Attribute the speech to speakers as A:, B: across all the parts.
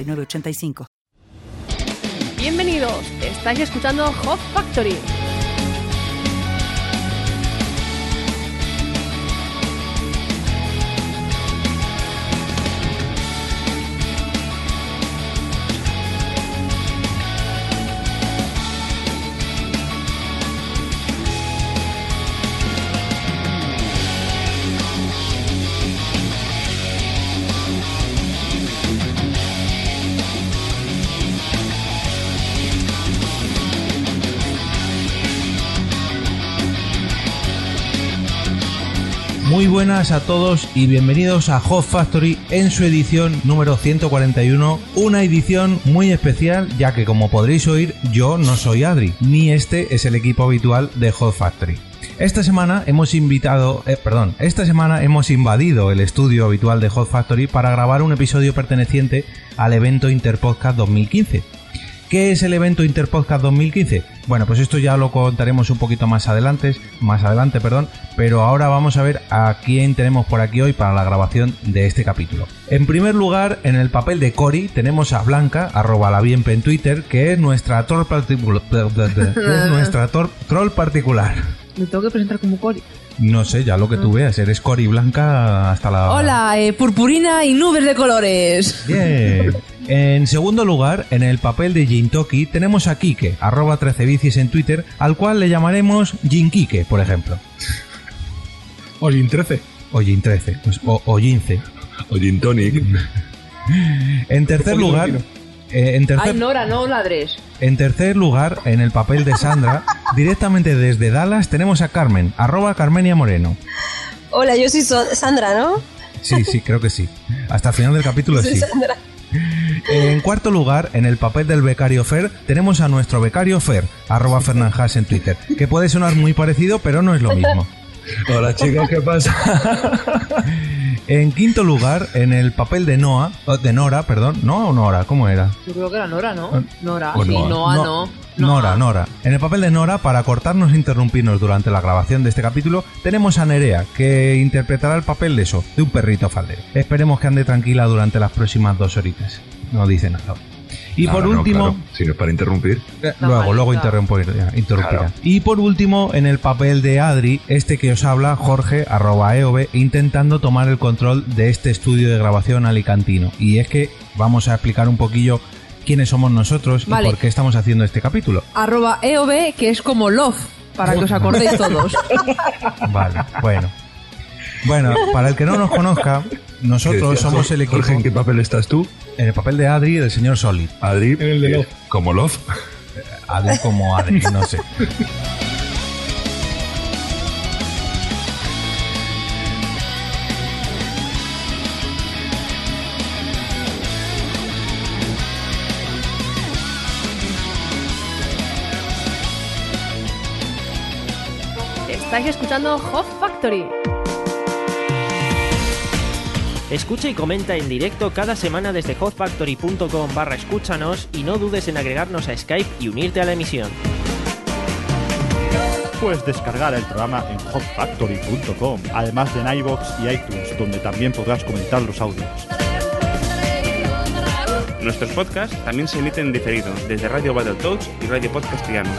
A: 985.
B: Bienvenidos, estáis escuchando Hot Factory.
C: Muy buenas a todos y bienvenidos a Hot Factory en su edición número 141, una edición muy especial ya que como podréis oír yo no soy Adri, ni este es el equipo habitual de Hot Factory. Esta semana hemos invitado, eh, perdón, esta semana hemos invadido el estudio habitual de Hot Factory para grabar un episodio perteneciente al evento Interpodcast 2015. ¿Qué es el evento Interpodcast 2015? Bueno, pues esto ya lo contaremos un poquito más adelante, más adelante, perdón, pero ahora vamos a ver a quién tenemos por aquí hoy para la grabación de este capítulo. En primer lugar, en el papel de Cory tenemos a Blanca, arroba la bienpe en Twitter, que es nuestra troll, particular. es nuestra tor- troll particular.
D: Me tengo que presentar como Cory.
C: No sé, ya lo que tú veas, eres Cory Blanca hasta la...
D: Hola, eh, purpurina y nubes de colores.
C: Bien. En segundo lugar, en el papel de Jintoki, tenemos a Kike, arroba 13bicis en Twitter, al cual le llamaremos Jinkike, por ejemplo.
E: Ollin 13.
C: O Jin13, pues, o, o Jince.
E: O Gin Tonic.
C: En tercer
E: Un poquito
C: lugar...
E: tranquilo.
C: eh, en, tercer,
B: Ay, Nora, no ladres.
C: en tercer lugar, en el papel de Sandra, directamente desde Dallas, tenemos a Carmen, arroba Carmenia Moreno.
F: Hola, yo soy So- Sandra, ¿no?
C: Sí, sí, creo que sí. Hasta el final del capítulo
F: Soy
C: sí.
F: Sandra.
C: En cuarto lugar, en el papel del becario Fer, tenemos a nuestro becario Fer, arroba Fernanjas en Twitter, que puede sonar muy parecido, pero no es lo mismo.
E: Hola chicos, ¿qué pasa?
C: En quinto lugar, en el papel de Noah, o de Nora, perdón, ¿no o Nora? ¿Cómo era?
D: Yo creo que era Nora, ¿no?
C: Eh,
D: Nora,
E: o
D: sí,
E: Noa.
D: Noa,
C: No-
D: no.
C: Nora, Nora. En el papel de Nora, para cortarnos e interrumpirnos durante la grabación de este capítulo, tenemos a Nerea, que interpretará el papel de eso, de un perrito faldero. Esperemos que ande tranquila durante las próximas dos horitas. No dice nada. Y
E: No,
C: por
E: no, no,
C: último,
E: claro. Si no es para interrumpir.
C: Eh, Luego,
D: Normalita.
C: luego interrumpir, ya, interrumpirá.
E: Claro.
C: Y por último, en el papel de Adri, este que os habla, Jorge, arroba EOB, intentando tomar el control de este estudio de grabación alicantino. Y es que vamos a explicar un poquillo quiénes somos nosotros
D: Vale.
C: y por qué estamos haciendo este capítulo.
D: Arroba EOB, que es como Love, para que os acordéis todos.
C: Vale, bueno. Bueno, para el que no nos conozca,
E: Que
C: nosotros
E: decía,
C: somos el equipo
E: Jorge, ¿en qué papel estás tú?
C: en el papel de Adri del señor Solid.
E: Adri. En el de Como Love.
C: Adri como Adri, no sé.
B: Estáis escuchando Hot Factory.
G: Escucha y comenta en directo cada semana desde hotfactory.com barra escúchanos y no dudes en agregarnos a Skype y unirte a la emisión.
H: Puedes descargar el programa en hotfactory.com, además de en iBox y iTunes, donde también podrás comentar los audios.
I: Nuestros podcasts también se emiten diferido desde Radio Battletoads y Radio Podcast Triano.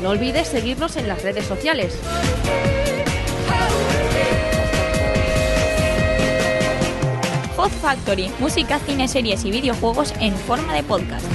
B: No olvides seguirnos en las redes sociales.
J: Hot Factory, música, cine, series y videojuegos en forma de podcast.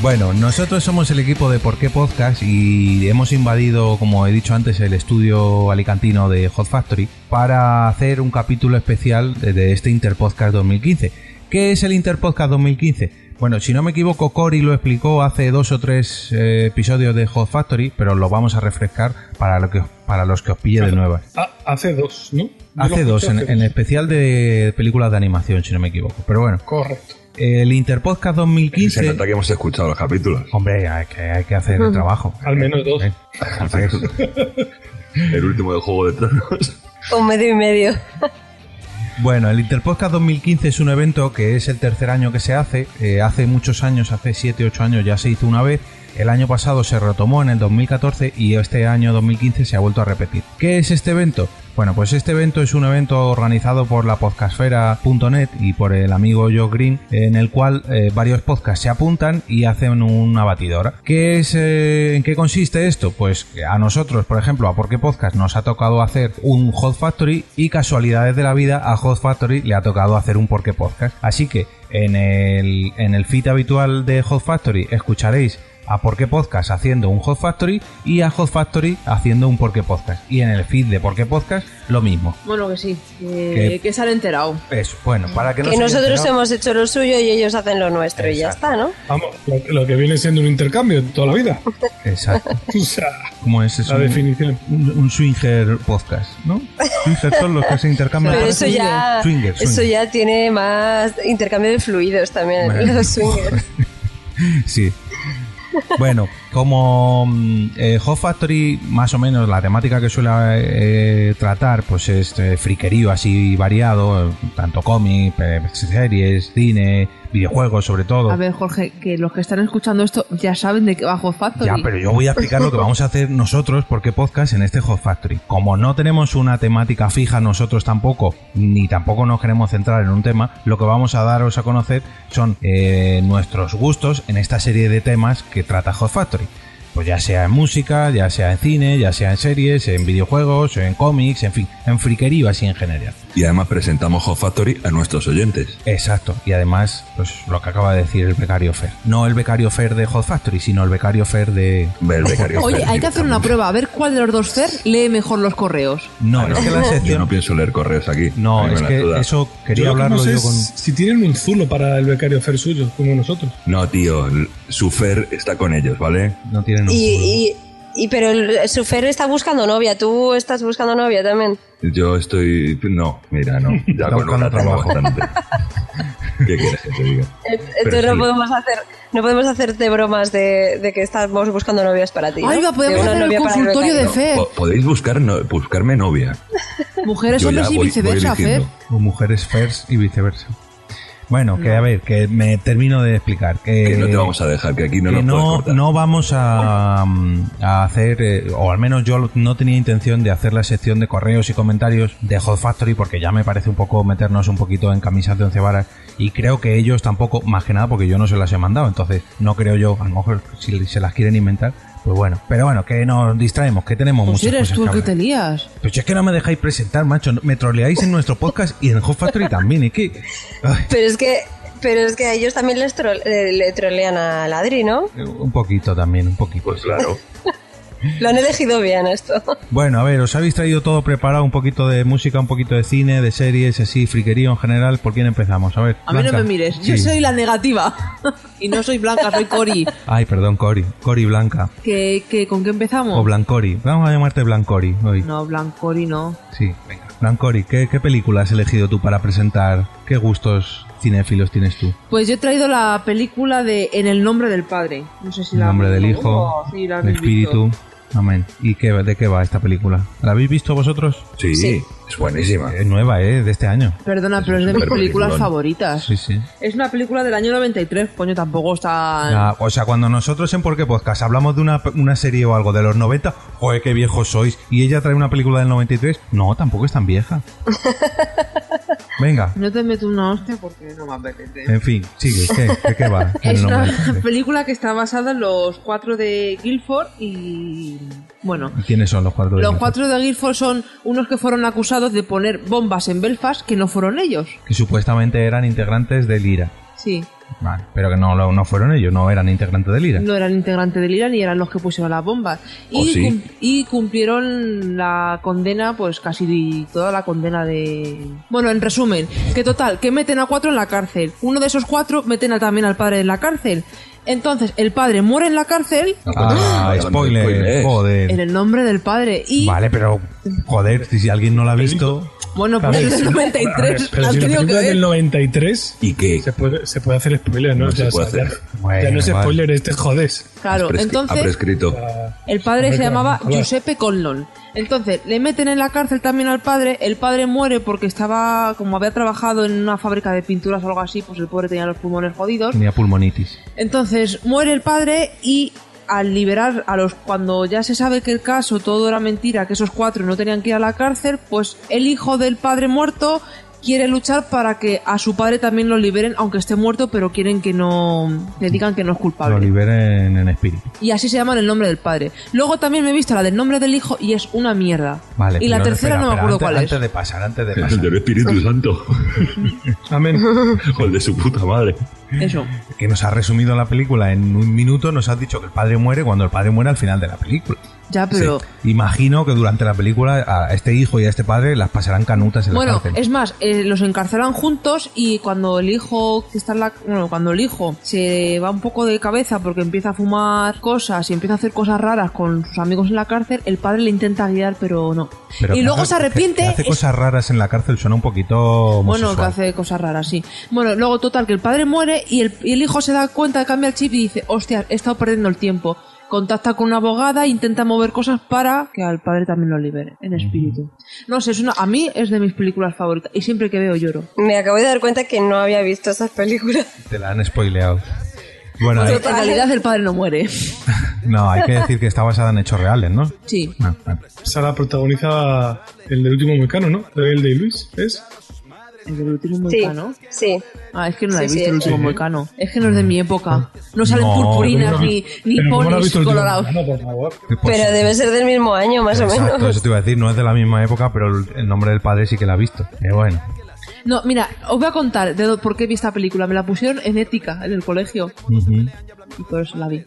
C: Bueno, nosotros somos el equipo de Por qué Podcast y hemos invadido, como he dicho antes, el estudio alicantino de Hot Factory para hacer un capítulo especial de este Interpodcast 2015. ¿Qué es el Interpodcast 2015? Bueno, si no me equivoco, Cory lo explicó hace dos o tres eh, episodios de Hot Factory, pero lo vamos a refrescar para, lo que, para los que os pille de nuevas.
K: Ah, hace dos, ¿no? Yo
C: Hace
K: lo
C: dos,
K: escuché
C: en,
K: hace
C: en
K: dos.
C: especial de películas de animación, si no me equivoco. Pero bueno.
K: Correcto.
C: El Interpodcast
E: Se
C: 2015.
E: nota que hemos escuchado los capítulos.
C: Hombre, hay que, hay que hacer el
E: Ujú.
C: trabajo.
K: Al menos dos.
C: Eh,
E: El último del juego de tronos.
F: Un medio y medio.
C: Bueno, el Interpodcast 2015 es un evento que es el tercer año que se hace. Eh, hace muchos años, hace 7, 8 años ya se hizo una vez. El año pasado se retomó en el 2014 y este año 2015 se ha vuelto a repetir. ¿Qué es este evento? Bueno, pues este evento es un evento organizado por la podcastfera.net y por el amigo Joe Green, en el cual eh, varios podcasts se apuntan y hacen una batidora. ¿Qué es, eh, ¿En qué consiste esto? Pues que a nosotros, por ejemplo, a Porque Podcast nos ha tocado hacer un Hot Factory y casualidades de la vida a Hot Factory le ha tocado hacer un Porque Podcast. Así que en el, en el feed habitual de Hot Factory escucharéis a Por qué Podcast haciendo un Hot Factory y a Hot Factory haciendo un Por qué Podcast. Y en el feed de Por qué Podcast lo mismo.
D: Bueno, que sí. Que,
C: Que-
D: que se han enterado.
C: Eso, bueno, para que no
F: que
C: se haya
F: nosotros
C: enterado-
F: hemos hecho lo suyo y ellos hacen lo nuestro y ya está, ¿no?
K: Vamos, lo, lo que viene siendo un intercambio de toda la vida.
C: Exacto.
K: O sea,
C: Como es, es
K: La definición.
C: Un, un swinger podcast, ¿no? Swinger son los que se intercambian.
F: Pero eso ya,
C: Swinger, swinger.
F: eso ya tiene más intercambio de fluidos también.
C: Bueno.
F: Los swingers.
C: Sí. Bueno, como mm, eh, Hot Factory, más o menos la temática que suele eh, tratar, pues es eh, friquerío así variado, eh, tanto cómic, eh, series, cine, videojuegos sobre todo.
D: A ver, Jorge, que los que están escuchando esto ya saben de qué va Hot Factory.
C: Ya, pero yo voy a explicar lo que vamos a hacer nosotros, porque podcast en este Hot Factory. Como no tenemos una temática fija nosotros tampoco, ni tampoco nos queremos centrar en un tema, lo que vamos a daros a conocer son eh, nuestros gustos en esta serie de temas que trata Hot Factory. Pues ya sea en música, ya sea en cine, ya sea en series, en videojuegos, en cómics, en fin, en friquerío así en general.
E: Y además presentamos Hot Factory a nuestros oyentes.
C: Exacto, y además, pues lo que acaba de decir el becario Fer. No el becario Fer de Hot Factory, sino el becario Fer de...
D: Oye, hay que hacer una prueba, a ver cuál de los dos Fer lee mejor los correos.
C: No, es que la
E: Yo
C: sección...
E: Ah, no pienso leer correos aquí. No,
C: es que eso quería
K: yo lo que
C: hablarlo
K: no sé
C: yo
K: es
C: con-
K: Si tienen un zulo para el becario Fer suyo, como nosotros.
E: No, tío, l- su Fer está con ellos, ¿vale?
C: No tienen
F: Y, y, y- pero el, su Fer está buscando novia, tú estás buscando novia también.
E: Yo estoy... No, mira, no. Ya con una trabajo bastante. ¿Qué quieres que te diga?
F: Eh, Entonces
E: Pero
F: no
E: sí.
F: podemos hacer, no podemos hacerte bromas de, de que estamos buscando novias para ti. ¿no?
D: Ay, va,
F: De
D: podemos
F: una
D: hacer el
F: novia para
D: consultorio de
F: Rebeca.
D: Fer.
E: Po- Podéis buscar no- buscarme novia.
D: Mujeres,
E: Yo
D: hombres
E: ya
D: y
E: voy-
D: viceversa,
E: voy
D: Fer.
E: eligiendo.
C: O mujeres first y viceversa. Bueno, que a ver, que me termino de explicar. Que,
E: Que no te vamos a dejar, que aquí no
C: Eh, que
E: nos puedes
C: no,
E: cortar.
C: no vamos a, mm, a hacer, eh, o al menos yo no tenía intención de hacer la sección de correos y comentarios de Hot Factory, porque ya me parece un poco meternos un poquito en camisas de once varas, y creo que ellos tampoco, más que nada porque yo no se las he mandado, entonces no creo yo, a lo mejor si se las quieren inventar, pues bueno. Pero bueno, que nos distraemos, que tenemos
D: Pues
C: muchas
D: eres
C: cosas
D: tú
C: que
D: el que
C: hablar.
D: te lías.
C: Pero si es que no me dejáis presentar, macho. Me troleáis en nuestro podcast y en Hot Factory también. Es que. ay,
F: Pero es que, pero es que a ellos también les tro- eh, le trolean a Ladri, ¿no?
C: un poquito también, un poquito.
E: Pues claro.
F: Lo han elegido bien esto.
C: Bueno, a ver, os habéis traído todo preparado: un poquito de música, un poquito de cine, de series, así, friquerío en general. ¿Por quién empezamos? A ver.
D: A mí no
C: Blanca.
D: me mires, yo
C: Sí.
D: soy la negativa. y no soy Blanca, soy Cori.
C: Ay, perdón, Cori. Cori Blanca.
D: ¿Qué, qué, con qué empezamos?
C: O Blancori. Vamos a llamarte Blancori hoy.
D: No, Blancori no.
C: Sí, venga. Blancori, ¿qué, ¿qué película has elegido tú para presentar? ¿Qué gustos cinéfilos tienes tú?
D: Pues yo he traído la película de En el nombre del Padre. No sé si
C: En
D: la
C: nombre del
D: habéis-
C: Hijo,
D: Oh, sí, la
C: del
D: habéis
C: Espíritu.
D: visto.
C: Amén. ¿Y qué, de qué va esta película? ¿La habéis visto vosotros?
E: Sí, Sí. es buenísima.
C: Es nueva, ¿eh? De este año.
D: Perdona, pero es de mis
C: súper
D: películas
C: peliculón.
D: favoritas.
C: Sí, sí.
D: Es una película del año 93, coño, tampoco está...
C: Ya, o sea, cuando nosotros en Por qué Podcast hablamos de una, una serie o algo de los 90, joder, qué viejos sois, y ella trae una película del 93, no, tampoco es tan vieja. Venga,
D: No te meto una hostia porque no me apetece.
C: en fin, sigue. ¿Qué, ¿De qué va?
D: Es
C: No me
D: una
C: apetece.
D: película que está basada en los cuatro de Guilford y. Bueno.
C: ¿Y ¿Quiénes son los cuatro? de
D: Los
C: Guildford?
D: cuatro de Guilford son unos que fueron acusados de poner bombas en Belfast que no fueron ellos.
C: Que supuestamente eran integrantes del IRA.
D: Sí.
C: Vale, pero que no, lo- no fueron ellos, no eran integrantes del IRA.
D: No eran integrantes del IRAN y eran los que pusieron las bombas. Y,
C: Oh, sí.
D: cum- y cumplieron la condena, pues casi toda la condena de... Bueno, en resumen, que total, que meten a cuatro en la cárcel. Uno de esos cuatro meten a- también al padre en la cárcel. Entonces, el padre muere en la cárcel
C: Ah, spoiler,
D: en
C: joder.
D: el nombre del padre. Y,
C: Vale, pero joder, si si alguien no la ha visto.
D: bueno, pues
K: Claro,
D: es del
K: sí.
D: 93.
K: Pero
D: has
K: si la
D: tenido que
K: película es
D: ver.
K: del 93.
E: ¿Y qué?
K: Se puede, se puede hacer spoiler, ¿no?
E: No
K: ya,
E: se puede
K: o sea,
E: hacer.
K: ya-
E: Bueno,
K: ya no es
E: vale.
K: spoiler, este, es de jodés.
D: Claro,
E: Prescri- Ha
D: entonces...
E: prescrito.
C: Ah,
D: El padre
K: Hombre,
D: se
K: claro,
D: llamaba
K: joder.
D: Giuseppe Conlon. Entonces, le meten en la cárcel también al padre. El padre muere porque estaba, como había trabajado en una fábrica de pinturas o algo así, pues el pobre tenía los pulmones jodidos.
C: Tenía pulmonitis.
D: Entonces, muere el padre y al liberar a los. Cuando ya se sabe que el caso todo era mentira, que esos cuatro no tenían que ir a la cárcel, pues el hijo del padre muerto quiere luchar para que a su padre también lo liberen, aunque esté muerto, pero quieren que no. le digan que no es culpable.
C: Lo liberen en espíritu.
D: Y así se llaman el nombre del padre. Luego también me he visto la del nombre del hijo y es una mierda.
C: Vale.
D: y la
C: pero
D: tercera
C: espera,
D: no me
C: espera,
D: acuerdo
C: antes-
D: cuál
C: Antes de pasar, antes de pasar.
E: El del Espíritu Santo.
K: Amén.
E: o el de su puta madre.
D: es. Eso.
C: Que nos ha resumido la película en un minuto, nos has dicho que el padre muere cuando el padre muere al final de la película.
D: Ya, pero.
C: Sí. Imagino que durante la película a este hijo y a este padre las pasarán canutas en la
D: Bueno,
C: cárcel.
D: es más, eh, los encarcelan juntos y cuando el hijo que está en la, bueno, cuando el hijo se va un poco de cabeza porque empieza a fumar cosas y empieza a hacer cosas raras con sus amigos en la cárcel, el padre le intenta guiar, pero no.
C: Pero
D: y
C: que
D: luego
C: hace-
D: se
C: que-
D: arrepiente.
C: que hace
D: es-
C: cosas raras en la cárcel, suena un poquito homosexual.
D: Bueno, que hace cosas raras, sí. Bueno, luego total, que el padre muere y el, y el hijo se da cuenta, cambia el chip y dice, hostia, he estado perdiendo el tiempo. Contacta con una abogada e intenta mover cosas para que al padre también lo libere, en
C: Mm.
D: espíritu. No sé, es una, a mí es de mis películas favoritas y siempre que veo lloro.
F: Me acabo de dar cuenta que no había visto esas películas.
C: Te la han spoileado. Bueno,
D: Pero
C: hay-
D: en realidad el padre no muere.
C: no, hay que decir que está basada en hechos reales, ¿no?
D: Sí.
C: Ah, vale.
K: Esa la protagoniza el del último mecano, ¿no? El de Luis, ¿es?
D: El del último
F: Sí, sí.
D: Ah, es que no la he
F: Sí, sí,
D: visto el
F: sí.
D: último moicano. Es que no es de mi época. No salen
C: No,
D: purpurinas
C: pero no-
D: ni, ni
C: pero ¿cómo no has
D: ponis
C: visto el último
D: colorados.
C: Pues-
F: Pero debe ser del mismo año, más o
C: Exacto,
F: menos.
C: eso te iba a decir, no es de la misma época, pero el el nombre del padre sí que la ha visto. Pero bueno,
D: No, mira, os voy a contar de do- por qué vi esta película. Me la pusieron en ética en el colegio.
C: Ujú.
D: Y por eso la vi.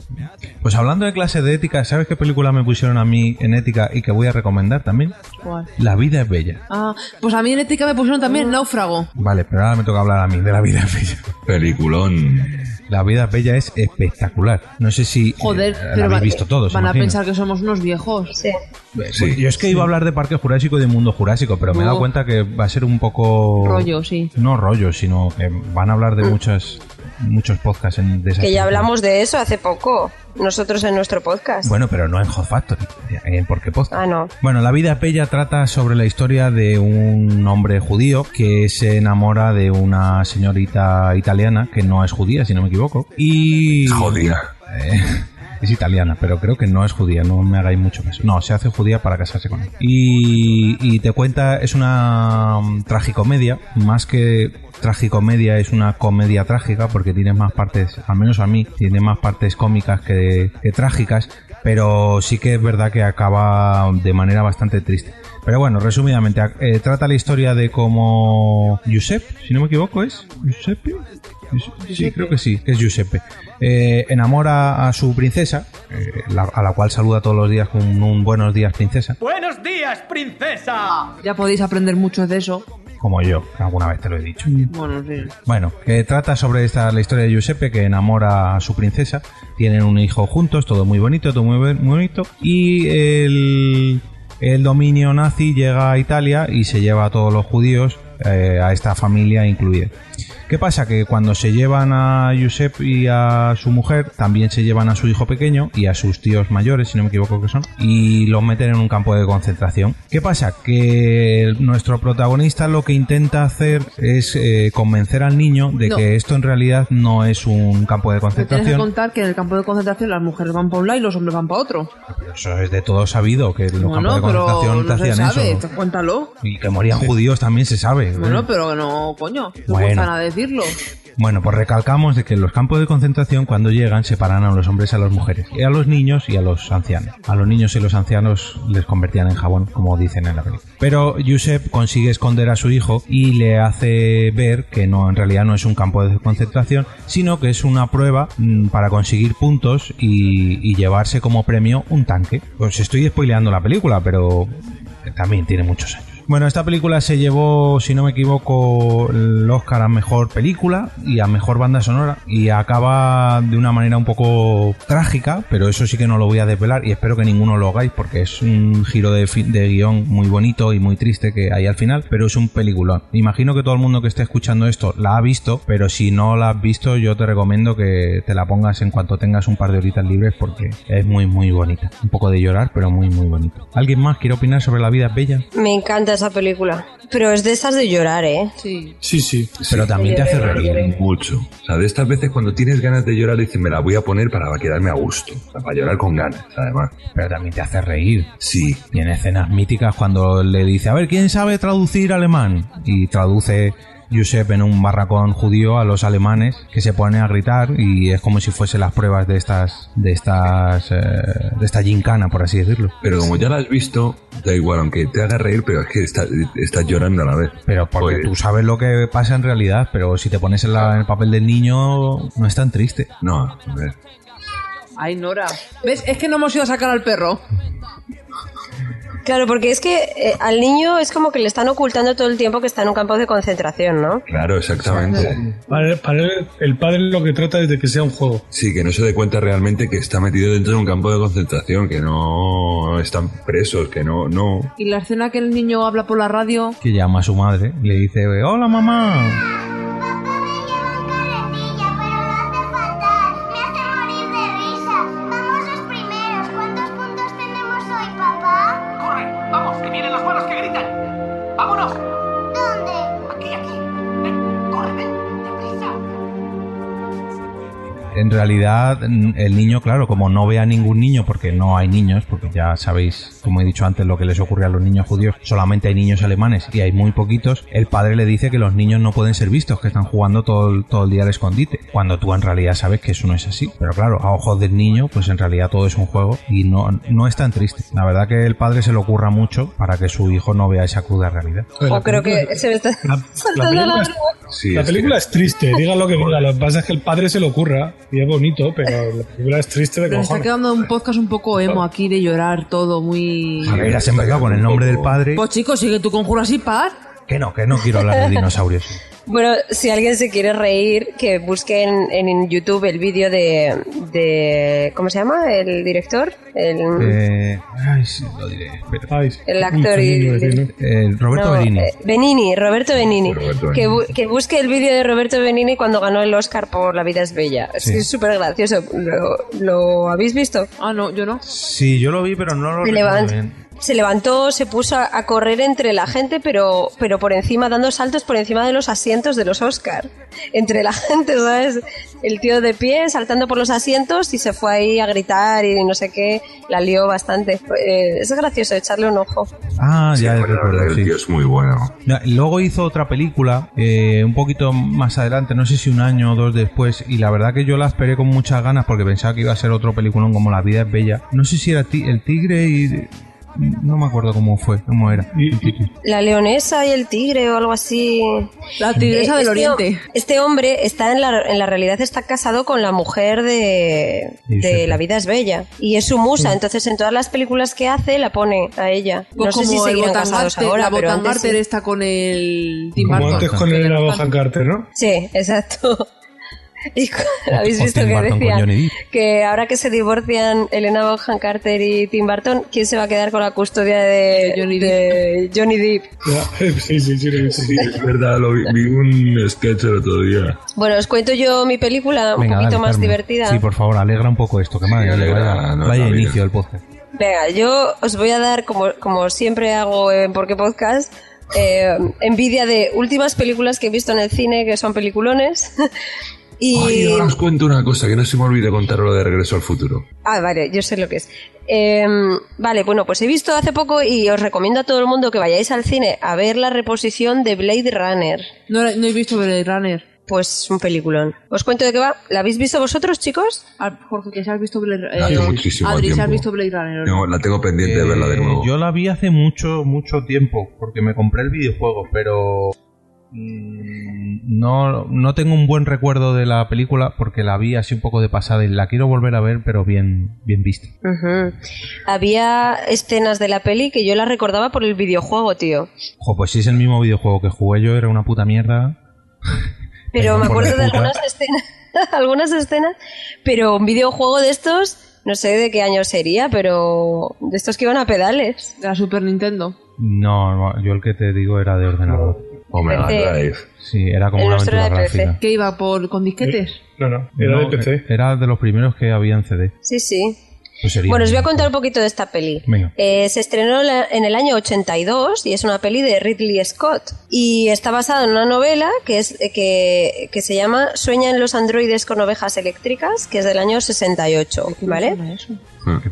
C: pues hablando de clase de ética, ¿sabes qué película me pusieron a mí en ética y que voy a recomendar también?
D: ¿Cuál?
C: La vida es bella.
D: Ah, pues a mí en ética me pusieron también náufrago.
C: Vale, pero ahora me toca hablar a mí de La vida es bella.
E: Peliculón.
C: La vida es bella es espectacular. No sé si eh,
D: Joder,
C: la
D: pero
C: habéis
D: va-
C: visto todos.
D: van a
C: imagino.
D: pensar que somos unos viejos.
F: Sí.
C: Pues yo es que iba a hablar de Parque Jurásico y de Mundo Jurásico, pero me he dado
D: No.
C: cuenta que va a ser un poco...
D: Rollo, sí.
C: No rollo, sino que van a hablar de muchas, muchos podcasts en, de esas
F: Que ya
C: películas.
F: hablamos de eso hace poco, nosotros en nuestro podcast.
C: Bueno, pero no en Hot Factory, en Porque Podcast.
F: Ah, no.
C: Bueno, La vida es bella trata sobre la historia de un hombre judío que se enamora de una señorita italiana que no es judía, si no me equivoco. Y...
E: Jodida.
C: Eh, es italiana, pero creo que no es judía, no me hagáis mucho caso. No, se hace judía para casarse con él. Y, y te cuenta, es una mm, tragicomedia, más que tragicomedia, es una comedia trágica, porque tiene más partes, al menos a mí, tiene más partes cómicas que, que trágicas, pero sí que es verdad que acaba de manera bastante triste. Pero bueno, resumidamente, a- eh, trata la historia de cómo Giuseppe, si no me equivoco, es Giuseppe. Sí, creo que sí, que es Giuseppe. Eh, enamora a su princesa, eh, la- a la cual saluda todos los días con un buenos días, princesa,
L: Buenos días, princesa.
D: Ya podéis aprender mucho de eso.
C: como yo, que alguna vez te lo he dicho.
D: Bueno, sí.
C: Bueno, que trata sobre esta, la historia de Giuseppe que enamora a su princesa, tienen un hijo juntos, todo muy bonito, todo muy, bu- muy bonito, y el, el dominio nazi llega a Italia y se lleva a todos los judíos, eh, a esta familia incluida. ¿Qué pasa? Que cuando se llevan a Josep y a su mujer, también se llevan a su hijo pequeño y a sus tíos mayores, si no me equivoco que son, y los meten en un campo de concentración. ¿Qué pasa? Que el- nuestro protagonista lo que intenta hacer es eh, convencer al niño de
D: No.
C: que esto en realidad no es un campo de
D: Te tienes que
C: concentración.
D: contar que en el campo de concentración las mujeres van para un lado y los hombres van para otro.
C: Eso es de todo sabido, que en los
D: Bueno,
C: campos de
D: pero
C: concentración te
D: no se
C: hacían
D: sabe,
C: eso.
D: te- cuéntalo.
C: Y que morían judíos también se sabe.
D: Bueno, pero no, coño, no
C: Bueno.
D: cuesta nada decirlo.
C: Bueno, pues recalcamos de que en los campos de concentración cuando llegan separan a los hombres y a las mujeres, y a los niños y a los ancianos. A los niños y los ancianos les convertían en jabón, como dicen en la película. Pero Josep consigue esconder a su hijo y le hace ver que no, en realidad no es un campo de concentración, sino que es una prueba mm, para conseguir puntos y, y llevarse como premio un tanque. Pues estoy spoileando la película, pero también tiene muchos años. Bueno, esta película se llevó, si no me equivoco, el Oscar a mejor película y a mejor banda sonora. Y acaba de una manera un poco trágica, pero eso sí que no lo voy a desvelar y espero que ninguno lo hagáis porque es un giro de, fi- de guión muy bonito y muy triste que hay al final, pero es un peliculón. Imagino que todo el mundo que esté escuchando esto la ha visto, pero si no la has visto, yo te recomiendo que te la pongas en cuanto tengas un par de horitas libres porque es muy, muy bonita. Un poco de llorar, pero muy, muy bonito. ¿Alguien más quiere opinar sobre La vida es bella?
F: Me encanta esa película. Pero es de esas de llorar, ¿eh?
D: Sí.
C: Sí, sí. Pero también te hace reír.
E: Mucho. O sea, de estas veces cuando tienes ganas de llorar, dices, me la voy a poner para quedarme a gusto. O sea, para llorar con ganas, además.
C: Pero también te hace reír.
E: Sí.
C: Y en escenas míticas cuando le dice, a ver, ¿quién sabe traducir alemán? Y traduce Josep en un barracón judío a los alemanes que se ponen a gritar y es como si fuese las pruebas de estas, de estas, eh, de esta gincana, por así decirlo.
E: Pero como ya la has visto, da igual, aunque te haga reír, pero es que está- estás llorando a la vez. Pues,
C: Pero porque tú sabes lo que pasa en realidad, pero si te pones en, la- en el papel del niño, no es tan triste.
E: No, a ver.
D: Ay, Nora. ¿Ves? Es que no hemos ido a sacar al perro.
F: Claro, porque es que eh, al niño es como que le están ocultando todo el tiempo que está en un campo de concentración, ¿no?
E: Claro, exactamente.
K: Para, para él, el padre lo que trata es de que sea un juego.
E: Sí, que no se dé cuenta realmente que está metido dentro de un campo de concentración, que no están presos, que no, no.
D: Y la escena que el niño habla por la radio.
C: Que llama a su madre y le dice, hola mamá.
L: ¡Corre! ¡Vamos, que vienen los buenos que gritan! ¡Vámonos! ¿Dónde? Aquí, aquí. Ven, corre, ven. ¡Deprisa!
C: En realidad, n- el niño, claro, como no ve a ningún niño, porque no hay niños, porque ya sabéis, como he dicho antes, lo que les ocurre a los niños judíos, solamente hay niños alemanes y hay muy poquitos, el padre le dice que los niños no pueden ser vistos, que están jugando todo, el- todo el día al escondite, cuando tú en realidad sabes que eso no es así. Pero claro, a ojos del niño, pues en realidad todo es un juego y no, no es tan triste. La verdad que el padre se le ocurra mucho para que su hijo no vea esa cruda realidad.
F: O creo que se me está saltando la,
K: película es-
F: broma.
K: la película es triste, diga lo que diga. Lo que pasa es que el padre se lo ocurra y es bonito, pero la película es triste de
D: Pero está
K: cojones.
D: quedando un podcast un poco emo aquí de llorar todo, muy.
C: A ver, has empezado con el nombre del padre.
D: Pues chicos, sigue tú con Jurassic Park.
C: Que no, que no quiero hablar de dinosaurios.
F: Bueno, si alguien se quiere reír, que busque en, en YouTube el vídeo de, de- ¿Cómo se llama? El director. El,
C: Eh, ay, sí, lo diré. espera.
F: El actor y-
C: Eh, Roberto
F: No,
C: Benigni.
F: eh, Benini, Roberto Benini.
C: Roberto
F: que, bu-
C: Benigni.
F: que busque el vídeo de Roberto Benini cuando ganó el Oscar por La vida es bella. Es
C: Sí.
F: que Es súper gracioso. ¿Lo, lo habéis visto?
D: Ah, no, yo no.
C: Sí, yo lo vi, pero no lo
F: Se
C: recuerdo
F: levanta.
C: bien.
F: Se levantó, se puso a, a correr entre la gente, pero, pero por encima, dando saltos por encima de los asientos de los Oscar. Entre la gente, ¿sabes? El tío de pie saltando por los asientos y se fue ahí a gritar y no sé qué. La lió bastante. Eh, es gracioso echarle un ojo.
C: Ah, ya recuerdo, sí.
E: es muy bueno.
C: No, Luego hizo otra película, eh, un poquito más adelante, no sé si un año o dos después, y la verdad que yo la esperé con muchas ganas porque pensaba que iba a ser otro peliculón como La vida es bella. No sé si era ti- El tigre y... No me acuerdo cómo fue, cómo era.
F: La leonesa y el tigre o algo así.
D: La tigresa del
F: este ho-
D: oriente.
F: Este hombre está en la, en la realidad está casado con la mujer de,
D: Y
F: de
D: Giuseppe.
F: La vida es bella y es su musa,
D: Mm.
F: entonces en todas las películas que hace la pone a ella. No
D: Pues
F: sé si
D: como el
F: seguirán
D: Botan
F: casados
D: Garter-
F: ahora,
D: la
F: pero
D: Botan
F: antes
D: Garter
F: sí.
D: está con el Tim
K: Como
D: Burton.
K: antes con el Abojan Carter, ¿no?
F: Sí, exacto. Y cu- habéis
C: Austin
F: visto que
C: Barton con
F: decía
C: Johnny Depp.
F: que ahora que se divorcian Elena Bonham Carter y Tim Burton, ¿quién se va a quedar con la custodia de Johnny, de Johnny Depp?
K: Sí, sí, sí, sí, sí.
E: Es verdad, lo vi, vi un sketch el otro día.
F: Bueno, os cuento yo mi película un
C: Venga,
F: poquito
C: dale,
F: más
C: Carmen.
F: divertida.
C: Sí, por favor, alegra un poco esto, que madre, mía, vaya, vaya inicio el podcast.
F: Venga, yo os voy a dar, como, como siempre hago en Porque Podcast, eh, envidia de últimas películas que he visto en el cine, que son peliculones. y...
E: Ay, ahora os cuento una cosa que no se me olvide contarlo de Regreso al Futuro.
F: Ah, vale, yo sé lo que es. Eh, vale, bueno, pues he visto hace poco y os recomiendo a todo el mundo que vayáis al cine a ver la reposición de Blade Runner.
D: No, no he visto Blade Runner.
F: Pues un peliculón. ¿Os cuento de qué va? ¿La habéis visto vosotros, chicos?
D: Ah, Jorge, que si has visto Blade Runner. Eh,
E: Hace muchísimo
D: Adri, si has
E: tiempo.
D: visto Blade Runner. o no?
E: Tengo- la tengo pendiente de verla de nuevo.
C: Eh, Yo la vi hace mucho, mucho tiempo, porque me compré el videojuego, pero mm, no, no tengo un buen recuerdo de la película porque la vi así un poco de pasada y la quiero volver a ver, pero bien, bien vista.
F: Ujú. Había escenas de la peli que yo las recordaba por el videojuego, tío.
C: Ojo, pues si es el mismo videojuego que jugué yo, era una puta mierda.
F: Pero me
C: Por
F: acuerdo de
C: puta.
F: algunas escenas, algunas escenas, pero un videojuego de estos, no sé de qué año sería, pero de estos que iban a pedales.
D: De la Super Nintendo.
C: No, no, yo el que te digo era de ordenador.
D: Omega Sí. Drive.
C: Sí, era como una aventura gráfica. Eh,
D: Que iba por, con disquetes.
K: No, no,
C: No, eh, Era de los primeros que había en CD.
F: Sí, sí.
C: Pues sería
F: Bueno, os voy a contar un poquito de esta peli.
C: Venga.
F: Eh, se estrenó la- en el año 82 y es una peli de Ridley Scott. Y está basada en una novela que, es, eh, que, que se llama Sueñan los androides con ovejas eléctricas, que es del año 68, ¿vale?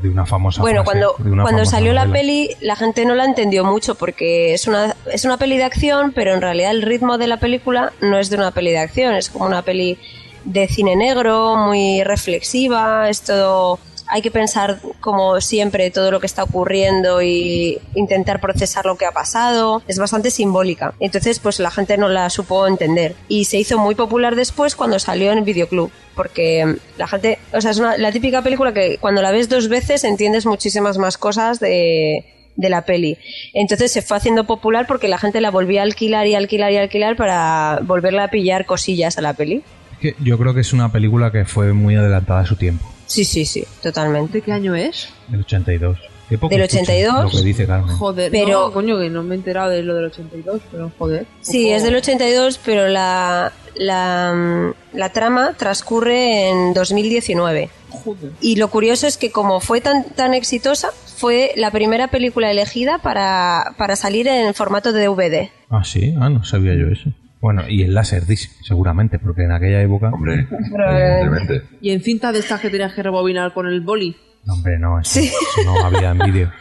C: de una famosa
F: Bueno,
C: frase,
F: cuando,
C: de una
F: cuando
C: famosa
F: salió la
C: novela.
F: peli, la gente no la entendió mucho porque es una, es una peli de acción, pero en realidad el ritmo de la película no es de una peli de acción, es como una peli de cine negro, muy reflexiva, es todo. Hay que pensar, como siempre, todo lo que está ocurriendo y intentar procesar lo que ha pasado. Es bastante simbólica. Entonces, pues la gente no la supo entender. Y se hizo muy popular después cuando salió en videoclub. Porque mm, la gente. O sea, es una- la típica película que cuando la ves dos veces entiendes muchísimas más cosas de, de la peli. Entonces se fue haciendo popular porque la gente la volvía a alquilar y alquilar y alquilar para volverla a pillar cosillas a la peli.
C: Es que yo creo que es una película que fue muy adelantada a su tiempo,
F: Sí, sí, sí, totalmente.
D: ¿De qué año es?
C: del 82. Qué poco
F: Del
C: escucha
F: 82.
C: Lo que dice Carmen.
D: Joder,
F: Pero-
D: no, coño, que no me he enterado de lo del 82, pero joder.
F: Sí, es del 82, pero la, la, mm, la trama transcurre en 2019.
D: Joder.
F: Y lo curioso es que como fue tan, tan exitosa, fue la primera película elegida para, para salir en formato de DVD.
C: Ah, sí, ah, no sabía yo eso. Bueno, y el láser disc, seguramente, porque en aquella época. Eh, Hombre,
D: evidentemente. Y en cinta de estas que tenías que rebobinar con el boli.
C: Hombre, no, eso, eso no había en vídeo.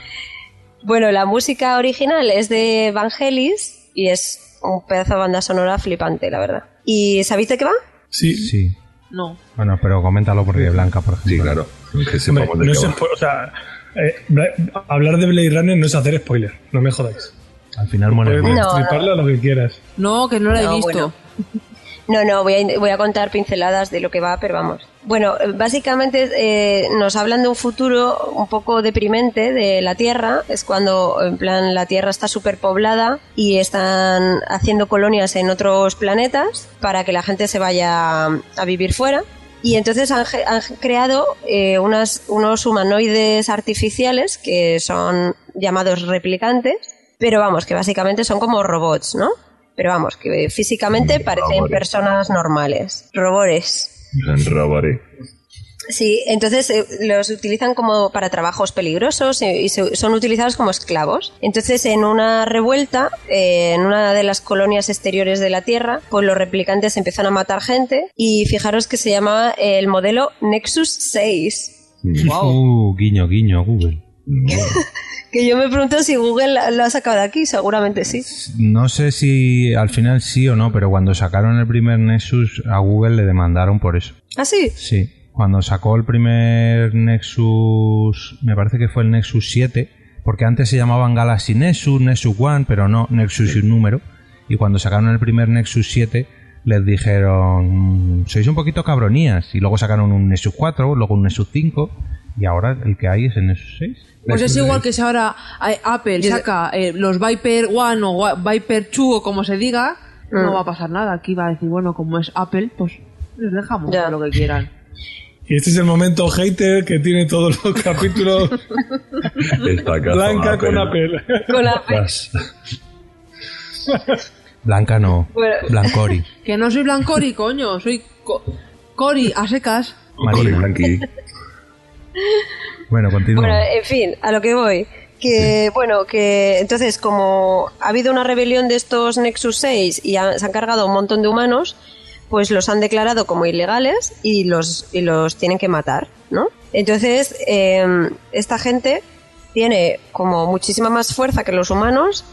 F: Bueno, la música original es de Vangelis y es un pedazo de banda sonora flipante, la verdad. ¿Y sabéis de qué va?
K: Sí.
C: Sí.
D: No.
C: Bueno, pero coméntalo porque Blanca, por ejemplo. Sí, claro.
K: Hombre, no se puede- o sea, eh, Bla- hablar de Blade Runner no es hacer spoiler, no me jodáis.
C: Al final
K: muere. Puedes
F: mal.
E: pues-
F: No,
K: destriparla lo que quieras.
D: No, que no la he
F: No,
D: visto.
F: bueno. No, no, voy a, voy a contar pinceladas de lo que va, pero vamos. Bueno, básicamente eh, nos hablan de un futuro un poco deprimente de la Tierra. Es cuando, en plan, la Tierra está superpoblada y están haciendo colonias en otros planetas para que la gente se vaya a vivir fuera. Y entonces han, ge- han creado eh, unas- unos humanoides artificiales que son llamados replicantes, pero vamos, que básicamente son como robots, ¿no? Pero vamos, que físicamente parecen
E: robots.
F: personas normales, robots.
E: Robaré.
F: Sí, entonces eh, los utilizan como para trabajos peligrosos eh, y se- son utilizados como esclavos. Entonces, en una revuelta, eh, en una de las colonias exteriores de la Tierra, pues los replicantes empiezan a matar gente y fijaros que se llamaba el modelo Nexus 6.
C: Uh, guiño, guiño, Google.
F: Que yo me pregunto si Google la- lo ha sacado de aquí, seguramente sí.
C: No sé si al final sí o no, pero cuando sacaron el primer Nexus, a Google le demandaron por eso.
F: ¿Ah, sí?
C: Sí, cuando sacó el primer Nexus, me parece que fue el Nexus 7, porque antes se llamaban Galaxy Nexus, Nexus One, pero no, Nexus y un número. Y cuando sacaron el primer Nexus 7, les dijeron, "Mm, sois un poquito cabronías. Y luego sacaron un Nexus 4, luego un Nexus 5, y ahora el que hay es el Nexus 6.
D: Pues es igual que si ahora eh, Apple saca eh, los Viper One o Wa- Viper 2 o como se diga, no
F: Mm.
D: va a pasar nada. Aquí va a decir, bueno, como es Apple, pues les dejamos hacer lo que quieran.
K: Y este es el momento hater que tiene todos los capítulos Blanca con Apple.
F: Con la-
C: Blanca no.
D: Bueno.
C: Blancori.
D: Que no soy blancori, coño, soy co- cori a secas.
C: Marina. Bueno, continúa.
F: Bueno, en fin, a lo que voy. Que, bueno, que entonces, como ha habido una rebelión de estos Nexus 6 y ha- se han cargado un montón de humanos, pues los han declarado como ilegales y los, y los tienen que matar, ¿no? Entonces, eh, esta gente tiene como muchísima más fuerza que los humanos,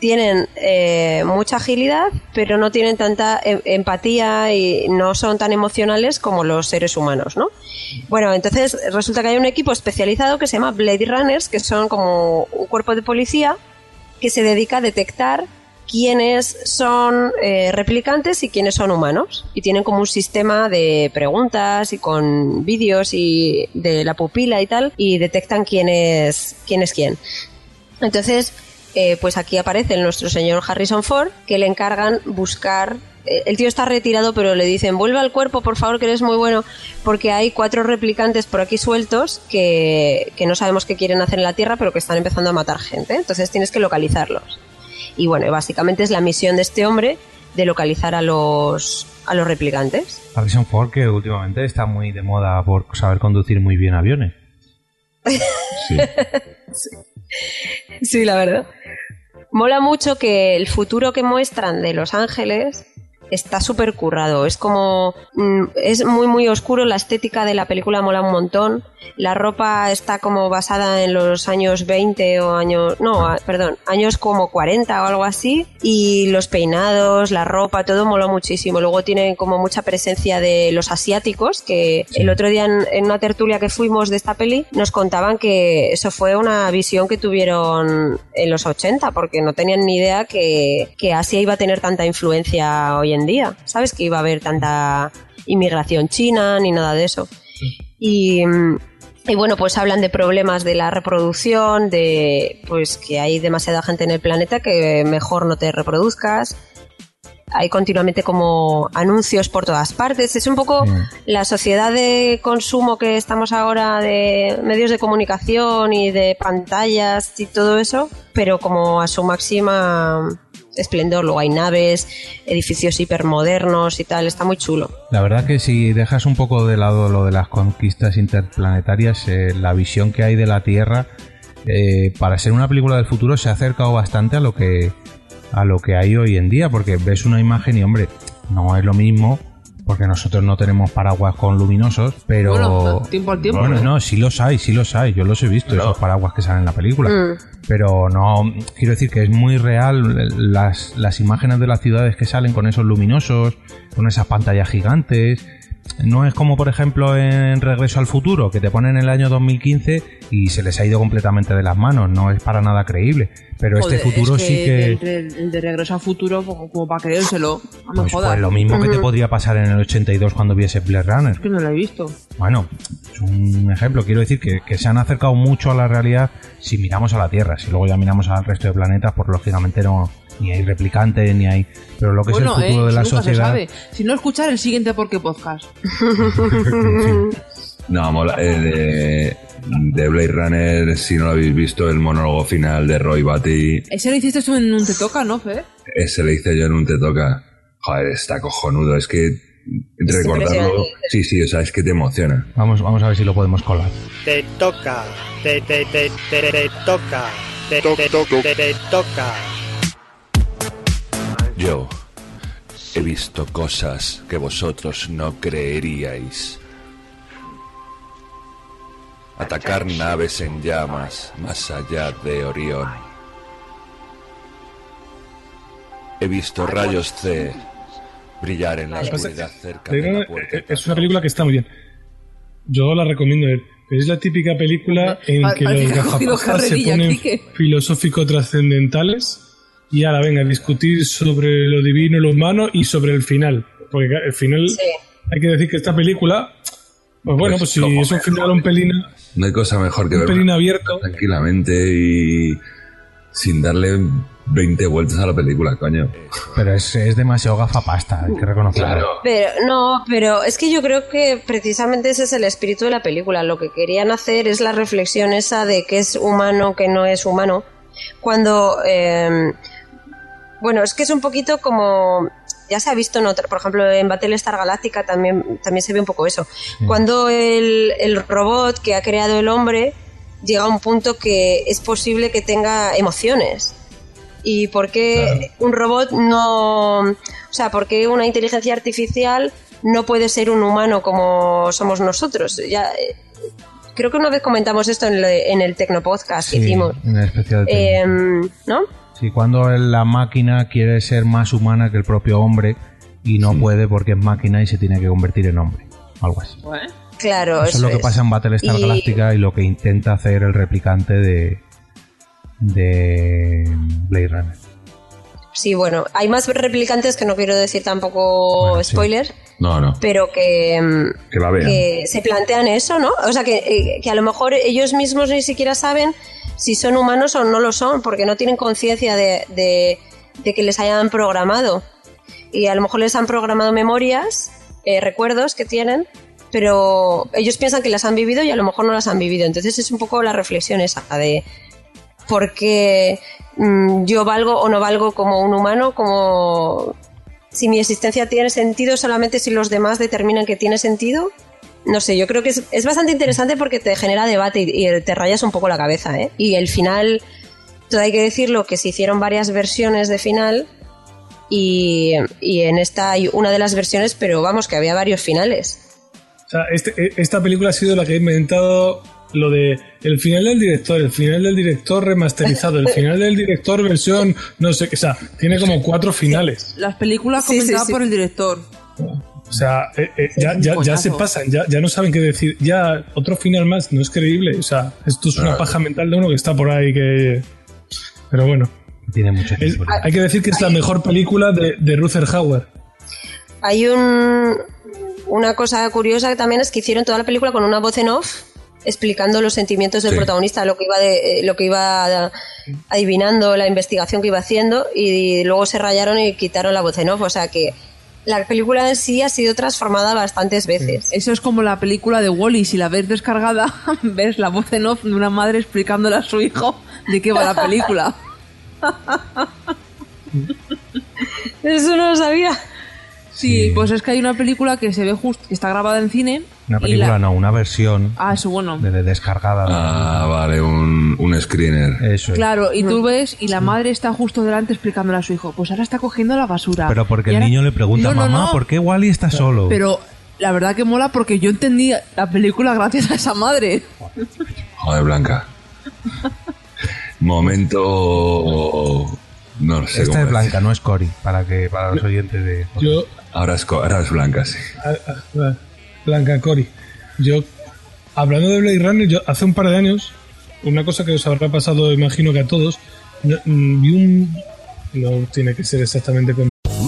F: tienen eh, mucha agilidad, pero no tienen tanta em- empatía y no son tan emocionales como los seres humanos, ¿no? Bueno, entonces resulta que hay un equipo especializado que se llama Blade Runners, que son como un cuerpo de policía que se dedica a detectar quiénes son eh, replicantes y quiénes son humanos. Y tienen como un sistema de preguntas y con vídeos y de la pupila y tal, y detectan quién es quién. Es quién. Entonces, eh, pues aquí aparece nuestro señor Harrison Ford, que le encargan buscar. eh, El tío está retirado, pero le dicen, vuelve al cuerpo, por favor, que eres muy bueno, porque hay cuatro replicantes por aquí sueltos que, que no sabemos qué quieren hacer en la Tierra, pero que están empezando a matar gente. Entonces tienes que localizarlos. Y bueno, y básicamente es la misión de este hombre de localizar a los, a los replicantes.
C: Harrison Ford, que últimamente está muy de moda por saber conducir muy bien aviones.
F: Sí, la verdad. Mola mucho que el futuro que muestran de Los Ángeles está súper currado. Es como. mm, Es muy, muy oscuro. La estética de la película mola un montón. La ropa está como basada en los años 20 o años. No, a- perdón, años como 40 o algo así. Y los peinados, la ropa, todo mola muchísimo. Luego tienen como mucha presencia de los asiáticos, que el otro día en, en una tertulia que fuimos de esta peli nos contaban que eso fue una visión que tuvieron en los 80, porque no tenían ni idea que, que Asia iba a tener tanta influencia hoy en día. ¿Sabes? Que iba a haber tanta inmigración china ni nada de eso. Y, mm, y bueno, pues hablan de problemas de la reproducción, de pues que hay demasiada gente en el planeta que mejor no te reproduzcas. Hay continuamente como anuncios por todas partes. Es un poco la sociedad de consumo que estamos ahora de medios de comunicación y de pantallas y todo eso, pero como a su máxima esplendor. Luego hay naves, edificios hipermodernos y tal. Está muy chulo.
C: La verdad que si dejas un poco de lado lo de las conquistas interplanetarias, eh, la visión que hay de la Tierra, eh, para ser una película del futuro, se ha acercado bastante a lo que a lo que hay hoy en día, porque ves una imagen y hombre, no es lo mismo, porque nosotros no tenemos paraguas con luminosos, pero
D: Bueno, tiempo al tiempo,
C: Bueno,
D: ¿eh?
C: no, sí los hay, sí los hay, yo los he visto esos paraguas que salen en la película
D: Mm.
C: pero no quiero decir que es muy real las, las imágenes de las ciudades que salen con esos luminosos, con esas pantallas gigantes. No es como por ejemplo en Regreso al Futuro, que te ponen el año 2015 y se les ha ido completamente de las manos, no es para nada creíble. Pero
D: Joder,
C: este futuro
D: es
C: sí que...
D: El, de- el de regreso a futuro, como, como para creérselo. No me
C: Pues,
D: jodas.
C: pues lo mismo que te
D: Ujú.
C: podría pasar en el 82 cuando vieses Blade Runner.
D: Es que no lo he visto.
C: Bueno, es un ejemplo. Quiero decir que, que se han acercado mucho a la realidad si miramos a la Tierra. Si luego ya miramos al resto de planetas, pues lógicamente no ni hay replicantes, ni hay. Pero lo que
D: bueno,
C: es el futuro
D: eh,
C: de la
D: nunca se
C: sociedad.
D: sabe. Si no, escuchar el siguiente Porque Podcast.
E: No, mola. eh, de, de Blade Runner, si no lo habéis visto, el monólogo final de Roy Batty,
D: Ese lo hiciste tú en un Te Toca, ¿no, Fer?
E: ese le hice yo en un Te Toca. Joder, está cojonudo. Es que recordarlo.
D: impresionante.
E: Sí, sí, o sea, es que te emociona.
C: Vamos, vamos a ver si lo podemos colar.
M: Te toca, te, te, te, te, te toca, te, te, te, te, te toca.
N: Yo he visto cosas que vosotros no creeríais. Atacar naves en llamas más allá de Orión. He visto rayos C brillar en la
K: Lo que pasa es que
N: oscuridad cerca
K: Blade
N: de la
K: Runner,
N: puerta.
K: eh, Es una película que está muy bien. Yo la recomiendo. eh. Es la típica película en
D: Pa-
K: que
D: parece
K: los
D: que ha cogido
K: gafapastas se
D: carrerilla,
K: ponen
D: Quique.
K: filosófico-trascendentales y ahora venga a discutir sobre lo divino y lo humano y sobre el final. Porque claro, el final, hay que decir que esta película, pues bueno, pues,
E: Pues,
K: si
E: como
K: es un final un pelín,
E: No hay cosa mejor que
K: Un
E: ver
K: pelín
E: una-
K: abierto.
E: tranquilamente y sin darle 20 vueltas a la película, coño.
C: Pero es, es demasiado gafapasta, hay que reconocerlo.
F: Pero, no, pero es que yo creo que precisamente ese es el espíritu de la película. Lo que querían hacer es la reflexión esa de qué es humano, qué no es humano. Cuando. eh, bueno, es que es un poquito como. Ya se ha visto en otra. Por ejemplo, en Battlestar Galáctica también, también se ve un poco eso. Cuando el, el robot que ha creado el hombre llega a un punto que es posible que tenga emociones. ¿Y por qué un robot no.? O sea, ¿por qué una inteligencia artificial no puede ser un humano como somos nosotros? Ya, eh, creo que una vez comentamos esto en, le- en el Tecnopodcast que
C: Sí,
F: hicimos.
C: en el especial.
D: Eh.
C: de-
F: Em, ¿No?
C: Sí, cuando la máquina quiere ser más humana que el propio hombre y no puede porque es máquina y se tiene que convertir en hombre. Algo así.
F: Claro,
C: Eso, es lo que pasa en Battlestar
F: Y-
C: Galactica y lo que intenta hacer el replicante de, de Blade Runner.
F: Sí, bueno, hay más replicantes que no quiero decir tampoco
C: sí.
F: spoiler,
E: No, no.
F: pero que, em,
E: Que la vean.
F: que se plantean eso, ¿no? O sea, que, eh, que a lo mejor ellos mismos ni siquiera saben si son humanos o no lo son, porque no tienen conciencia de, de- de que les hayan programado. Y a lo mejor les han programado memorias, eh, recuerdos que tienen, pero ellos piensan que las han vivido y a lo mejor no las han vivido. Entonces es un poco la reflexión esa de por qué mm, yo valgo o no valgo como un humano, como si mi existencia tiene sentido solamente si los demás determinan que tiene sentido. No sé, yo creo que es, es bastante interesante porque te genera debate y, y te rayas un poco la cabeza, ¿eh? Y el final, todo hay que decirlo, que se hicieron varias versiones de final y, y en esta hay una de las versiones, pero vamos, que había varios finales.
K: O sea, este- e- esta película ha sido la que ha inventado lo de el final del director, el final del director remasterizado, el final del director versión no sé qué. O sea, tiene como cuatro finales.
D: Las películas
K: Sí, sí,
D: comentadas
K: sí.
D: por el director.
K: O sea, eh, eh, ya, ya, ya se pasan, ya, ya no saben qué decir. Ya otro final más no es creíble. O sea, esto es una paja mental de uno que está por ahí que... Pero bueno.
C: Tiene mucho
K: Hay que decir que es la mejor película de, de Ruther Hauer.
F: Hay un, una cosa curiosa que también es que hicieron toda la película con una voz en off explicando los sentimientos del
O: Sí.
F: protagonista, lo que iba de, eh, lo que iba adivinando, la investigación que iba haciendo y luego se rayaron y quitaron la voz en off, o sea que la película en sí ha sido transformada bastantes veces.
D: Eso es como la película de Wally. Si la ves descargada, ves la voz en off de una madre explicándole a su hijo de qué va la película.
F: Eso no lo sabía.
D: Sí, pues es que hay una película que se ve justo, que está grabada en cine.
C: Una
D: y
C: película,
D: la-
C: no, una versión
D: Ah, eso bueno.
C: de, de descargada.
E: Ah, vale, un, un screener.
C: Eso es.
D: Claro, y tú ves y la madre está justo delante explicándole a su hijo, pues ahora está cogiendo la basura.
C: Pero porque
D: Y
C: el
D: ahora-
C: niño le pregunta,
D: No, no,
C: mamá,
D: no.
C: ¿por qué Wally está solo?
D: Pero la verdad que mola porque yo entendí la película gracias a esa madre.
E: Joder, Blanca. Momento. No sé
C: Esta
E: cómo
C: es
E: decir.
C: Blanca, no es Cory, para que para los oyentes de...
K: Yo,
E: Ahora es, co- ahora es Blanca, sí.
K: A- a- a- Ah, Blanca Cori. Yo, hablando de Blade Runner, yo hace un par de años, una cosa que os habrá pasado, imagino que a todos, no- mm, vi un. No tiene que ser exactamente con.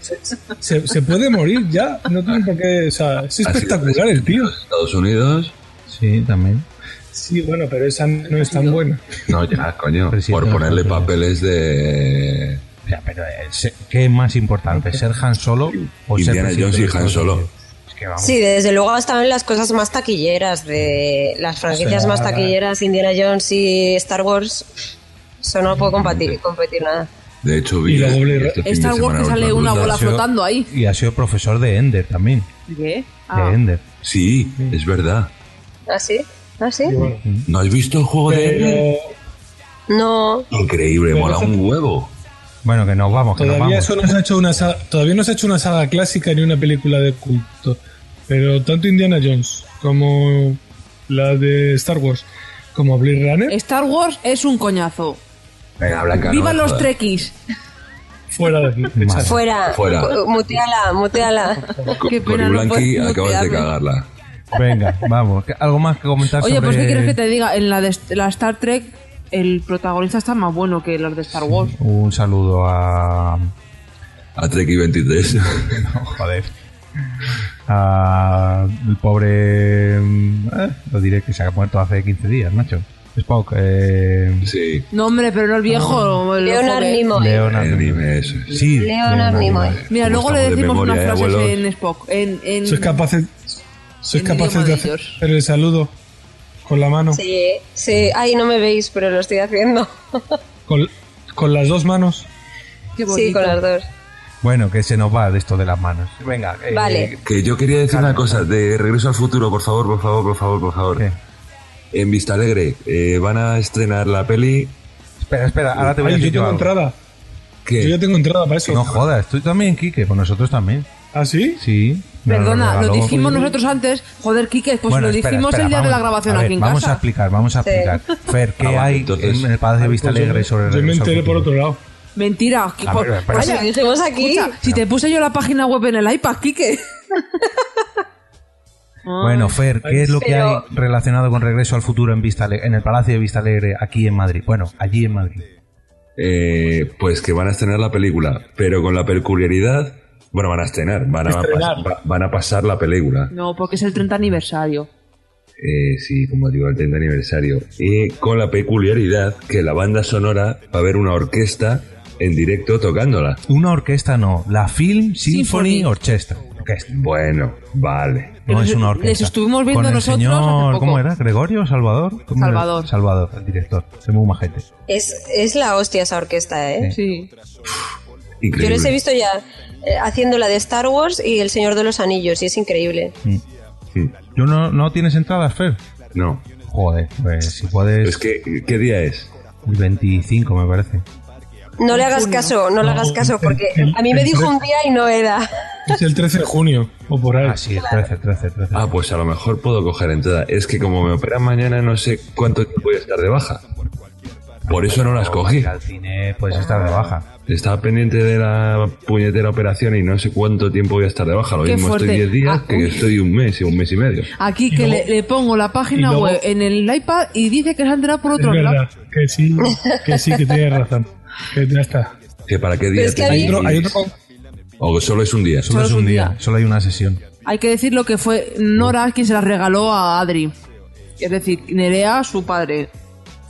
K: Se, se puede morir ya, no tiene por qué. O sea, es espectacular el tío.
E: Estados Unidos.
C: Sí, también.
K: Sí, bueno, pero esa no es tan buena.
E: No, ya, coño. Por ponerle papeles de.
C: Ya, pero eh, se- ¿qué es más importante? ¿Ser Han Solo o
E: Indiana
C: ser presidente
E: Jones y
C: de
E: Han
C: Estados
E: Solo.
C: Unidos? Es que vamos.
F: Sí, desde luego estaban las cosas más taquilleras de las franquicias
C: O sea,
F: más taquilleras, Indiana Jones y Star Wars. Eso no puedo competir, competir nada.
E: De hecho, vi. este fin
D: Star
E: de
D: Wars
E: semana
D: que sale
E: Ultra
D: una
E: Brutal.
D: bola flotando ahí.
C: Y ha sido profesor de Ender también.
D: ¿Qué?
C: De
D: Ah,
C: Ender.
E: Sí, es verdad.
F: ¿Ah, sí? ¿Ah, sí?
E: ¿No has visto el juego de Ender?
F: No.
E: Increíble, mola un huevo.
C: Bueno, que nos vamos, que nos
K: Todavía
C: vamos.
K: eso no se ha hecho una saga, todavía no se ha hecho una saga clásica ni una película de culto. Pero tanto Indiana Jones como la de Star Wars, como Blade Runner,
D: Star Wars es un coñazo.
E: Venga, Blanca. no
D: ¡Viva
E: me
D: los
E: jodas.
D: trekkies!
K: fuera de aquí. echad.
F: Fuera.
E: Fuera.
F: Mu- Muteala, muteala.
D: Qué
E: Cori
D: pena, no
E: Blanqui,
D: puedes
E: acabas de
D: mutearme.
E: cagarla.
C: Venga, vamos. ¿Qué- ¿Algo más que comentar
D: Oye,
C: sobre...
D: pues ¿qué quieres que te diga? En la de la Star Trek, el protagonista está más bueno que los de Star Wars.
C: Un saludo a...
E: A Treki 23.
C: Joder. A... Ah, El pobre... eh, lo diré que se ha muerto hace 15 días, macho. Spock. Eh...
E: Sí. Eh,
D: No, hombre, pero el viejo. el
F: Leonard
D: joven.
F: Nimoy.
C: Leonardo.
E: Dime eso.
C: Sí.
F: Leonard Nimoy.
D: Mira,
E: Como
D: luego le
E: estamos de
D: decimos
E: memoria,
D: unas
E: ¿eh,
D: frases
E: abuelos?
D: en Spock. En, en-
K: Sois capaces, sois
D: En
K: capaces
D: idioma
K: de
D: de
K: hacer
D: ellos.
K: el saludo con la mano,
F: Sí, sí. Ay, no me veis, pero lo estoy haciendo.
K: con, con las dos manos.
D: Qué bonito.
F: Sí, con las dos.
C: Bueno, que se nos va de esto de las manos. Venga. eh,
F: Vale.
E: Que yo quería decir una cosa, de regreso al futuro, por favor, por favor, por favor, por favor.
C: ¿Qué?
E: En Vista Alegre, eh, van a estrenar la peli
C: Espera, espera. Ahora te voy a
K: Ay, yo
C: decir yo
K: tengo
C: algo.
K: entrada.
E: que...
K: Yo ya tengo entrada para eso.
C: No jodas. Tú también, Quique. Pues nosotros también.
K: ¿Ah, sí?
C: Sí. nos
D: Perdona, lo
C: regaló.
D: dijimos nosotros antes. Joder, Kike, pues lo
C: Bueno, espera,
D: dijimos
C: espera,
D: el día de la
C: vamos-
D: grabación
C: a ver,
D: aquí en
C: vamos a
D: casa.
C: explicar, vamos a
F: Sí.
C: explicar. Fer, ¿qué
E: Ah, vale,
C: hay
E: entonces-
C: en el Palacio de Vista
K: Pues yo-
C: Alegre sobre
K: Yo me
C: Regreso al
K: enteré por
C: Futuro?
K: otro lado.
D: Mentira. que
C: A
D: por-
C: ver, espera.
D: Oye,
F: Ay, lo dijimos aquí.
D: escucha, si te puse yo la página web en el iPad, Kike.
C: Bueno, Fer, ¿qué es lo que hay
F: Pero-
C: relacionado con Regreso al Futuro en Vista Ale- en el Palacio de Vista Alegre aquí en Madrid? Bueno, allí en Madrid.
E: eh, pues que van a estrenar la película, pero con la peculiaridad... Bueno, van a estrenar, van a,
K: Estrenar.
E: va- van a pasar la película.
D: No, porque es el 30 aniversario.
E: Eh, sí, como digo, el 30 aniversario. Y con la peculiaridad que la banda sonora va a haber una orquesta en directo tocándola.
C: Una orquesta no, la Film Symphony Orchestra. Orquesta.
E: Bueno, vale.
C: No es una orquesta.
D: les estuvimos viendo
C: Con el
D: nosotros
C: señor,
D: hace poco.
C: ¿cómo era? ¿Gregorio? ¿Salvador? ¿Cómo era?
D: Salvador.
C: Salvador, el director. Soy muy majete.
F: Es, es la hostia esa orquesta, ¿eh?
D: Sí.
F: Yo
E: Increíble.
F: les he visto ya eh, haciendo la de Star Wars y El Señor de los Anillos, y es increíble.
E: Mm,
C: ¿Tú no, no tienes entradas, Fer?
E: No.
C: Joder, pues si puedes...
E: Es que, ¿qué día es?
C: El 25 me parece.
F: No le hagas caso, no le hagas caso, porque a mí me dijo un día y no era.
K: Es el 13 de junio, o por ahí.
C: Ah, sí, el 13, 13, 13.
E: Ah, pues a lo mejor puedo coger entrada. Es que como me operan mañana no sé cuánto tiempo voy a estar de baja. Por eso no las cogí.
C: Ir Al cine puedes estar de baja.
E: Estaba pendiente de la puñetera operación y no sé cuánto tiempo voy a estar de baja. Lo
D: Qué
E: mismo
D: fuerte.
E: estoy 10 días
D: Ah,
E: que
D: uy.
E: estoy un mes y un mes y medio.
D: Aquí que le, le pongo la página
K: y luego-
D: web en el iPad y dice que se ha enterado por
K: Es
D: otro lado.
K: verdad, que sí, que sí, que tienes razón. Que ya está.
E: ¿Que ¿Para qué día?
F: es que
E: te
F: hay-
K: Hay otro- hay
E: tienes?
K: otro-
E: O solo es un día.
C: Solo, es un día. solo hay una sesión.
D: Hay que decir lo que fue Nora quien se la regaló a Adri. Es decir, Nerea, su padre.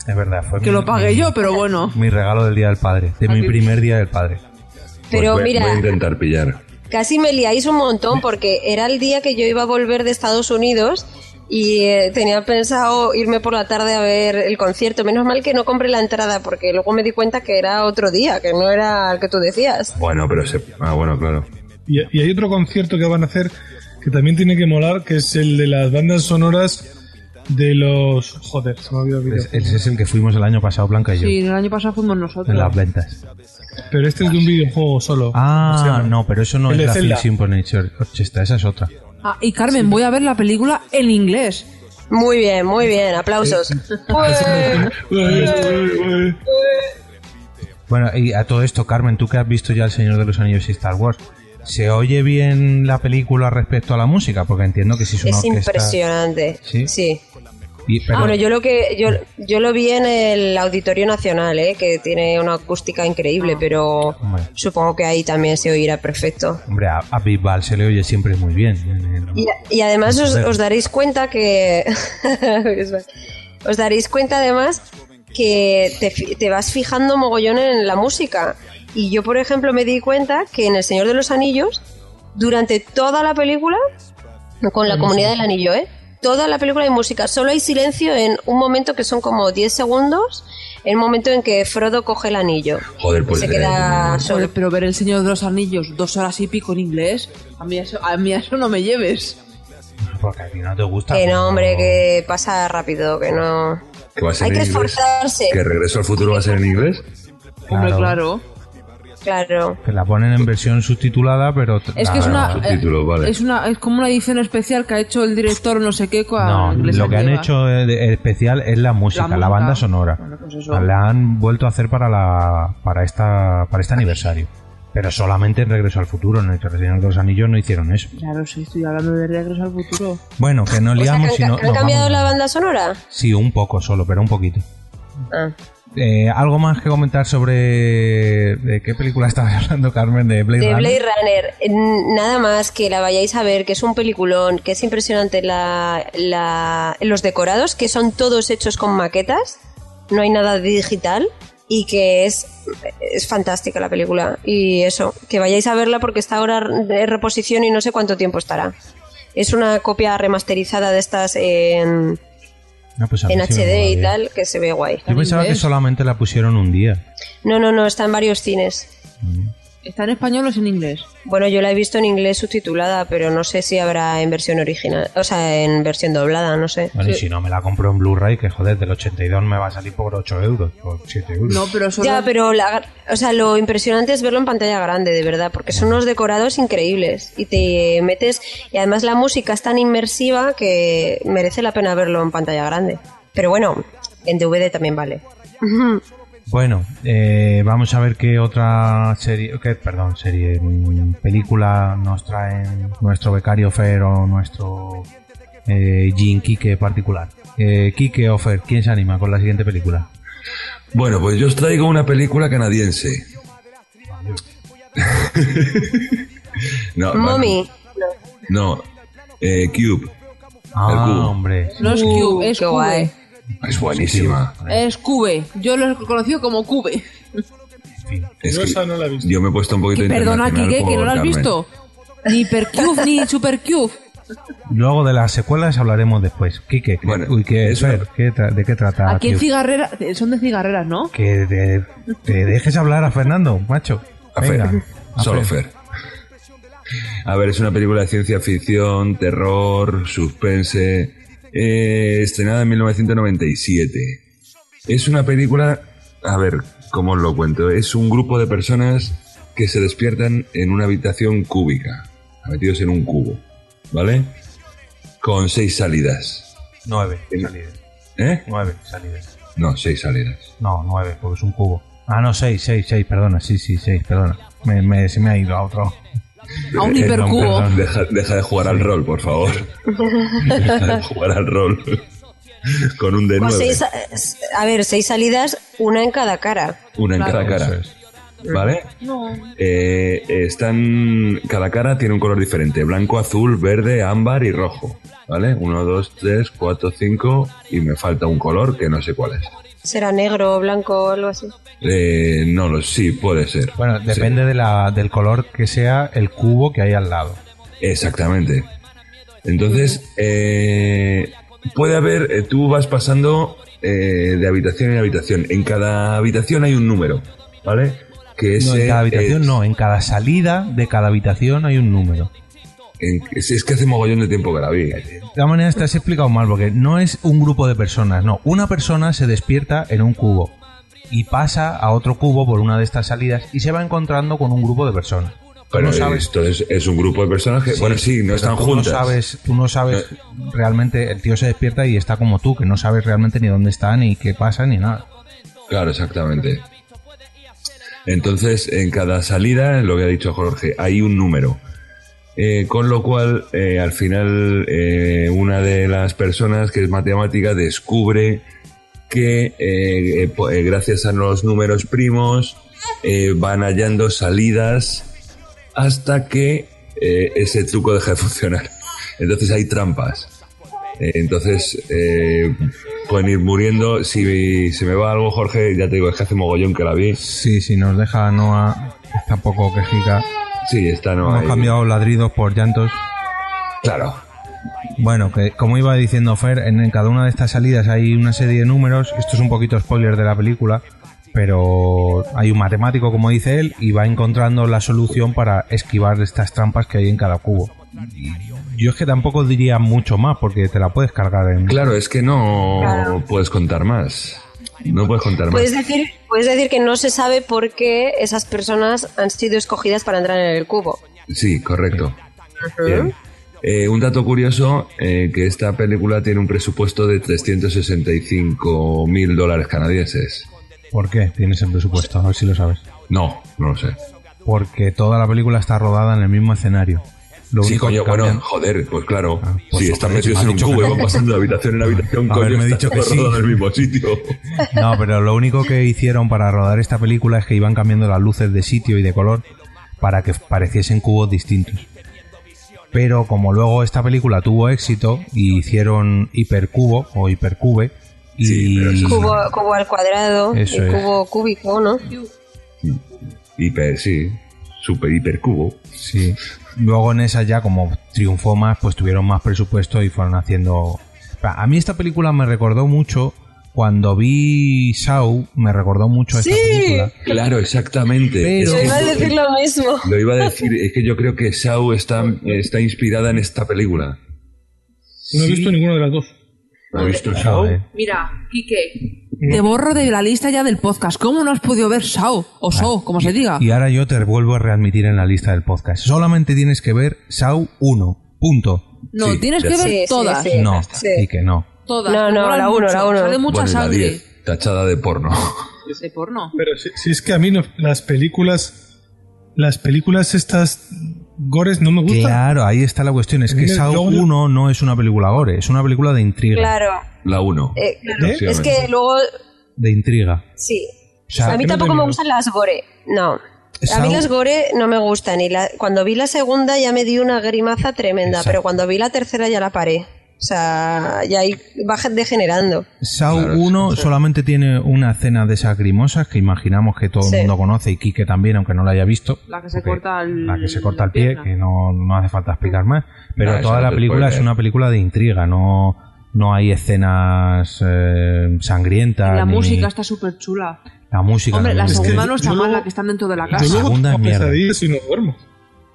C: Es verdad, fue
D: Que
C: mi-
D: lo pagué
C: mi-
D: yo, pero bueno.
C: Mi regalo del Día del Padre, de mi
D: Aquí.
C: primer Día del Padre.
E: Pues
F: Pero
E: voy-
F: mira,
E: Voy a intentar pillar.
F: casi me liáis un montón porque era el día que yo iba a volver de Estados Unidos y eh, tenía pensado irme por la tarde a ver el concierto. Menos mal que no compré la entrada porque luego me di cuenta que era otro día, que no era el que tú decías.
E: Bueno, pero se... Ah, bueno, claro.
K: Y, y hay otro concierto que van a hacer que también tiene que molar, que es el de las bandas sonoras de los... Joder, se me ha olvidado el vídeo.
C: Es- Ese es el que fuimos el año pasado, Blanca y yo,
D: Sí, el año pasado fuimos
C: en las
D: nosotros.
C: ventas.
K: Pero este es de un videojuego solo. O
C: Ah,
K: sea,
C: no, pero eso no
K: el
C: es
K: de
C: la Phil
K: Zelda.
C: Symphony Orchestra, esa es otra.
D: Ah, y Carmen, voy a ver la película en inglés.
F: Muy bien, muy bien, aplausos.
C: Eh,
F: Ué.
C: Bueno, y a todo esto, Carmen, tú que has visto ya El Señor de los Anillos y Star Wars, ¿se oye bien la película respecto a la música? Porque entiendo que si es una
F: Es
C: orquesta...
F: impresionante.
C: ¿Sí?
F: Sí.
C: Y-
D: Ah,
C: pero-
F: Bueno, yo lo que yo, yo lo vi en el Auditorio Nacional, ¿eh? que tiene una acústica
C: Ah.
F: increíble, pero
C: Hombre.
F: supongo que ahí también se oirá perfecto.
C: Hombre, a, a Big Bal se le oye siempre muy bien. en el-
F: Y, y además os,
C: Joder.
F: os daréis cuenta que. os daréis cuenta además que te, fi- te vas fijando mogollón en la música. Y yo, por ejemplo, me di cuenta que en El Señor de los Anillos, durante toda la película, con la comunidad del anillo, ¿eh? Toda la película hay música, solo hay silencio en un momento que son como 10 segundos, el momento en que Frodo coge el anillo.
E: Joder, pues
F: se
E: eh,
F: queda solo.
D: Pero ver El Señor de los Anillos dos horas y pico en inglés, a mí eso, a mí a eso no me lleves.
C: Porque a ti no te gusta.
F: Que no, hombre, que pasa rápido, que no.
E: que va a ser
F: Hay
E: en
F: que
E: inglés.
F: esforzarse.
E: Que regreso al futuro va a ser en inglés.
D: Hombre, claro.
F: Claro.
C: Que la ponen en versión subtitulada, pero. t-
D: Es que
C: la-
E: Ah,
D: es una,
C: subtítulos,
D: eh,
C: vale.
D: es una es como una edición especial que ha hecho el director no sé qué con
C: No, lo que han hecho eh, de- especial es la música, la,
D: música.
C: banda sonora.
D: pues eso.
C: La han vuelto a hacer para la para esta para este aniversario. Pero solamente en Regreso al Futuro, en el Señor de los Anillos no hicieron eso.
D: Claro, sí, estoy hablando de Regreso al Futuro.
C: Bueno, que nos
F: O sea, que
C: liamos
F: han,
C: y no-
F: ca- han
C: nos
F: cambiado
C: vamos.
F: la banda sonora?
C: Sí, un poco solo, pero un poquito.
F: Ah.
C: Eh, ¿Algo más que comentar sobre de qué película estabas hablando, Carmen? De Blade
F: De
C: Runner.
F: Blade Runner, N- nada más que la vayáis a ver, que es un peliculón, que es impresionante la, la- los decorados, que son todos hechos con maquetas, no hay nada digital y que es, es fantástica la película. Y eso, que vayáis a verla porque está ahora de reposición y no sé cuánto tiempo estará. Es una copia remasterizada de estas en,
C: Ah, pues a mí
F: en
C: sí me mola
F: HD y
C: bien.
F: tal, que se ve guay.
C: Yo pensaba que solamente la pusieron un día.
F: No, no, no, está en varios cines.
D: ¿Está en español o es en inglés?
F: Bueno, yo la he visto en inglés subtitulada, pero no sé si habrá en versión original, o sea, en versión doblada, no sé.
C: Bueno, y si no me la compro en Blu-ray, que joder, del 82 me va a salir por 8 euros, por 7 euros.
F: Ya, pero la- o sea, lo impresionante es verlo en pantalla grande, de verdad, porque son unos decorados increíbles y te metes y además la música es tan inmersiva que merece la pena verlo en pantalla grande. Pero bueno, en DVD también vale.
C: Bueno, eh, vamos a ver qué otra serie, qué, perdón, serie, mm, película nos traen nuestro becario Fer o nuestro eh, Jin Kike particular. Eh, Kike o Fer, ¿quién se anima con la siguiente película?
E: Bueno, pues yo os traigo una película canadiense. no,
F: Mommy.
E: No, eh, Cube.
C: Ah,
E: El Cube.
C: hombre.
D: No
F: Uh,
D: es Cube, es Cube.
E: Es buenísima.
D: Es Cube. Yo lo he conocido como Cube.
E: Es que Yo me he puesto un poquito
D: Perdona,
E: internacional
D: Kike, que no
E: por
D: lo has
E: Carmen.
D: visto. Ni Percube ni Supercube.
C: Luego de las secuelas hablaremos después. Kike, ¿qué- uy, qué- Fer, ¿qué tra- ¿de qué trata?
D: Aquí en
C: Cube?
D: Cigarrera. Son de cigarreras, ¿no?
C: Que te, te dejes hablar a Fernando, macho.
E: A Fer.
C: Venga, a
E: Solo Fer. A ver, es una película de ciencia ficción, terror, suspense. eh, estrenada en 1997. Es una película. A ver, ¿cómo os lo cuento? Es un grupo de personas que se despiertan en una habitación cúbica, metidos en un cubo, ¿vale? Con seis salidas.
C: Nueve salidas.
E: ¿Eh?
C: Nueve salidas.
E: No, seis salidas.
C: No, nueve, porque es un cubo. Ah, no, seis, seis, seis, perdona, sí, sí, seis, perdona. Me, me- se me ha ido a otro.
D: A un
C: Eh, perdón,
D: hipercubo.
C: perdón.
E: Deja, deja de jugar al rol, por favor. Deja de jugar al rol. Con un de
F: Con
E: nueve.
F: Pues seis- a ver, seis salidas, una en cada cara.
E: Una en cada cara. ¿Vale? Eh, están. Cada cara tiene un color diferente: blanco, azul, verde, ámbar y rojo. ¿Vale? Uno, dos, tres, cuatro, cinco. Y me falta un color que no sé cuál es.
F: Será negro o blanco o algo así.
E: Eh, no lo sí, puede ser.
C: Bueno, depende de la, del color que sea el cubo que hay al lado.
E: Exactamente. Entonces, eh, puede haber, eh, tú vas pasando eh, de habitación en habitación. En cada habitación hay un número, ¿vale? Que
C: No,
E: ese
C: en cada habitación
E: es-
C: no, en cada salida de cada habitación hay un número.
E: en- es, es que hace mogollón de tiempo que la vi.
C: De todas maneras te has explicado mal, porque no es un grupo de personas, no. Una persona se despierta en un cubo y pasa a otro cubo por una de estas salidas y se va encontrando con un grupo de personas. Tú
E: Pero
C: no sabes.
E: esto es, es un grupo de personas que,
C: Sí,
E: bueno, sí, no
C: pero
E: están
C: tú
E: juntas.
C: No sabes, tú no sabes realmente, el tío se despierta y está como tú, que no sabes realmente ni dónde está, ni qué pasa, ni nada.
E: Claro, exactamente. Entonces, en cada salida, lo que ha dicho Jorge, hay un número. Eh, con lo cual, eh, al final, eh, una de las personas que es matemática descubre que eh, eh, po- eh, gracias a los números primos eh, van hallando salidas hasta que eh, ese truco deja de funcionar. Entonces hay trampas. Eh, entonces eh, pueden ir muriendo. Si se me va algo, Jorge, ya te digo, es que hace mogollón que la vi.
C: Sí, si nos deja Noah, está un poco quejica.
E: Sí, está no Eh,
C: Hemos
E: hay-
C: cambiado ladridos por llantos.
E: Claro.
C: Bueno, que como iba diciendo Fer, en cada una de estas salidas hay una serie de números. Esto es un poquito spoiler de la película, pero hay un matemático, como dice él, y va encontrando la solución para esquivar estas trampas que hay en cada cubo. Yo es que tampoco diría mucho más, porque te la puedes cargar en...
E: Claro, es que no
F: Claro. Pues
E: puedes contar más. No puedes contar más.
F: Puedes decir, puedes decir que no se sabe por qué esas personas han sido escogidas para entrar en el cubo.
E: Sí, correcto. Bien. Eh, un dato curioso, eh, que esta película tiene un presupuesto de 365 mil dólares canadienses.
C: ¿Por qué tienes el presupuesto? A ver si lo sabes.
E: No, no lo sé.
C: Porque toda la película está rodada en el mismo escenario. Lo
E: sí,
C: único que
E: coño,
C: cambian-
E: bueno, joder, pues claro.
C: pues,
E: sí, están
C: joder,
E: metidos
C: me
E: en
C: has
E: un
C: dicho
E: cubo
C: que
E: y van
C: no.
E: pasando de habitación en habitación,
C: Haberme
E: coño, está
C: dicho que
E: todo
C: sí.
E: rodado en el mismo sitio.
C: No, pero lo único que hicieron para rodar esta película es que iban cambiando las luces de sitio y de color para que pareciesen cubos distintos. Pero como luego esta película tuvo éxito y hicieron hipercubo o hipercube y
E: Pues
F: Cubo, cubo al cuadrado,
C: Eso
F: y
C: es.
F: cubo cúbico, ¿no?
E: Hiper, sí. Super hiper cubo.
C: Sí. Luego en esa ya como triunfó más, pues tuvieron más presupuesto y fueron haciendo... A mí esta película me recordó mucho, cuando vi Saw, me recordó mucho a esta película.
E: Claro, exactamente.
C: Pero-
E: Es que-
F: Iba a decir lo mismo.
E: Lo iba a decir, es que yo creo que Shaw está, está inspirada en esta película.
K: No he visto ninguna de las dos.
E: ¿Has visto Shaw?
D: eh,
C: eh.
D: Mira, Quique, te borro de la lista ya del podcast. ¿Cómo no has podido ver Sao o So, como se diga?
C: Y ahora yo te vuelvo a readmitir en la lista del podcast. Solamente tienes que ver Sau 1. Punto.
D: No, tienes que ver
F: Sí, sí,
D: todas.
F: sí.
C: No,
F: Sí.
C: y que no.
D: Todas.
F: No,
D: te
F: no,
D: molan
F: la uno,
D: mucho.
F: la uno.
D: Sale mucha
E: bueno, la
D: sangre.
E: 10, tachada de porno.
D: De porno.
K: Pero si, si es que a mí no- las películas, las películas estas gores no me gustan.
C: Claro, ahí está la cuestión. Es que
K: Mira,
C: Saw
K: luego-
C: 1 no es una película gore, es una película de intriga.
F: Claro.
E: La 1.
F: Eh, claro. Es que luego,
C: De intriga.
F: sí.
C: sea,
F: a mí
C: que no
F: tampoco me
C: terminó.
F: gustan las gore. No. A mí
C: Saw-
F: las gore no me gustan. Y la- cuando vi la segunda ya me dio una grimaza tremenda,
C: Exacto.
F: pero cuando vi la tercera ya la paré. O sea, ya ahí va degenerando.
C: Saw 1 solamente tiene una escena de esas grimosas que imaginamos que todo
F: Sí.
C: el mundo conoce y Quique también, aunque no la haya visto.
D: La que se corta el...
C: La que se corta el pie, que no, no hace falta explicar más. Pero
E: Ah, eso
C: toda
E: no
C: la
E: te
C: película
E: spoiler.
C: es una película de intriga, no, no hay escenas eh, sangrientas.
D: La
C: ni-
D: música está súper chula.
C: La música.
D: Hombre,
C: no,
D: la
C: es que-
D: segunda no está mal, la que están dentro de la
C: La
D: casa.
C: segunda es mierda.
K: pesadillas y no duermo.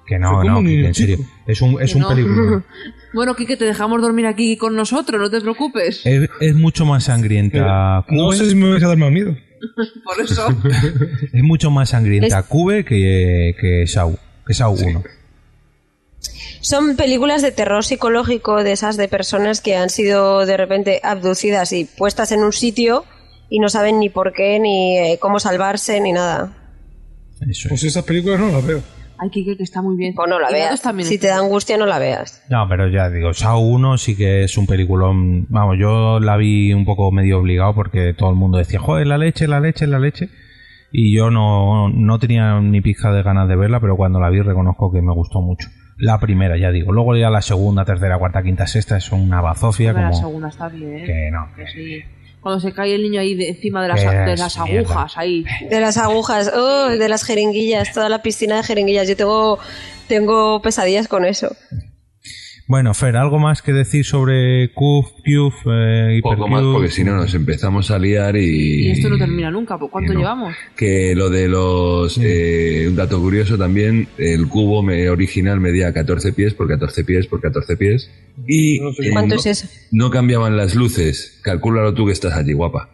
C: Que no, no, Quique, en serio. Es un, es
D: Que
C: un
D: no.
C: película.
D: Bueno, Quique, te dejamos dormir aquí con nosotros, no te preocupes.
C: Es, es mucho más sangrienta.
K: Eh, No
C: Cube.
K: sé si me vais a dar más miedo.
D: Por eso.
C: Es mucho más sangrienta Cube que, que Saw. Que Saw 1.
F: Son películas de terror psicológico de esas de personas que han sido de repente abducidas y puestas en un sitio y no saben ni por qué, ni eh, cómo salvarse, ni nada.
K: Pues esas películas no las veo.
D: Ay, Quique, que está muy bien.
F: O Pues no la
D: Y
F: veas.
D: datos también
F: Si te da angustia, no la veas.
C: No, pero ya digo, Saw 1 sí que es un peliculón. Vamos, yo la vi un poco medio obligado porque todo el mundo decía, joder, la leche, la leche, la leche. Y yo no, no tenía ni pizca de ganas de verla, pero cuando la vi reconozco que me gustó mucho. La primera, ya digo. Luego ya la segunda, tercera, cuarta, quinta, sexta son una bazofia
D: Hombre, la
C: como...
D: segunda está bien.
C: Que no.
D: Que sí. Cuando se cae el niño ahí de encima de las,
C: Que
D: de
C: es
D: las
C: mierda.
D: agujas, ahí.
F: De las agujas, oh, de las jeringuillas, toda la piscina de jeringuillas. Yo tengo, tengo pesadillas con eso.
C: Bueno, Fer, ¿algo más que decir sobre Cuf, Cuf, eh,
E: Poco
C: Hypercube?
E: más, porque si no nos empezamos a liar y.
D: Y esto no termina nunca. ¿por ¿Cuánto
E: no.
D: llevamos?
E: Que lo de los. eh, un dato curioso también: el cubo me- original medía 14 pies por 14 pies por 14 pies. Y. eh,
F: ¿Cuánto
E: no,
F: es eso?
E: no cambiaban las luces. Calcúlalo tú que estás allí, guapa.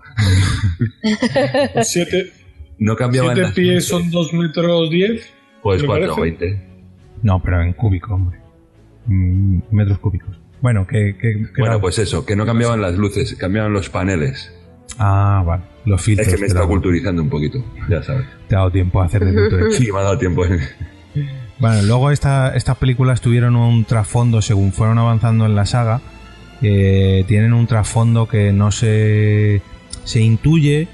K: Siete,
E: No cambiaban
K: siete
E: las
K: pies son dos metros diez.
E: Pues
K: me
E: 4,20.
C: No, pero en cúbico, hombre. Mm, metros cúbicos. Bueno, que... que- que
E: Bueno,
C: era-
E: pues eso, que no cambiaban las luces, cambiaban los paneles.
C: Ah, vale. Los filtros.
E: Es que me
C: te
E: está
C: da-
E: culturizando un poquito, ya sabes.
C: Te ha dado tiempo a hacer de
E: Sí, me ha dado tiempo.
C: Bueno, luego esta- estas películas tuvieron un trasfondo según fueron avanzando en la saga. eh, tienen un trasfondo que no se, se intuye,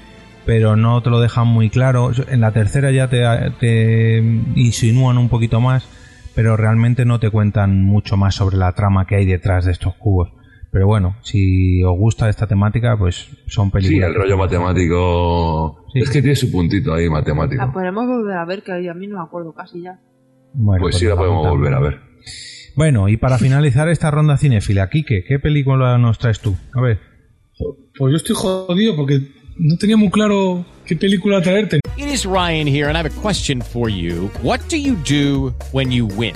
C: pero no te lo dejan muy claro. En la tercera ya te, te insinúan un poquito más, pero realmente no te cuentan mucho más sobre la trama que hay detrás de estos cubos. Pero bueno, si os gusta esta temática, pues son
E: Sí,
C: películas.
E: el rollo matemático. Es que tiene su puntito ahí matemático.
D: La podemos volver a ver, que a mí no me acuerdo casi ya.
C: Bueno,
E: pues sí, la
C: la
E: podemos
C: apuntamos.
E: volver a ver.
C: Bueno, y para finalizar esta ronda cinéfila, Quique, ¿qué película nos traes tú? A ver.
K: Pues yo estoy jodido porque no tenía muy claro qué película traerte.
O: It is Ryan here, and I have a question for you. What do you do when you win?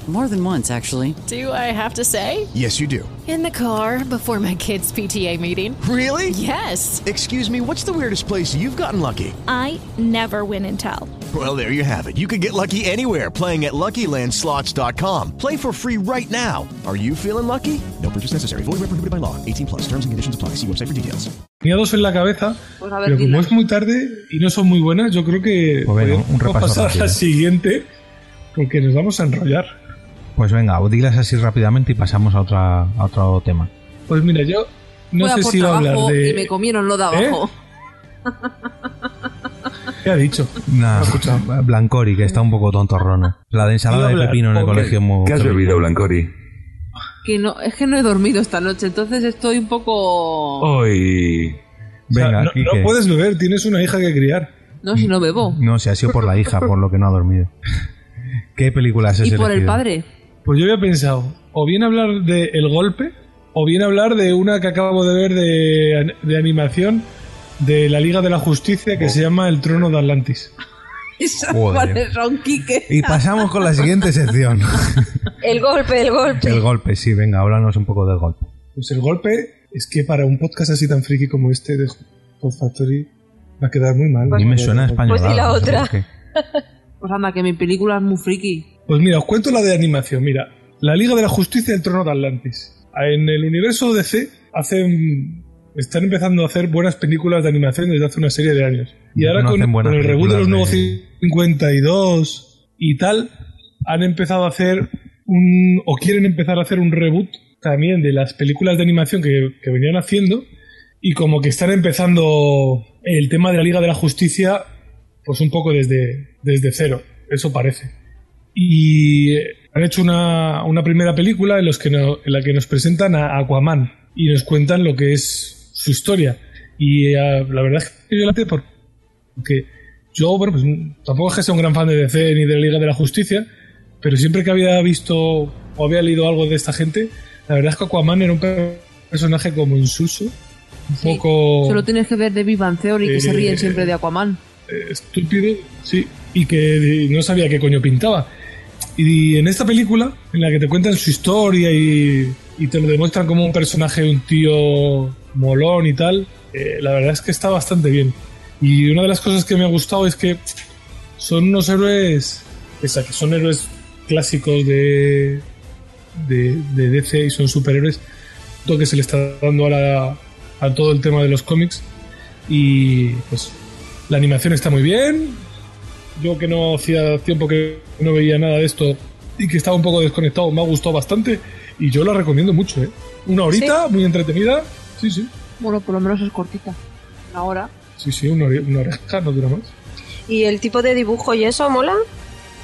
P: More than once, actually.
Q: Do I have to say?
R: Yes, you do.
Q: In the car before my kids' PTA meeting.
R: Really?
Q: Yes.
R: Excuse me, what's the weirdest place you've gotten lucky?
J: I never win and tell.
R: Well, there you have it. You can get lucky anywhere playing at LuckyLandSlots.com. Play for free right now. Are you feeling lucky?
S: No purchase necessary. Void where prohibited by law. 18 plus. Terms and conditions apply. See website for details.
K: Tenía dos en la cabeza,
D: Pues a ver,
K: pero como
D: dila.
K: es muy tarde y no son muy buenas, yo creo que
C: Pues venga,
K: podemos
C: un repaso
K: pasar a
C: rápido.
K: la siguiente porque nos vamos a enrollar.
C: Pues venga, dilas así rápidamente y pasamos a, otra, a otro tema.
K: Pues mira, yo no
D: Voy a
K: sé
D: por
K: si iba a hablar
D: trabajo y
K: de... ¿Eh?
D: me comieron lo de abajo.
K: ¿Qué ha dicho?
C: Nah, Blancori, que está un poco tontorrona. La de
E: Iba
C: ensalada
E: a
C: de
E: hablar
C: pepino en el
E: con-
C: colegio es muy
E: ¿Qué has
C: terrible.
E: bebido, Blancori?
D: Que no, es que no he dormido esta noche, entonces estoy un poco.
E: Hoy.
C: Venga,
K: no, no
C: Quique.
K: puedes beber, tienes una hija que criar.
D: No, si no bebo.
C: No, se ha sido por la hija, por lo que no ha dormido. ¿Qué películas es
D: Y por el padre.
K: Pues yo había pensado, o bien hablar de El Golpe, o bien hablar de una que acabo de ver de, de animación de la Liga de la Justicia
C: Oh.
K: que se llama El Trono de Atlantis.
D: Esa
C: Joder.
D: vale, Ron Quique.
C: Y pasamos con la siguiente sección.
F: El golpe, el golpe.
C: el golpe, sí, venga, háblanos un poco del golpe.
K: Pues El Golpe es que para un podcast así tan friki como este de Hot Factory va a quedar muy mal.
C: Ni me suena español.
D: Pues di la otra.
C: Ah, qué.
D: Pues anda, que mi película es muy friki.
K: Pues mira, os cuento la de animación. Mira, la Liga de la Justicia y el Trono de Atlantis. En el universo DC hacen, están empezando a hacer buenas películas de animación desde hace una serie de años. Y
C: No
K: ahora con,
C: hacen buenas
K: con el reboot de los nuevos
C: películas
K: 52 y tal, han empezado a hacer un, o quieren empezar a hacer un reboot también de las películas de animación que, que venían haciendo. Y como que están empezando el tema de la Liga de la Justicia, pues un poco desde, desde cero. Eso parece y eh, han hecho una, una primera película en, los que no- en la que nos presentan a Aquaman y nos cuentan lo que es su historia. Y eh, la verdad es que yo la por- porque yo, bueno, pues mm, tampoco es que sea un gran fan de DC ni de la Liga de la Justicia, pero siempre que había visto o había leído algo de esta gente, la verdad es que Aquaman era un per- personaje como insulso, un poco...
D: Solo tienes que ver de Big Bang Theory, que se ríen
K: Eh,
D: siempre de Aquaman.
K: estúpido, sí, y que no sabía qué coño pintaba. Y en esta película, en la que te cuentan su historia y, y te lo demuestran como un personaje, un tío molón y tal, eh, la verdad es que está bastante bien. Y una de las cosas que me ha gustado es que son unos héroes, pese a que son héroes clásicos de, de, de DC y son superhéroes, lo que se le está dando ahora a todo el tema de los cómics. Y pues la animación está muy bien. Yo que no hacía tiempo que no veía nada de esto y que estaba un poco desconectado, me ha gustado bastante y yo la recomiendo mucho. ¿eh? Una horita, muy entretenida. Sí, sí.
D: Bueno, por lo menos es cortita. Ahora.
K: Sí, sí, una, hore- una oreja, no dura más.
F: ¿Y el tipo de dibujo y eso mola?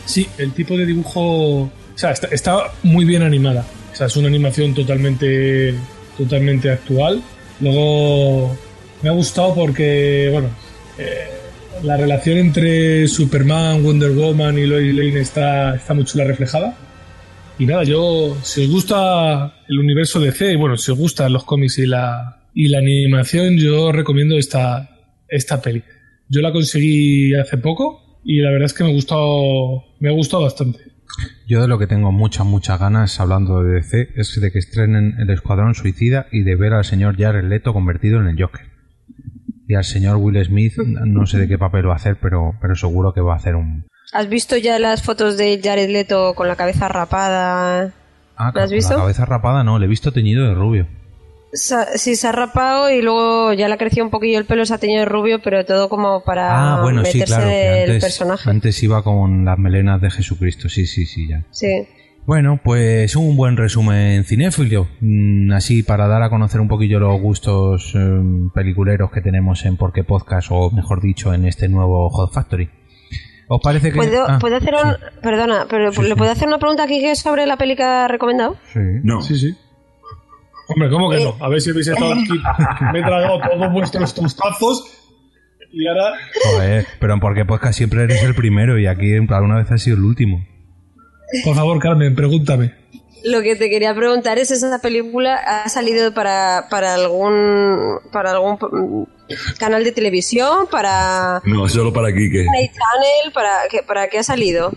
K: Sí, el tipo de dibujo. O sea, está, está muy bien animada. O sea, es una animación totalmente, totalmente actual. Luego, me ha gustado porque, bueno, eh, la relación entre Superman, Wonder Woman y Lois Lane está, está muy chula reflejada. Y nada, yo, si os gusta el universo DC, y bueno, si os gustan los cómics y la, y la animación, yo recomiendo esta, esta peli. Yo la conseguí hace poco y la verdad es que me ha gustado, me ha gustado bastante.
C: Yo de lo que tengo muchas, muchas ganas hablando de DC es de que estrenen el Escuadrón Suicida y de ver al señor Jared Leto convertido en el Joker. Y al señor Will Smith, no sé de qué papel va a hacer, pero, pero seguro que va a hacer un...
F: ¿Has visto ya las fotos de Jared Leto con la cabeza rapada?
C: Ah,
F: ¿Lo has
C: con
F: visto?
C: La cabeza rapada no, le he visto teñido de rubio.
F: Sa- sí, se ha rapado y luego ya le ha crecido un poquillo el pelo, se ha teñido de rubio, pero todo como para
C: Ah, bueno, sí,
F: meterse
C: claro. que
F: del
C: antes,
F: personaje.
C: antes iba con las melenas de Jesucristo, sí, sí, sí, ya.
F: Sí.
C: Bueno, pues un buen resumen cinéfilo, Mm, así para dar a conocer un poquillo los gustos em, peliculeros que tenemos en Porque Podcast, o mejor dicho, en este nuevo Hot Factory. ¿Os parece que...?
F: ¿Puedo,
C: Ah,
F: puedo hacer
C: sí,
F: un, Perdona, pero ¿le puedo hacer una pregunta aquí que es sobre la peli que ha recomendado?
C: Sí.
E: No.
K: Sí, sí. Hombre, ¿cómo que no? A ver si habéis estado aquí. Me he tragado todos vuestros tostazos y ahora
C: joder, pero en Porque Podcast siempre eres el primero y aquí en- alguna vez has sido el último.
K: Por favor, Carmen, pregúntame.
F: Lo que te quería preguntar es esa película ha salido para, para algún para algún mm, canal de televisión, para
E: No, solo para Quique.
F: Disney Channel, para que para qué ha salido?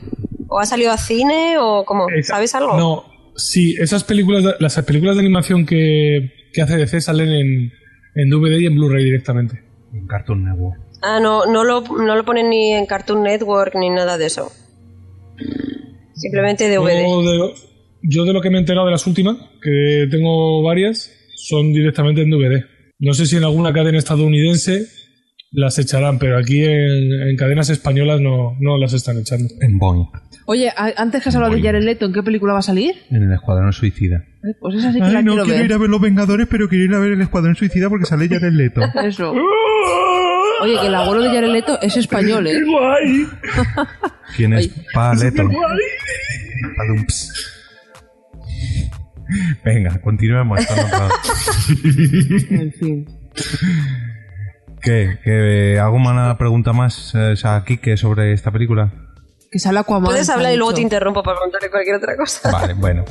F: ¿O ha salido a cine o cómo? ¿Sabes algo?
K: No, sí, esas películas, de- las películas de animación que, que hace DC salen en, en DVD y en Blu-ray directamente.
C: En Cartoon Network.
F: Ah, no, no lo, no lo ponen ni en Cartoon Network ni nada de eso. Simplemente
K: Yo
F: DVD.
K: de, yo de lo que me he enterado de las últimas, que tengo varias, son directamente en DVD. No sé si en alguna cadena estadounidense las echarán, pero aquí en, en cadenas españolas no, no las están echando.
C: En Boeing,
D: Oye, a- antes que has hablado de Jared Leto, ¿en qué película va a salir?
C: en el Escuadrón Suicida.
D: Eh, Pues esa sí que la quiero ver.
C: ver Pues Los Vengadores, pero quiero ir a ver el Escuadrón Suicida porque sale ya del Leto.
D: Eso. Oye, que el abuelo de Jared Leto es español, ¿eh?
C: ¿Quién es Paleto? Padumps. Venga, continuemos. esto no acaba.
D: En fin.
C: ¿Qué? ¿Qué? ¿Hago una pregunta más eh, a Quique sobre esta película?
D: Que sale Aquaman.
F: Puedes
D: se ha
F: hablar y luego
D: dicho.
F: te interrumpo para preguntarle cualquier otra cosa.
C: Vale, bueno.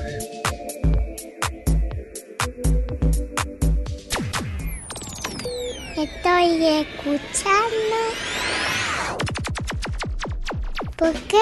T: Estoy escuchando. ¿Por qué?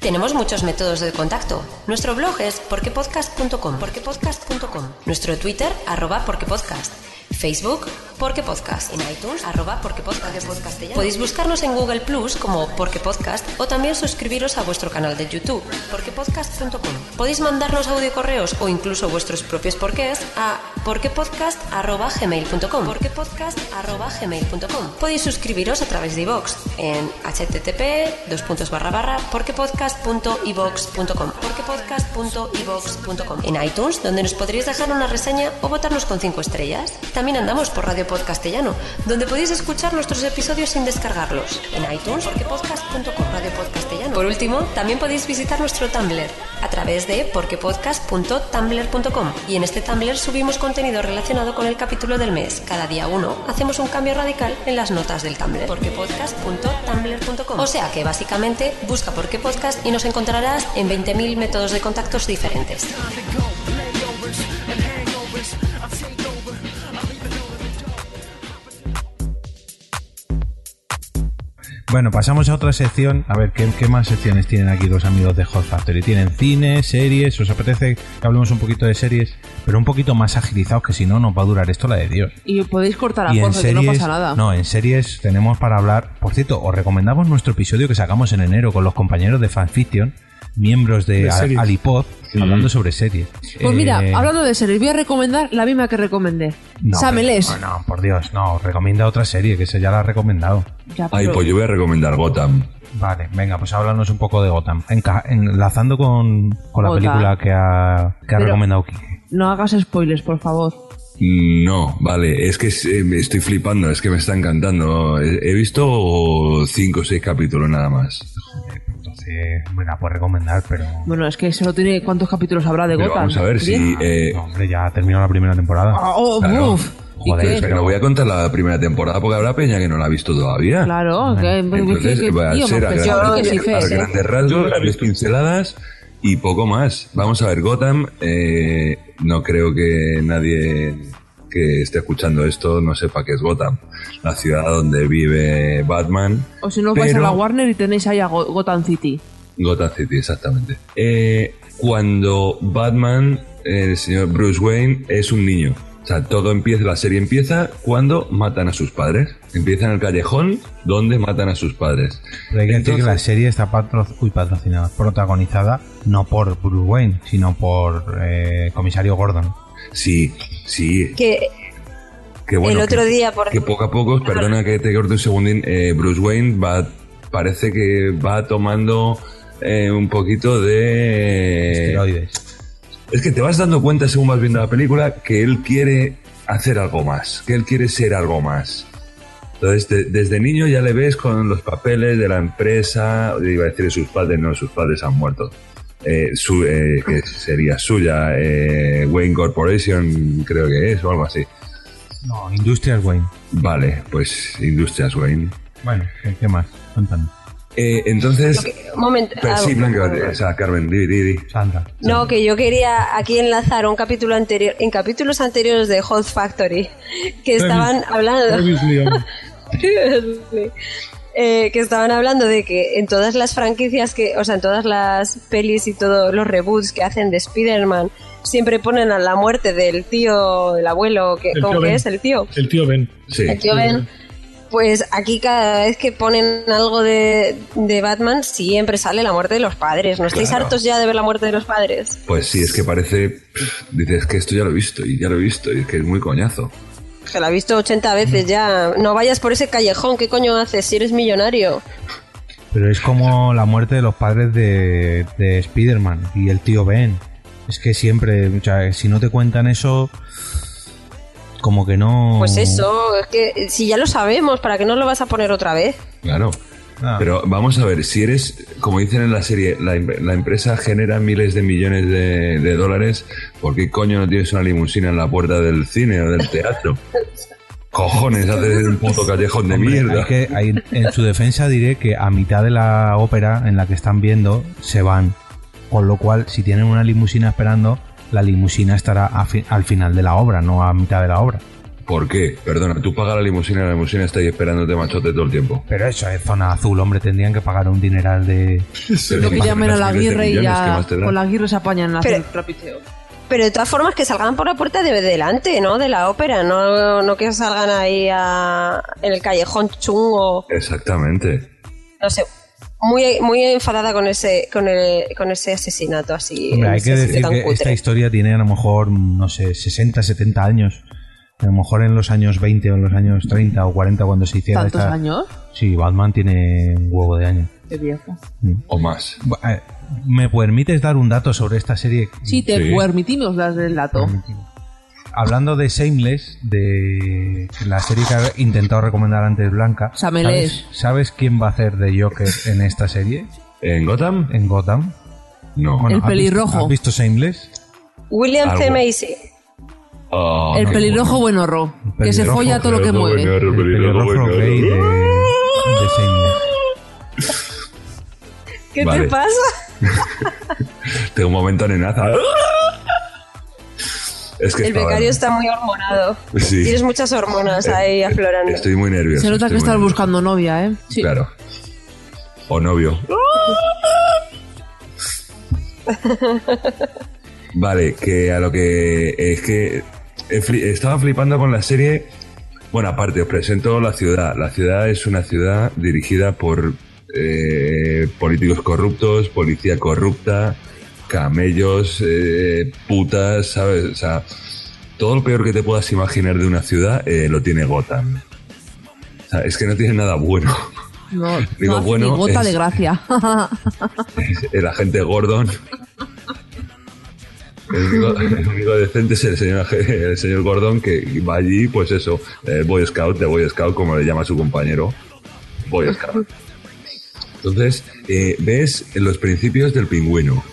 F: Tenemos muchos métodos de contacto. Nuestro blog es porquepodcast.com, porquepodcast.com. Nuestro Twitter, arroba porquepodcast. Facebook, porquepodcast. En iTunes, arroba porquepodcast. Podéis buscarnos en Google Plus como Porque Podcast o también suscribiros a vuestro canal de YouTube, porquepodcast.com. Podéis mandarnos audio correos o incluso vuestros propios porqués a porquepodcast.gmail.com porquepodcast.gmail.com Podéis suscribiros a través de iVox en http dos puntos barra barra porquepodcast.ivox.com porquepodcast.ivox.com en iTunes donde nos podréis dejar una reseña o votarnos con 5 estrellas. También andamos por Radio Podcastellano donde podéis escuchar nuestros episodios sin descargarlos en iTunes porquepodcast.com Radio Podcastellano. Por último, también podéis visitar nuestro Tumblr a través de porquepodcast.tumblr.com y en este Tumblr subimos contenido relacionado con el capítulo del mes. Cada día uno hacemos un cambio radical en las notas del Tumblr. porquepodcast.tumblr.com O sea que básicamente busca Porque Podcast y nos encontrarás en 20.000 métodos de contactos diferentes.
C: Bueno, pasamos a otra sección. A ver, ¿qué, qué más secciones tienen aquí los amigos de Hot Factory? Tienen cine, series. ¿Os apetece que hablemos un poquito de series? Pero un poquito más agilizados, que si no, nos va a durar esto la de Dios.
D: Y podéis cortar a
C: y en
D: Jorge, que no
C: series,
D: pasa nada.
C: no, en series tenemos para hablar. Por cierto, os recomendamos nuestro episodio que sacamos en enero con los compañeros de Fanfiction, miembros de,
D: De
C: A-
D: series.
C: Alipod, hablando sobre series.
D: Pues mira,
C: Eh,
D: hablando de series, voy a recomendar la misma que recomendé.
C: no,
D: Sameles.
C: pero- No, no, por Dios, no, recomienda otra serie que esa ya la ha recomendado.
D: Ya,
E: Ay,
D: pero-
E: pues yo voy a recomendar Gotham.
C: Vale, venga, pues háblanos un poco de Gotham. Enca- enlazando con, con la
D: Gotham.
C: película que ha, que ha
D: Pero-
C: recomendado Kike.
D: No hagas spoilers, por favor.
E: No, vale, es que eh, me estoy flipando, es que me está encantando. He he visto cinco o seis capítulos nada más.
C: Entonces, me la puedes recomendar, pero.
D: Bueno, es que solo tiene cuántos capítulos habrá de
E: Pero
D: Gotham.
E: vamos a ver si.
D: ¿Diez?
E: eh,
C: No, hombre, ya ha terminado la primera temporada.
D: Ah, oh,
E: Claro.
D: buf. ¿Y
E: Joder,
D: qué?
E: pero voy a contar la primera temporada porque habrá peña que no la ha visto todavía.
D: Claro, que,
E: Entonces,
D: que- que-
E: va a
D: tío,
E: ser a,
D: pues yo creo
E: gran-
D: que sí, Fer,
E: a
D: ¿eh?
E: grandes rasgos, varias pinceladas y poco más. Vamos a ver, Gotham, eh, no creo que nadie que esté escuchando esto no sepa que es Gotham, la ciudad donde vive Batman.
D: O si no, vais a
E: Pero-
D: la Warner y tenéis ahí a Go- Gotham City.
E: Gotham City, exactamente. Eh, cuando Batman, el señor Bruce Wayne, es un niño. O sea, todo empieza, la serie empieza cuando matan a sus padres. Empieza en el callejón donde matan a sus padres.
C: Pero hay que decir que la
E: Entonces-
C: serie está patro- uy, patrocinada, protagonizada no por Bruce Wayne, sino por eh, Comisario Gordon.
E: Sí, sí.
F: Que
E: Que bueno,
F: el otro
E: que-
F: día, por
E: que poco a poco, perdona que te corte un segundín, eh, Bruce Wayne va, parece que va tomando eh, un poquito de...
C: Esteroides.
E: Es que te vas dando cuenta según vas viendo la película que él quiere hacer algo más, que él quiere ser algo más. Entonces, de- desde niño ya le ves con los papeles de la empresa, iba a decir de sus padres, no, sus padres han muerto. Eh, su- eh, que sería suya, eh, Wayne Corporation creo que es, o algo así.
C: No, Oh, Industrial Wayne.
E: Vale, pues Industrias Wayne.
C: Bueno, ¿qué- ¿qué más? Cuéntanos.
E: Eh, entonces,
F: Un momento.
E: pero
F: ah,
E: sí, Blanca, o sea, Carmen, di, di, di.
C: Sandra.
F: No, que yo quería aquí enlazar un capítulo anterior, en capítulos anteriores de Hot Factory, que estaban hablando, eh, que estaban hablando de que en todas las franquicias que, o sea, en todas las pelis y todos los reboots que hacen de Spider-Man, siempre ponen a la muerte del tío, el abuelo, que,
K: El
F: ¿cómo
K: tío
F: que
K: Ben.
F: es? El tío.
K: El tío Ben.
E: Sí.
F: El tío Ben. Pues aquí cada vez que ponen algo de, de Batman siempre sale la muerte de los padres. ¿No estáis
E: Claro.
F: hartos ya de ver la muerte de los padres?
E: Pues sí, es que parece. pff, Dices que esto ya lo he visto y ya lo he visto y es que es muy coñazo.
F: Que la he visto 80 veces ya. No vayas por ese callejón, ¿qué coño haces si eres millonario?
C: Pero es como la muerte de los padres de, de Spider-Man y el tío Ben. Es que siempre, o sea, si no te cuentan eso, como que no...
F: Pues eso, es que eh, si ya lo sabemos, ¿para qué nos lo vas a poner otra vez?
E: Claro. Ah.
C: Ah.
E: Pero vamos a ver, si eres, como dicen en la serie, la, em- la empresa genera miles de millones de, de dólares, ¿por qué coño no tienes una limusina en la puerta del cine o del teatro? Cojones, haces un puto callejón de
C: Hombre,
E: mierda.
C: hay que- hay- en su defensa diré que a mitad de la ópera en la que están viendo se van. Con lo cual, si tienen una limusina esperando, la limusina estará a fi- al final de la obra, no a mitad de la obra.
E: ¿Por qué? Perdona, tú pagas la limusina, la limusina está ahí esperándote machote todo el tiempo.
C: Pero eso es zona azul, hombre, tendrían que pagar un dineral de...
D: Lo que llamen a la
E: miles de
D: Aguirre y
E: millones, ¿qué
D: ya
E: más te da?
D: con la Aguirre se apañan a hacer
F: Pero-
D: el trapiceo.
F: Pero de todas formas, que salgan por la puerta de delante, ¿no? De la ópera, no, no que salgan ahí a, en el callejón chungo.
E: Exactamente.
F: No sé, muy, muy enfadada con ese, con, el, con ese asesinato así.
C: Hombre, hay
F: ese
C: que
F: sitio
C: decir
F: tan
C: que
F: cutre.
C: esta historia tiene a lo mejor, no sé, 60, 70 años. A lo mejor en los años 20 o en los años 30 o 40 cuando se hiciera
D: ¿Tantos
C: esta...
D: años?
C: Sí, Batman tiene un huevo de años. eh,
D: Qué viejo.
E: O más.
C: ¿Me permites dar un dato sobre esta serie?
D: Sí, te permitimos las del dato.
E: Mm.
C: Hablando de Shameless, de la serie que ha intentado recomendar antes Blanca,
D: Shameless.
C: ¿sabes, sabes quién va a hacer de Joker en esta serie?
E: ¿En Gotham?
C: En Gotham.
E: No.
D: El pelirrojo.
C: ¿Has visto Shameless?
F: William C.
C: Algo. Ah,
F: Macy.
E: Ah,
D: el pelirrojo buen horror, que se folla todo lo que mueve.
C: Eh, El pelirrojo gay de, de Shameless.
F: ¿Qué
E: Vale.
F: te pasa?
E: Tengo un momento nenaza. Es que
F: el
E: estaba-
F: becario está muy hormonado.
E: Sí. Eh,
F: Tienes muchas hormonas ahí aflorando.
E: Estoy muy nervioso.
D: Se nota
E: estoy
D: que
E: muy
D: estás
E: nervioso.
D: buscando novia, ¿eh? Sí.
E: Claro. O novio. Vale, que a lo que es que he fli- estaba flipando con la serie. Bueno, aparte, os presento la ciudad. La ciudad es una ciudad dirigida por eh, políticos corruptos, policía corrupta, camellos, eh, putas, ¿sabes? O sea, todo lo peor que te puedas imaginar de una ciudad eh, lo tiene Gotham. O sea, es que no tiene nada bueno.
D: No,
E: Digo,
D: no hace
E: bueno,
D: ni gota
E: es-
D: de gracia.
E: el agente Gordon. El único, el único decente es el señor, el señor Gordon que va allí, pues eso, eh, Boy Scout, de Boy Scout, como le llama su compañero, Boy Scout. Entonces, eh, ves los principios del pingüino,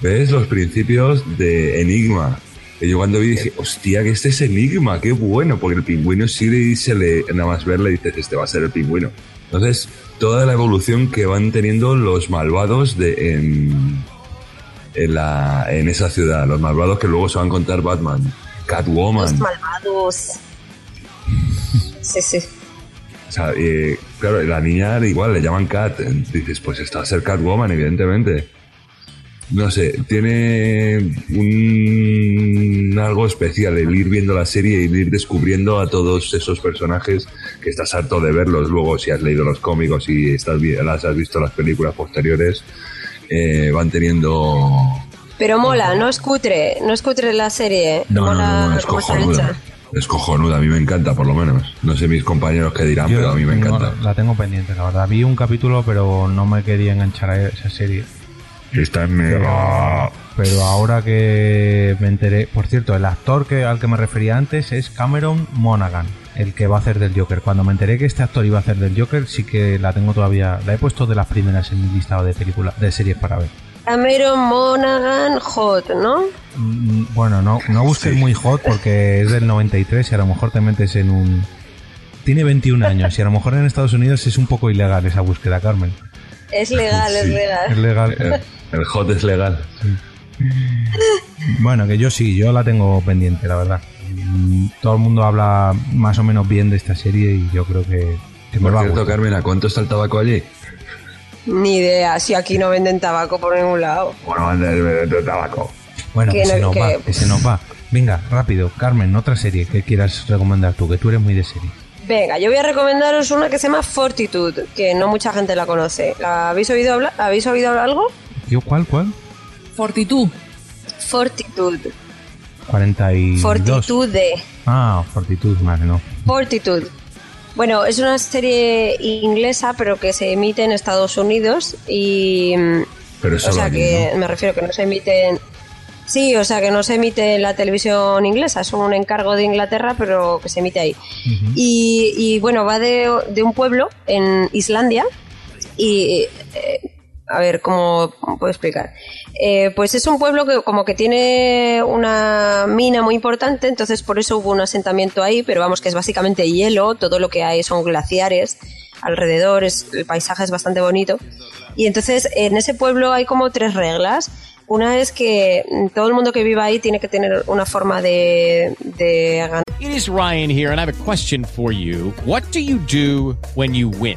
E: ves los principios de Enigma. Y yo cuando vi dije, hostia, que este es Enigma, qué bueno, porque el pingüino sigue y se le, nada más verle dices, este va a ser el pingüino. Entonces, toda la evolución que van teniendo los malvados de, en, en, la, en esa ciudad, los malvados que luego se van a contar Batman. Catwoman.
F: Malvados. Sí, sí.
E: O sea, eh, claro, la niña igual le llaman Cat. Dices, pues está a ser Catwoman, evidentemente. No sé, tiene un algo especial el ir viendo la serie y ir descubriendo a todos esos personajes que estás harto de verlos. Luego, si has leído los cómicos y estás, vi- las has visto las películas posteriores, eh, van teniendo
F: Pero mola, no es cutre, no es cutre la serie.
E: No, no,
F: mola
E: no, no, es
F: cómo está
E: cojonuda.
F: hecha.
E: Es cojonuda, a mí me encanta, por lo menos. No sé mis compañeros qué dirán, pero a mí me
C: no,
E: encanta.
C: la tengo pendiente, la verdad. Vi un capítulo, pero no me quería enganchar a esa serie.
E: Está en mega.
C: Pero ahora que me enteré, por cierto, el actor que, al que me refería antes es Cameron Monaghan, el que va a hacer del Joker. Cuando me enteré que este actor iba a hacer del Joker, sí que la tengo todavía, la he puesto de las primeras en mi listado de películas, de series para ver.
F: Cameron Monaghan Hot, ¿no?
C: Mm, Bueno, no, no busques muy hot porque es del 93 y a lo mejor te metes en un... Tiene 21 años y a lo mejor en Estados Unidos es un poco ilegal esa búsqueda, Carmen. Eh,
F: Es legal, es
C: Sí,
F: legal.
C: Es legal.
E: El hot es legal.
C: Bueno, que yo sí, yo la tengo pendiente, la verdad. Mm, Todo el mundo habla más o menos bien de esta serie y yo creo que, que me
E: Por
C: va a
E: cierto,
C: gustar.
E: Carmen, ¿a cuánto está el tabaco allí?
F: Ni idea, si aquí no venden tabaco por ningún lado.
E: Bueno, anda, el tabaco.
C: Bueno, que,
F: que
C: se
F: no-
C: nos
F: que-
C: va, que se nos va. Venga, rápido, Carmen, otra serie que quieras recomendar tú, que tú eres muy de serie.
F: Venga, yo voy a recomendaros una que se llama Fortitude, que no mucha gente la conoce. ¿La habéis oído hablar? ¿Habéis oído hablar algo?
C: ¿Yo cuál, cuál?
D: Fortitud.
F: Fortitude.
C: 42.
E: Mm,
F: Fortitude.
C: Ah, Fortitud, vale, no.
F: Fortitude. Bueno, es una serie inglesa, pero que se emite en Estados Unidos y... mm,
E: Pero es
F: o sea
E: solo aquí,
F: que me refiero que no se emite en... Sí, o sea que no se emite en la televisión inglesa, es un encargo de Inglaterra, pero que se emite ahí. y, y, bueno, va de, de un pueblo en Islandia y... eh, a ver, ¿cómo puedo explicar? Eh, pues es un pueblo que como que tiene una mina muy importante, entonces por eso hubo un asentamiento ahí, pero vamos que es básicamente hielo, todo lo que hay son glaciares alrededor, es- el paisaje es bastante bonito. Y entonces en ese pueblo hay como tres reglas. Una es que mm, todo el mundo que viva ahí tiene que tener una forma de, de ganar.
O: It is Ryan here, and I have a question for you. What do you do when you win?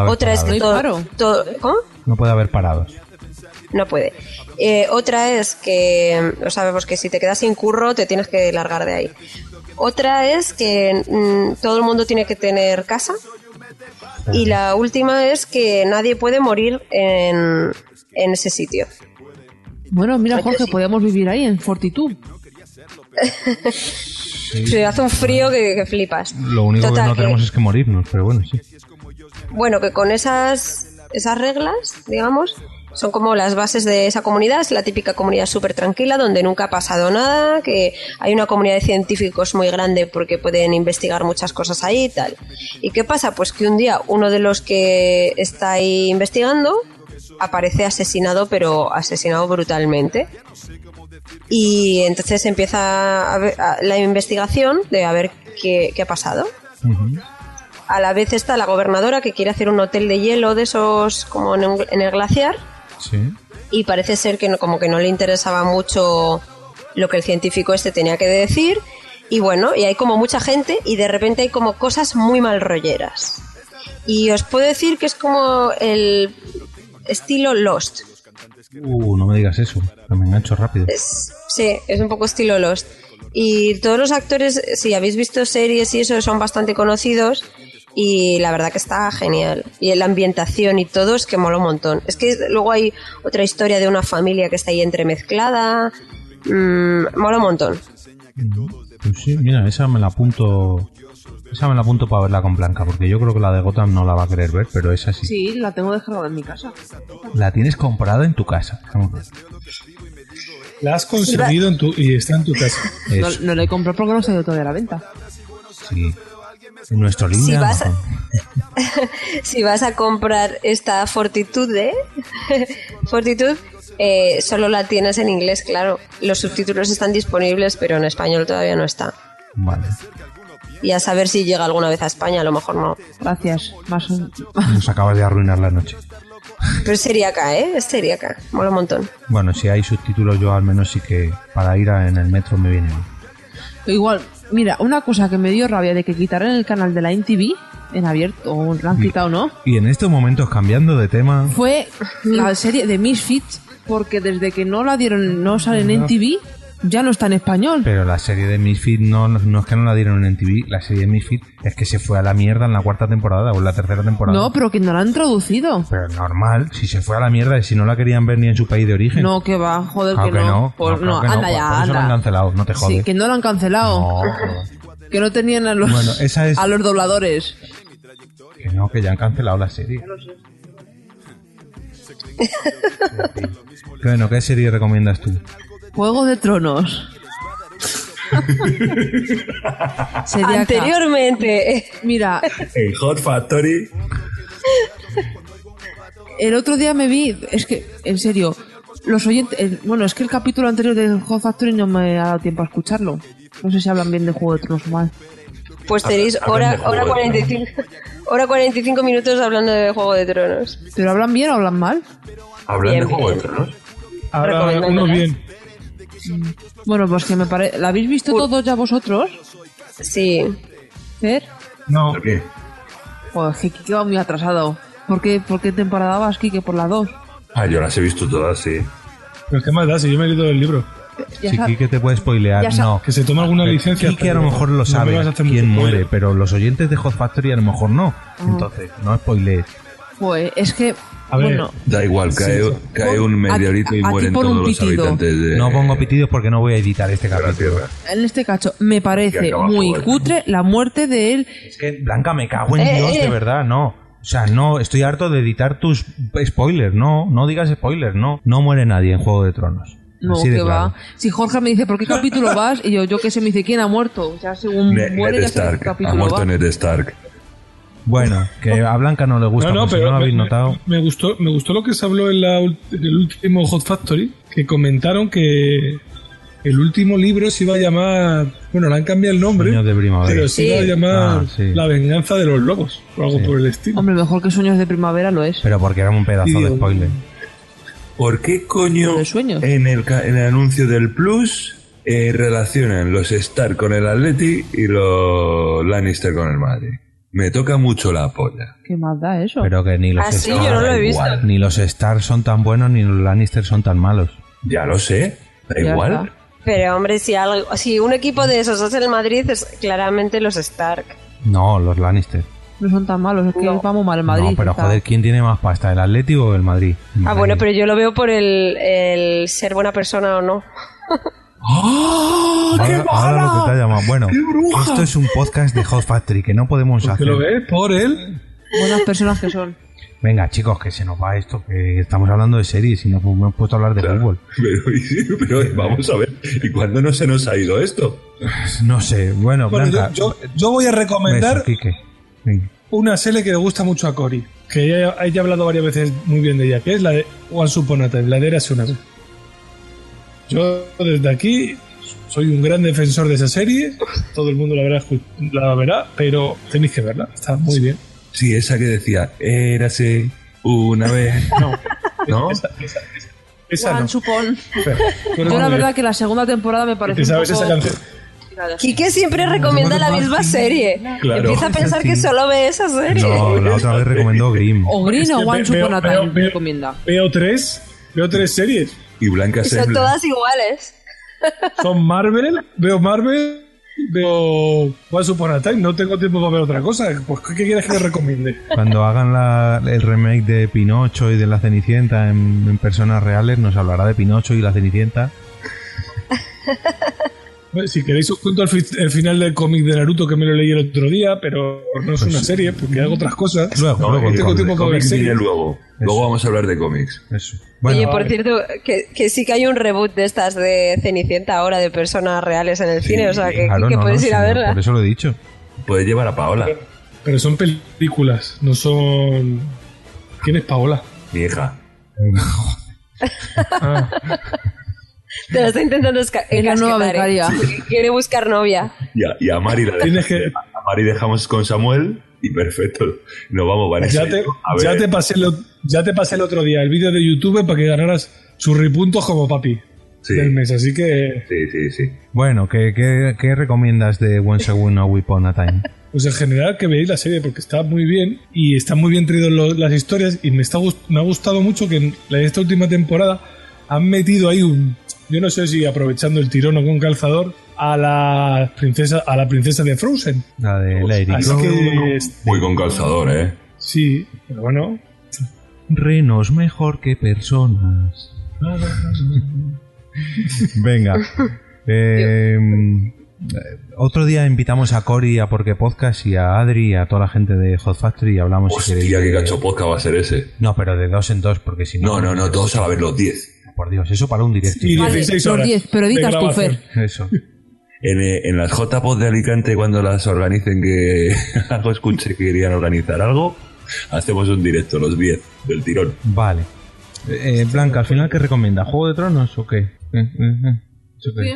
C: haber
F: Otra es que
C: parados.
F: todo, todo- ¿cómo?
C: No puede haber parados.
F: No puede. Eh, otra es que, mm, lo sabemos que si te quedas sin curro te tienes que largar de ahí. Otra es que mm, todo el mundo tiene que tener casa. Y la última es que nadie puede morir en, en ese sitio.
D: Bueno, mira, Jorge, podíamos vivir ahí en Fortitud.
F: Se hace un frío que, que flipas.
C: Lo único
F: Total,
C: que no tenemos es que morirnos, pero bueno, sí.
F: Bueno, que con esas, esas reglas, digamos, son como las bases de esa comunidad. Es la típica comunidad súper tranquila, donde nunca ha pasado nada, que hay una comunidad de científicos muy grande porque pueden investigar muchas cosas ahí y tal. ¿Y qué pasa? Pues que un día uno de los que está ahí investigando aparece asesinado, pero asesinado brutalmente. Y entonces empieza a ver- a- la investigación de a ver qué- qué ha pasado a la vez está la gobernadora que quiere hacer un hotel de hielo de esos como en, un- en el glaciar
C: Sí.
F: y parece ser que no- como que no le interesaba mucho lo que el científico este tenía que decir y bueno, y hay como mucha gente y de repente hay como cosas muy mal rolleras. Y os puedo decir que es como el estilo Lost.
C: Uh, no me digas eso. Me engancho rápido.
F: Sí, es un poco estilo Lost. Y todos los actores, si habéis visto series y eso, son bastante conocidos. Y la verdad que está genial. Y la ambientación y todo es que mola un montón. Es que luego hay otra historia de una familia que está ahí entremezclada. Mm, mola un montón.
C: Pues sí, mira, esa me la apunto. Esa me la apunto para verla con Blanca, porque yo creo que la de Gotham no la va a querer ver, pero esa sí.
D: Sí, la tengo descargada en mi casa.
C: La tienes comprada en tu casa.
K: La has conseguido en tu, y está en tu casa.
D: No, no la he comprado porque no se ha ido todavía a la venta.
C: Sí. En nuestro link
F: Si
C: de
F: vas a-
C: Amazon.
F: si vas a comprar esta Fortitude, ¿eh? Fortitude, eh, solo la tienes en inglés, claro. Los subtítulos están disponibles, pero en español todavía no está.
C: Vale.
F: Y a saber si llega alguna vez a España, a lo mejor no.
D: Gracias. Más
C: Nos acabas de arruinar la noche.
F: Pero sería acá, ¿eh? Sería acá. Mola un montón.
C: Bueno, si hay subtítulos, yo al menos sí que para ir a- en el metro me viene bien.
D: Igual, mira, una cosa que me dio rabia de que quitaran el canal de la NTV en abierto, o
E: Mm.
D: lo han quitado, ¿no?
C: Y en estos momentos, cambiando de tema,
D: Fue la serie de Misfits, porque desde que no la dieron, no salen en NTV, ya no está en español.
C: pero la serie de Misfit no, no es que no la dieron en TV, la serie de Misfit es que se fue a la mierda en la cuarta temporada o en la tercera temporada.
D: No, pero que no la han traducido.
C: Pero normal, si se fue a la mierda y si no la querían ver ni en su país de origen.
D: No, que va, joder,
C: Claro
D: que, no. Por-
C: claro
D: no,
C: que no, Pues
D: anda
C: por-
D: ya,
C: por eso la han
D: anda.
C: cancelado, no te jodes.
D: Sí, que no lo han cancelado.
C: No,
D: Que no tenían a los,
C: Bueno, esa es-
D: a los dobladores.
C: que no, que ya han cancelado la serie. Bueno, ¿qué serie recomiendas tú?
D: Juego de Tronos. Sería
F: Anteriormente.
D: Mira,
E: En Hot Factory.
D: el otro día me vi, es que, en serio, los oyentes, el- bueno, es que el capítulo anterior de Hot Factory no me ha dado tiempo a escucharlo. No sé si hablan bien de Juego de Tronos o mal.
F: Pues tenéis
D: Hablan de
F: hora,
D: Juego
F: hora,
D: de
F: 45, hora 45 minutos hablando de Juego de Tronos.
D: ¿Pero hablan bien o hablan mal?
E: Hablan
D: Bien,
E: de Juego de Tronos.
K: Ahora, uno bien.
D: Bueno, pues que me parece... ¿La habéis visto todos ya vosotros?
F: Sí.
D: ¿Fer?
K: No.
D: Joder, que Kike va muy atrasado. ¿Por qué, ¿Por qué temporada vas, Kike? ¿Por la 2?
E: Ah, yo las he visto todas, sí.
K: Pero qué más da si yo me he leído el libro.
D: Ya Sí, sa-
C: que te puede spoilear,
D: ya sa-
C: no.
K: Que se toma alguna licencia.
C: que a lo
K: pero
C: mejor
K: no
C: lo
K: me
C: sabe
K: vas a hacer
C: quién
K: mucho spoiler.
C: muere, pero los oyentes de Hot Factory a lo mejor no.
D: Ah.
C: Entonces, no spoilees.
D: Pues es que... bueno,
E: Da igual, cae, cae un meteorito y
D: a ti
E: mueren
D: por
E: todos
D: un
E: los
D: pitido.
E: habitantes de
C: No pongo pitidos porque no voy a editar este capítulo.
D: en este cacho, me
C: Que
D: parece
C: acaba
D: muy
C: joven.
D: cutre la muerte de él.
C: Es que, Blanca, me cago en
D: Eh,
C: Dios,
D: eh.
C: de verdad, no. O sea, no, estoy harto de editar tus spoilers, no, no digas spoilers, no. No muere nadie en Juego de Tronos.
D: No,
C: Así
D: que
C: de claro.
D: va. Si Jorge me dice, ¿por qué capítulo vas? Y yo, yo qué sé, me dice, ¿quién ha muerto? Ya según
E: Ne-
D: muere,
E: Ned
D: ya sé en
E: Stark.
D: qué
E: Ha
D: capítulo
E: muerto
D: va.
E: Ned Stark.
C: Bueno, que a Blanca no le gusta,
K: No, no,
C: por pues, si
K: pero
C: no lo
K: me-
C: habéis
K: me-
C: notado.
K: Me gustó, me gustó lo que se habló en, la ult- en el último Hot Factory, que comentaron que el último libro se iba a llamar, bueno, le han cambiado el nombre,
C: Sueños de primavera.
K: pero se iba a
C: Sí.
K: llamar
C: Ah, sí.
K: La venganza de los lobos, o algo por el estilo.
D: Hombre, mejor que Sueños de Primavera lo es.
C: Pero porque era un pedazo de spoiler.
E: ¿Por qué coño en el, ca- en el anuncio del Plus eh, relacionan los Stark con el Atleti y los Lannister con el Madrid? Me toca mucho la polla.
D: ¿Qué más da eso?
C: Pero que ni los
D: Ah, sí,
C: Stark-
D: yo no lo he visto.
C: Ni los Stars son tan buenos ni los Lannister son tan malos.
E: Ya lo sé, da
F: Ya igual. está. Pero hombre, si, algo, si un equipo de esos hace el Madrid, es claramente los Stark.
C: No, los Lannister.
D: No son tan malos, es que vamos mal en Madrid.
C: no, pero
D: está.
C: joder, ¿quién tiene más pasta, el Atlético o el Madrid?
F: Ah, bueno, pero yo lo veo por el, el ser buena persona o no.
M: ¡Oh,
C: ahora, ahora lo que te ha llamado. Bueno, esto es un podcast de Hot Factory que no podemos
K: ¿Que
C: hacer.
K: lo ve por él?
D: Buenas personas que son.
C: Venga, chicos, que se nos va esto, que estamos hablando de series y nos hemos puesto a hablar de fútbol.
E: Pero, pero vamos a ver, ¿y cuándo no se nos ha ido esto?
C: No sé, bueno,
K: Bueno,
C: Blanca.
K: yo, yo- yo voy a recomendar
C: beso, Quique. Venga.
K: una serie que le gusta mucho a Cory, que ella, ella ha hablado varias veces muy bien de ella, que es la de One Upon a Time, la de Érase una vez. Yo desde aquí soy un gran defensor de esa serie, todo el mundo la verá, escu- la verá pero tenéis que verla, está muy bien.
E: Sí, esa que decía, érase una vez. No. ¿No?
K: Esa
D: Juan
K: no.
D: Supón.
K: Espera, tú eres
D: Yo la
K: muy
D: verdad
K: bien.
D: que la segunda temporada me parece
K: ¿Te sabes
D: un poco...
K: esa canción?
F: Quique siempre recomienda la misma serie.
C: Claro.
F: Empieza a pensar que solo ve esa serie.
C: No, la otra vez recomendó Grimm.
D: O Green
K: Es
D: o
K: que
D: One
K: veo-
D: Upon a
K: veo-
D: Time
K: veo-
D: recomienda.
K: Veo tres Veo tres series.
E: Y Blanca
F: Y son todas iguales.
K: Son Marvel, veo Marvel, veo Once Upon a Time. No tengo tiempo para ver otra cosa. Pues, ¿qué qué quieres que te recomiende?
C: Cuando hagan la- el remake de Pinocho y de la Cenicienta en, en personas reales, nos hablará de Pinocho y la Cenicienta.
K: Bueno, Si queréis os cuento el, fi- el final del cómic de Naruto que me lo leí el otro día, pero no es una serie porque hago otras cosas.
E: Pues No,
K: No
E: el
K: tengo tiempo
E: cómic-
K: para ver
E: cómic viene
K: series.
E: luego. Luego vamos a hablar de cómics.
F: Oye, por cierto, que, que sí que hay un reboot de estas de Cenicienta ahora de personas reales en el cine,
E: eh,
F: o sea, que, que puedes ir a verla.
C: eso lo he dicho.
E: Puedes llevar a Paola,
K: Pero son películas, no son. ¿Quién es Paola?
E: mi hija.
F: Te lo está intentando esca-
D: la nueva
F: encasquetar, ¿eh?
D: becaria.
F: Quiere buscar novia.
E: Y a, y a Mari la dejamos, a Mari dejamos con Samuel y perfecto. Nos vamos, Vanessa.
K: Ya te,
E: a ver.
K: ya, te pasé el, ot- ya te pasé el otro día el vídeo de YouTube para que ganaras churripuntos como papi del mes, así que.
E: Sí, sí, sí.
C: Bueno, ¿qué, qué, qué recomiendas de Once a Win Upon a Time?
K: Pues en general que veáis la serie porque está muy bien y está muy bien traído lo- las historias y me, está, gust- me ha gustado mucho que en la- esta última temporada han metido ahí un yo no sé si aprovechando el tirón o con calzador a la princesa a la princesa de Frozen.
C: La de Lady
K: Así
C: Gaga.
K: que
E: Muy este- con calzador, ¿eh?
K: sí, pero bueno,
C: Renos mejor que personas. Venga. Eh, eh, otro día invitamos a Cory a Porque Podcast y a Adri y a toda la gente de Hot Factory y hablamos si queréis.
E: Hostia, qué
C: de-
E: gacho podcast va a ser ese.
C: No, pero de dos en dos, porque si
E: no. No, no, no, todos a la vez los 10.
C: Por Dios, eso para un directo.
E: Y
D: Vale,
E: 16
D: los
E: horas
D: 10, pero
E: de
D: editas tu
E: grabación.
D: Fer.
C: Eso.
E: En, eh, en las JPOD de Alicante, cuando las organicen, que algo escuche que querían organizar algo, hacemos un directo, los 10 del tirón.
C: Vale. Eh, eh, Blanca, al final, ¿qué recomienda? ¿Juego de Tronos o qué? Eh, eh, eh. ¿Eso qué?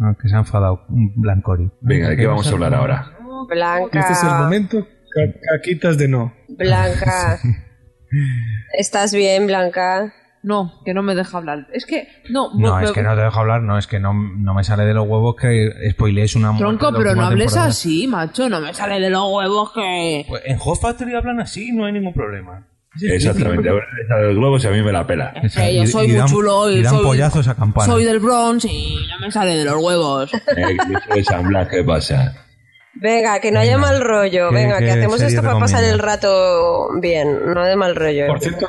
C: Ah, que se ha enfadado mm, Blancori.
E: Venga, ¿de qué vamos a hablar ahora?
F: Blanca.
K: este es el momento ca- caquitas de no.
F: Blanca. ¿Estás bien, Blanca?
D: No, que no me deja hablar. Es que, no,
C: No,
D: me-
C: es que no te dejo hablar, no, es que no, no me sale de los huevos que spoilees una muerte
D: Tronco,
C: de la
D: pero no
C: última
D: hables
C: temporada.
D: así, macho. No me sale de los huevos que.
C: Pues en Hot Factory hablan así, no hay ningún problema.
E: Exactamente, ahora esa de los globos y a mí me la pela.
D: que yo soy muy chulo y, soy,
C: a
D: soy del Bronx y no me sale de los huevos.
E: Eh, yo soy San Blas, ¿qué pasa?
F: Venga, que no haya mal rollo.
E: ¿Qué-
F: Venga,
E: qué
F: que hacemos
E: serie
F: esto para pasar
E: recomiendas?
F: el rato bien, no de mal rollo.
K: Por cierto,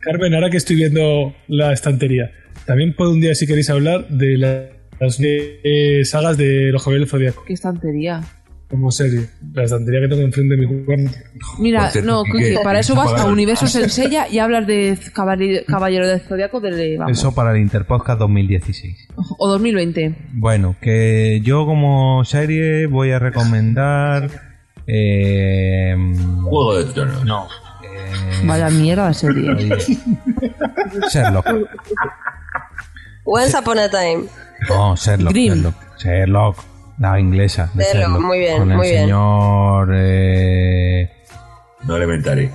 K: Carmen, ahora que estoy viendo la estantería, también puedo un día, si queréis, hablar de la- las eh, sagas de los Javier del Zodíaco
D: Qué estantería.
K: como serie. La estantería que tengo enfrente de mi cuarto.
D: Mira,
K: Por cierto,
D: no,
K: ¿qué-
D: Kiki,
K: qué-
D: para eso
K: qué
D: vas a
K: palabra?
D: Universos en Sella y hablas de Caballero, caballero del Zodiaco de. vamos,
C: Eso para el Interpodcast 2016.
D: O 2020.
C: Bueno, que yo como serie voy a recomendar... eh,
E: Juego de Tronos.
C: No.
D: Vaya mierda de serie.
C: Sherlock.
F: Once Upon a Time.
C: No, Sherlock.
F: Grimm.
C: Sherlock. Sherlock. La inglesa. de
F: Sherlock,
C: Sherlock.
F: muy bien,
C: Con el
F: muy bien.
C: señor... eh,
E: No elementaré.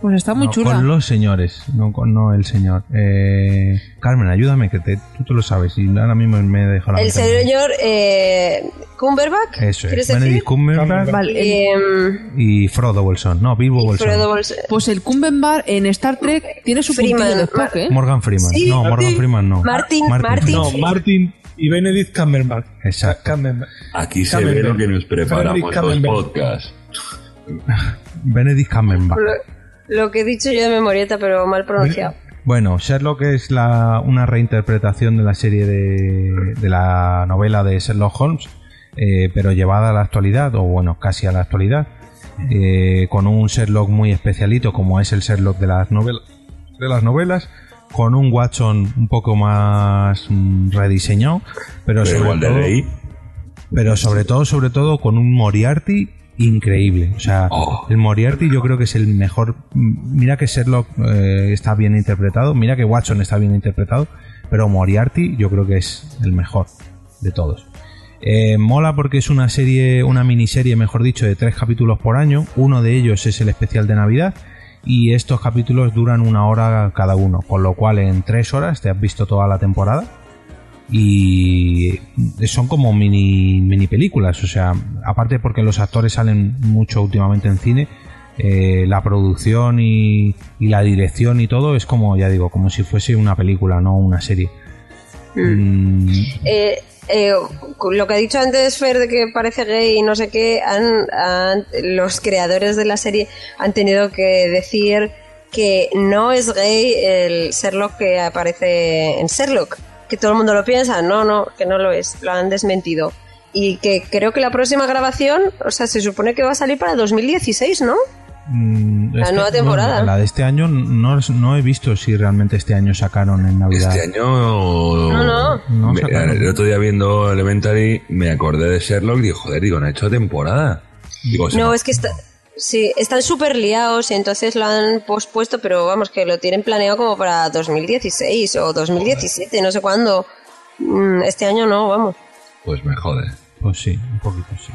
D: Pues está muy
C: No,
D: chula.
C: Con los señores, no con no el señor. Eh, Carmen, ayúdame, que te- tú te lo sabes y ahora mismo me deja la
F: El
C: mitad.
F: señor eh, Cumberbatch.
C: Eso
F: ¿Quieres
C: es,
F: decir?
C: Benedict Cumberbatch
F: Em,
C: y Frodo Wilson. No, Bilbo Wilson.
D: Pues el Cumbenbar en Star Trek tiene su
F: Freeman,
D: puntillo de Spock, ¿eh?
C: Morgan Freeman.
D: Sí,
C: no, Morgan
D: Martin.
C: Freeman no.
K: No, Martin y Benedict Cumberbatch.
C: Exacto.
E: Aquí se
C: Cumberbatch.
E: ve lo que nos preparamos
C: Benedict
E: los
C: Cumberbatch.
E: podcasts.
C: Benedict Cumberbatch.
F: lo, lo que he dicho yo de memorieta, pero mal pronunciado.
C: Bueno, Sherlock es la, una reinterpretación de la serie de, de la novela de Sherlock Holmes, eh, pero llevada a la actualidad, o bueno, casi a la actualidad, eh, con un Sherlock muy especialito como es el Sherlock de las, novel- de las novelas, con un Watson un poco más mm, rediseñado, pero,
E: Pero
C: sobre
E: igual de
C: todo-
E: ley.
C: pero sobre todo, sobre todo con un Moriarty increíble. O sea, el Moriarty yo creo que es el mejor. Mira que Sherlock eh, está bien interpretado, mira que Watson está bien interpretado, pero Moriarty yo creo que es el mejor de todos. Eh, mola porque es una serie, una miniserie, mejor dicho, de tres capítulos por año. Uno de ellos es el especial de Navidad. Y estos capítulos duran una hora cada uno, con lo cual en tres horas te has visto toda la temporada y son como mini mini películas o sea aparte porque los actores salen mucho últimamente en cine eh, la producción y, y la dirección y todo es como, ya digo, como si fuese una película, no una serie. Mm,
F: Eh, eh, lo que ha dicho antes Fer de que parece gay y no sé qué, han, han- los creadores de la serie han tenido que decir que no es gay el Sherlock que aparece en Sherlock, que todo el mundo lo piensa, no, no, que no lo es, lo han desmentido. Y que creo que la próxima grabación, o sea, se supone que va a salir para 2016, ¿no?
C: mm,
F: La
C: es que
F: nueva
C: no,
F: temporada.
C: la de este año no, no he visto si realmente este año sacaron en Navidad.
E: Este año. No,
C: No, sacaron.
E: el otro día viendo Elementary me acordé de Sherlock y digo, joder, digo, no ha hecho temporada. Digo, se
F: No,
E: me-
F: es que está- sí, están súper liados y entonces lo han pospuesto, pero vamos, que lo tienen planeado como para 2016 o 2017, no sé cuándo. Mm, Este año no, vamos.
E: pues me jode.
C: Pues sí, un poquito sí.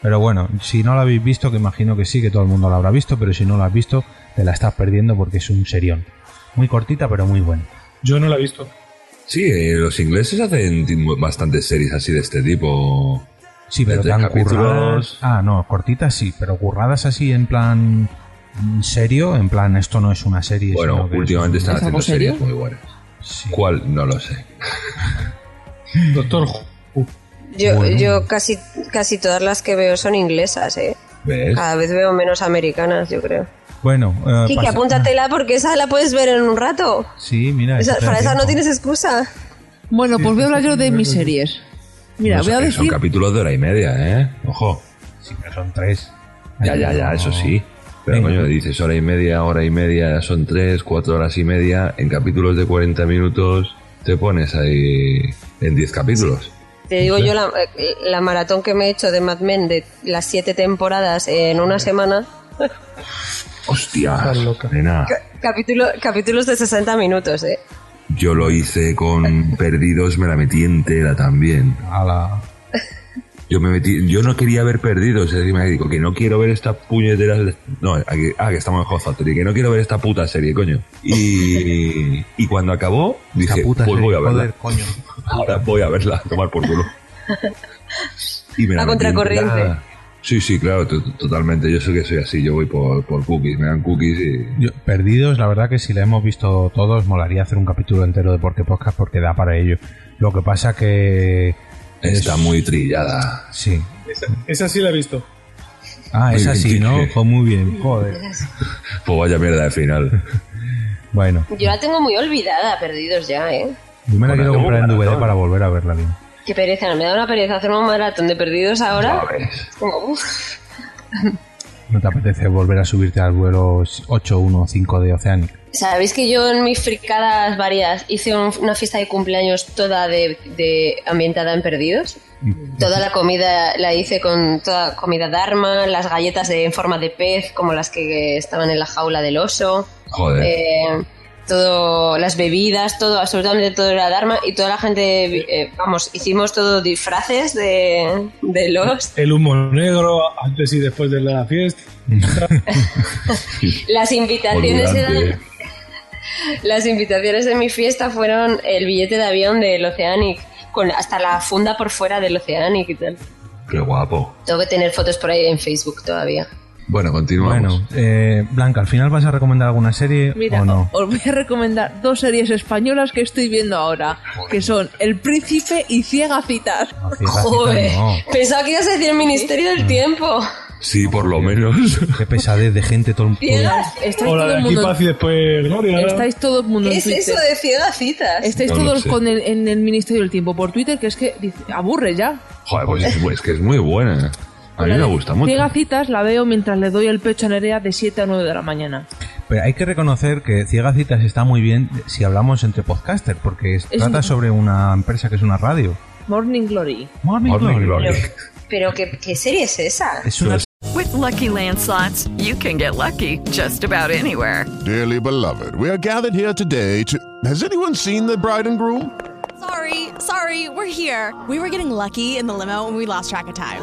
C: Pero bueno, si no la habéis visto, que imagino que sí, que todo el mundo la habrá visto, pero si no la has visto, te la estás perdiendo porque es un serión. Muy cortita, pero muy buena.
K: Yo no la he visto.
E: Sí, eh, los ingleses hacen ti- bastantes series así de este tipo.
C: Sí, pero
E: de tres
C: tan
E: capítulos.
C: curradas. Ah, no, cortitas sí, pero curradas así en plan mm, serio, en plan esto no es una serie.
E: Bueno,
C: sino que
E: últimamente
C: es-
E: están haciendo series muy buenas. ¿Cuál? No lo sé.
K: Doctor
F: Yo,
E: Bueno.
F: yo casi, casi todas las que veo son inglesas, ¿eh?
E: ¿Ves?
F: Cada vez veo menos americanas, yo creo.
C: Bueno, eh,
F: Kiki,
C: pasa- Ah,
F: apúntatela porque esa la puedes ver en un rato.
C: Sí, mira.
F: Esa-
C: espera
F: para
C: un
F: esa no
C: tiempo.
F: tienes excusa.
D: Bueno, pues voy a hablar yo de mis series. Mira,
E: No sé,
D: voy a
E: Son
D: decir
E: capítulos de hora y media, ¿eh? Ojo.
C: Sí, pero son tres.
E: Ya, ya, ya, eso sí. Pero coño, dices hora y media, hora y media, ya son tres, cuatro horas y media. En capítulos de 40 minutos te pones ahí en 10 capítulos.
F: Te digo yo la, eh, la maratón que me he hecho de Mad Men de las siete temporadas en una semana.
E: Hostia, nena.
F: Capítulo, capítulos de 60 minutos, ¿eh?
E: Yo lo hice con Perdidos, me la metí entera también. Yo me metí, yo no quería ver Perdidos, es decir, me digo que no quiero ver esta puñetera, no, aquí- ah, que estamos en Hot Factory, que no quiero ver esta puta serie, coño. Y, y cuando acabó, dije,
C: puta
E: pues
C: serie,
E: voy a verla.
C: joder, coño.
E: Ahora voy a verla, a tomar por culo. Y me
F: A
E: metí
F: contracorriente.
E: entera. Sí, sí, claro, to- totalmente. Yo sé que soy así, yo voy por, por cookies, me dan cookies y
C: Yo- perdidos, la verdad que si la hemos visto todos, molaría hacer un capítulo entero de Porque Podcast porque da para ello. Lo que pasa que...
E: está
C: es-
E: muy trillada.
C: Sí.
K: Esa, esa sí la he visto.
C: Ah,
E: Muy
C: es
E: bien,
C: así,
E: Kike.
C: ¿no? Jo, muy bien. Joder.
E: Pues vaya mierda de final.
C: Bueno,
F: Yo la tengo muy olvidada, perdidos ya, ¿eh?
C: yo me la quiero
E: Maratón,
C: comprar en DVD
E: maratón.
C: para volver a verla bien.
F: Qué pereza, me da una pereza hacer un maratón de perdidos ahora. Es como, uff.
C: ¿No te apetece volver a subirte al vuelo 815 de Oceanic?
F: Sabéis que yo en mis fricadas varias hice un- una fiesta de cumpleaños toda de, de ambientada en perdidos. Toda la comida la hice con toda comida Dharma, las galletas de, en forma de pez, como las que estaban en la jaula del oso.
E: Joder.
F: Eh, todo, las bebidas, todo, absolutamente todo era Dharma y toda la gente, eh, vamos, hicimos todo disfraces de, de los.
K: El humo negro, antes y después de la fiesta.
F: Las invitaciones eran. Las invitaciones de mi fiesta fueron el billete de avión del Oceanic, con hasta la funda por fuera del Oceanic y tal.
E: Qué guapo.
F: Tengo que tener fotos por ahí en Facebook todavía.
E: Bueno, continuamos.
C: Bueno, eh, Blanca, ¿al final vas a recomendar alguna serie
D: Mira,
C: o no?
D: os voy a recomendar dos series españolas que estoy viendo ahora, que son El Príncipe y Ciega Citas.
C: Ciega Citas Joder, no. Mm.
F: Pensaba que ibas a decir Ministerio del Tiempo.
E: Sí, por lo menos.
C: Qué pesadez de gente todo el
F: Ciegas. Estáis
K: Hola,
F: todo
K: de
F: el
K: aquí
F: mundo-
K: paz y después Gloria.
D: Estáis todo el mundo en
F: ¿Qué es
D: Twitter.
F: eso de ciega citas?
D: Estáis
E: No lo
D: todos
E: sé.
D: con el- en el Ministerio del Tiempo por Twitter, que es que dice, aburre ya.
E: Joder, pues es, pues es que es muy buena. A mí me gusta mucho.
D: Ciega Citas la veo mientras le doy el pecho a Nerea de 7 a 9 de la mañana.
C: Pero hay que reconocer que Ciega Citas está muy bien si hablamos entre podcasters, porque es-
D: Es
C: trata
D: un-
C: sobre una empresa que es una radio.
D: Morning Glory.
C: Morning Glory.
F: Pero ¿qué, qué serie es esa?
C: Es una
G: With Lucky Land slots, you can get lucky just about anywhere.
H: Dearly beloved, we are gathered here today to. Has anyone seen the bride and groom?
U: Sorry, sorry, we're here. We were getting lucky in the limo and we lost track of time.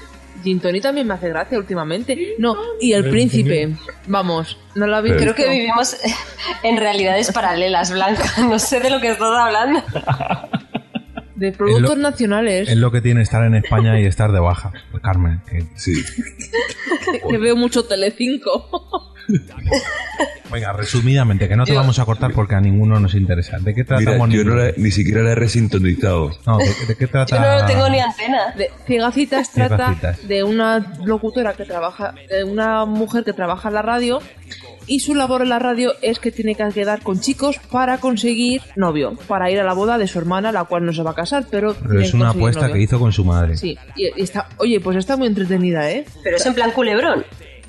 D: Gin Tony también me hace gracia últimamente. No, y el príncipe. Vamos, no lo habéis
F: Creo que vivimos en realidades paralelas, Blanca. No sé de lo que estás hablando.
D: De productos
C: Es lo-
D: nacionales.
C: Es lo que tiene estar en España y estar de baja, Carmen.
E: Sí.
D: que veo mucho Telecinco.
C: Venga, resumidamente, que no te vamos a cortar porque a ninguno nos interesa. ¿De qué
E: Mira,
C: tratamos?
E: yo
C: ninguno?
E: no la- ni siquiera la he resintonizado.
C: No, ¿de, de qué trata?
D: antena. De, Ciegacitas trata
E: Ciegacitas.
D: de una locutora que trabaja, de una mujer que trabaja en la radio y su labor en la radio es que tiene que quedar con chicos para conseguir novio, para ir a la boda de su hermana, la cual no se va a casar, pero...
C: Pero es
D: quieren conseguir
C: una apuesta
D: novio.
C: que hizo con su madre.
D: Sí, y- y está, oye, pues está muy entretenida, ¿eh?
F: Pero es en plan culebrón.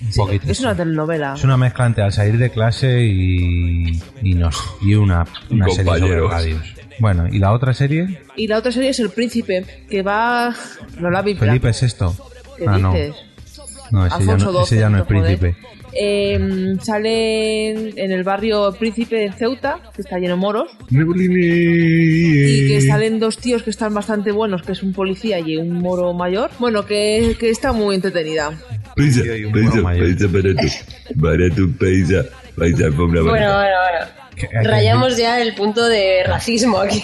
C: Un poquito.
D: Es una telenovela.
C: Es una mezcla entre al salir de clase y, y no sé, y una, una serie sobre
E: compañeros.
C: radios. Bueno, ¿y la otra serie?
D: Y la otra serie es El Príncipe, que va... No la vi.
C: Felipe es esto.
D: ¿Qué
C: Ah, no.
D: dices?
C: No, ese ya
D: Alfonso
C: no, ese ya no es
D: XII, joder.
C: príncipe.
D: Eh, sale en, en el barrio Príncipe en Ceuta, que está lleno de moros, y que salen dos tíos que están bastante buenos, que es un policía y un moro mayor. Bueno, que, que está muy entretenida.
E: Paisa, paisa,
C: mayor.
E: paisa para tu, para tu paisa, paisa, alfombra
F: Bueno,
E: barata.
F: bueno, bueno. Rayamos ya el punto de racismo aquí.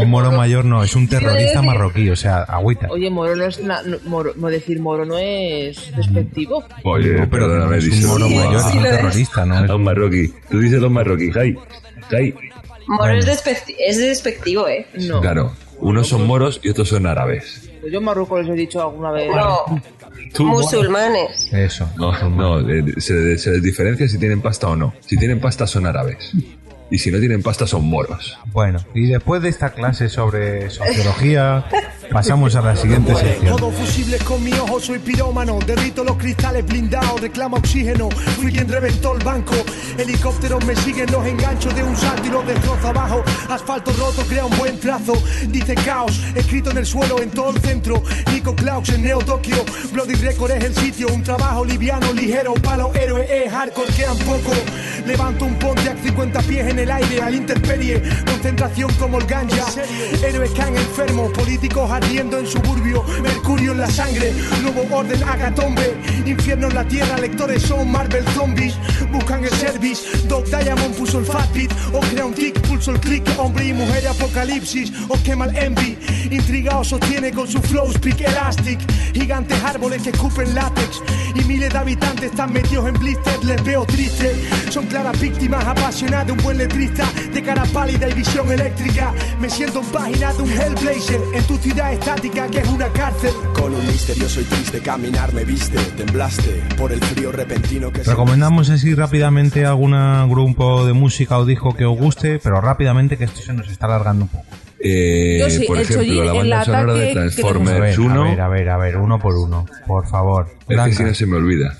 C: un moro mayor no, es un
D: iba a
C: terrorista
D: decir-
C: marroquí, o sea, agüita.
D: Oye, moro no es... na- no- moro- no decir moro no es despectivo.
E: Oye,
C: No, pero
E: perdóname,
C: es un
E: dices.
C: moro mayor, es un terrorista, ¿no?
E: A un marroquí. Tú dices los marroquí, Jai. Jai.
F: Moro es, despecti- es despectivo, ¿eh?
D: No.
E: Claro, unos son moros y otros son árabes.
D: Pues Yo Marruecos les he dicho alguna vez.
F: No, musulmanes.
C: Eso.
E: No, no, eh, se, se les diferencia si tienen pasta o no. Si tienen pasta son árabes. Y si no tienen pasta son moros.
C: Bueno, y después de esta clase sobre sociología, pasamos a la siguiente sección.
B: Todo fusible con mi ojo, soy pirómano. Derrito los cristales blindados, reclama oxígeno. Fui quien reventó el banco. Helicópteros me siguen, los enganchos de un salto y los destrozo abajo. Asfalto roto crea un buen plazo. Dice caos, escrito en el suelo, en todo el centro. Nico Klaus en Neo Tokio. Bloody Record es el sitio, un trabajo liviano, ligero. Palo héroe es hardcore, quedan poco. Levanto un ponte a 50 pies en el aire, al interperie. Concentración como el ganja. Héroes caen enfermos, políticos ardiendo en suburbio, mercurio en la sangre, nuevo orden agatombe, infierno en la tierra, lectores son Marvel zombies, buscan el service, Doc Diamond puso el fat beat, o crea un tic, pulso el click, hombre y mujer apocalipsis, o quema el envy, intrigado sostiene con su flow speak elastic, gigantes árboles que escupen látex, y miles de habitantes están metidos en blister, les veo tristes, son claras víctimas apasionadas de un buen letrista, de cara pálida y visión eléctrica, me siento en página de un Hellblazer, en tu ciudad estática que es una cárcel.
I: Con un misterioso y triste caminar me viste, temblaste por el frío repentino que
C: Recomendamos así rápidamente algún grupo de música o disco que os guste, pero rápidamente que esto se nos está alargando un poco.
E: Eh,
C: Yo sí,
E: por
C: el
E: ejemplo,
C: chollín,
E: la
C: el
E: banda sonora
C: ataque
E: de
C: que nos- A
E: Transformers
C: ver,
E: 1.
C: A ver, a ver, a ver, uno por uno, por favor.
E: Es que si
C: Blanca.
E: no se me olvida.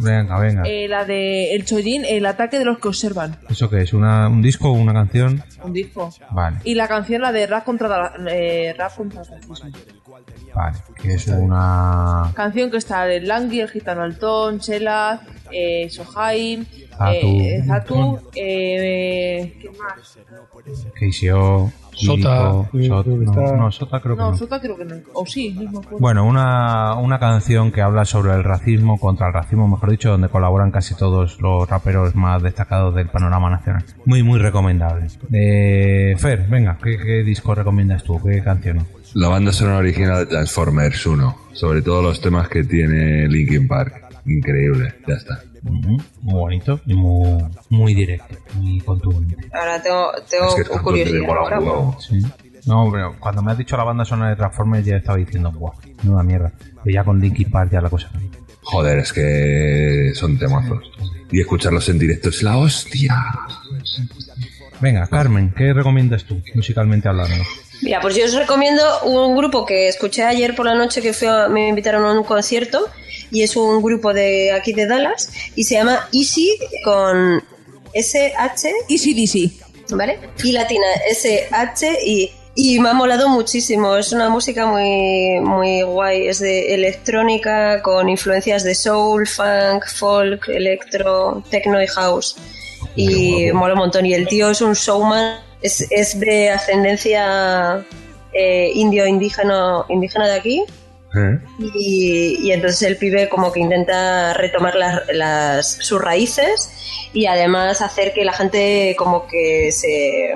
C: Venga, venga.
D: Eh, la de El Chollín, El ataque de los que observan.
C: ¿Eso qué es? ¿Una- ¿Un disco o una canción?
D: Un disco.
C: Vale,
D: Y la canción, la de Rap contra, la- eh, Rap contra el racismo.
C: vale. Que es una...
D: Canción que está de Langui, el gitano Altón, Chela, eh, Sohaim,
C: Zatu.
D: eh, Zatu, eh, ¿qué más?
C: KCO,
K: Sota.
C: Milico, Sota. No, no, Sota creo que
D: No,
C: no.
D: Sota creo que no. O sí, no me acuerdo.
C: Bueno, una, una canción que habla sobre el racismo, contra el racismo, mejor dicho, donde colaboran casi todos los raperos más destacados del panorama nacional. Muy, muy recomendable. Eh, Fer, venga, ¿qué, qué disco recomiendas tú? ¿Qué canción?
E: La banda sonora original de Transformers 1. Sobre todo los temas que tiene Linkin Park. Increíble, ya está.
C: Ujú, Muy bonito y muy, muy directo, muy contundente.
F: Ahora tengo, tengo
E: Es que tanto
F: curiosidad.
E: te mola un
F: ahora.
E: huevo.
C: Sí. No, pero cuando me has dicho la banda sonora de Transformers ya estaba diciendo, guau, una mierda. Pero ya con Linkin Park ya la cosa.
E: Joder, es que son temazos. Y escucharlos en directo es la hostia.
C: Venga, Carmen, ¿qué recomiendas tú, musicalmente hablando?
F: Mira, pues yo os recomiendo un grupo que escuché ayer por la noche que fui a- me invitaron a un concierto y es un grupo de aquí de Dallas y se llama Easy con SH.
D: Easy DC.
F: ¿Vale? Y latina, SH y... Y me ha molado muchísimo, es una música muy, muy guay, es de electrónica con influencias de soul, funk, folk, electro, techno y house y mola un montón. Y el tío es un showman, es, es de ascendencia eh, indio indígena, indígena de aquí.
C: ¿Eh?
F: Y, y entonces el pibe como que intenta retomar las, las- sus raíces y además hacer que la gente como que se,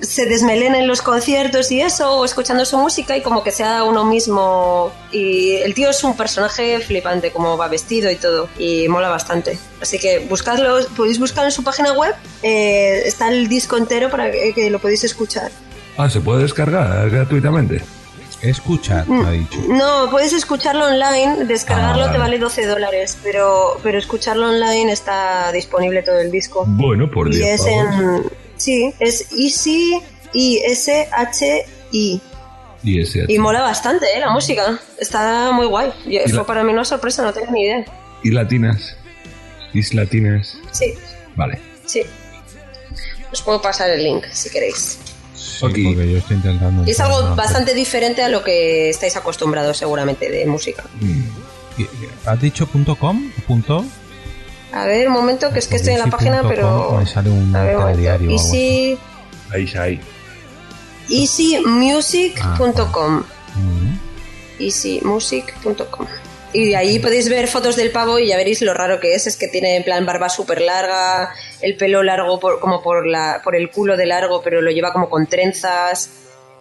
F: se desmelene en los conciertos y eso, o escuchando su música y como que sea uno mismo. Y el tío es un personaje flipante, como va vestido y todo, y mola bastante. Así que buscadlo, podéis buscar en su página web, eh, está el disco entero para que, que lo podéis escuchar.
E: Ah, se puede descargar gratuitamente.
C: Escuchar,
F: me
C: ha dicho.
F: No, puedes escucharlo online, descargarlo
E: Ah, vale.
F: te vale 12 dólares, pero, pero escucharlo online está disponible todo el disco.
E: Bueno, por
F: y
E: 10
F: es en... Sí, es Easy I S H I.
E: Y ese
F: Y mola bastante, ¿eh? La música. Está muy guay. Yo-
E: Y la-
F: Fue para mí una sorpresa, no tenía ni idea.
E: Y latinas. Is latinas.
F: Sí,
E: Vale.
F: sí. Os puedo pasar el link si queréis.
C: Sí, porque yo estoy intentando.
F: Es algo
C: entrar, no,
E: Ah,
F: bastante diferente a lo que estáis acostumbrados seguramente de música.
C: pero- ¿Has dicho punto .com? ¿Punto?
F: A ver, un momento, que es que estoy en la
C: Easy
F: página,
C: punto com,
F: pero...
C: Me sale un
F: A ver, un
C: telediario.
F: momento.
C: o algo así.
F: Easy,
E: Ahí, ahí.
C: Ah,
F: easymusic.com easymusic.com y de ahí podéis ver fotos del pavo y ya veréis lo raro que es, es que tiene en plan barba súper larga, el pelo largo por- como por, la, por el culo de largo, pero lo lleva como con trenzas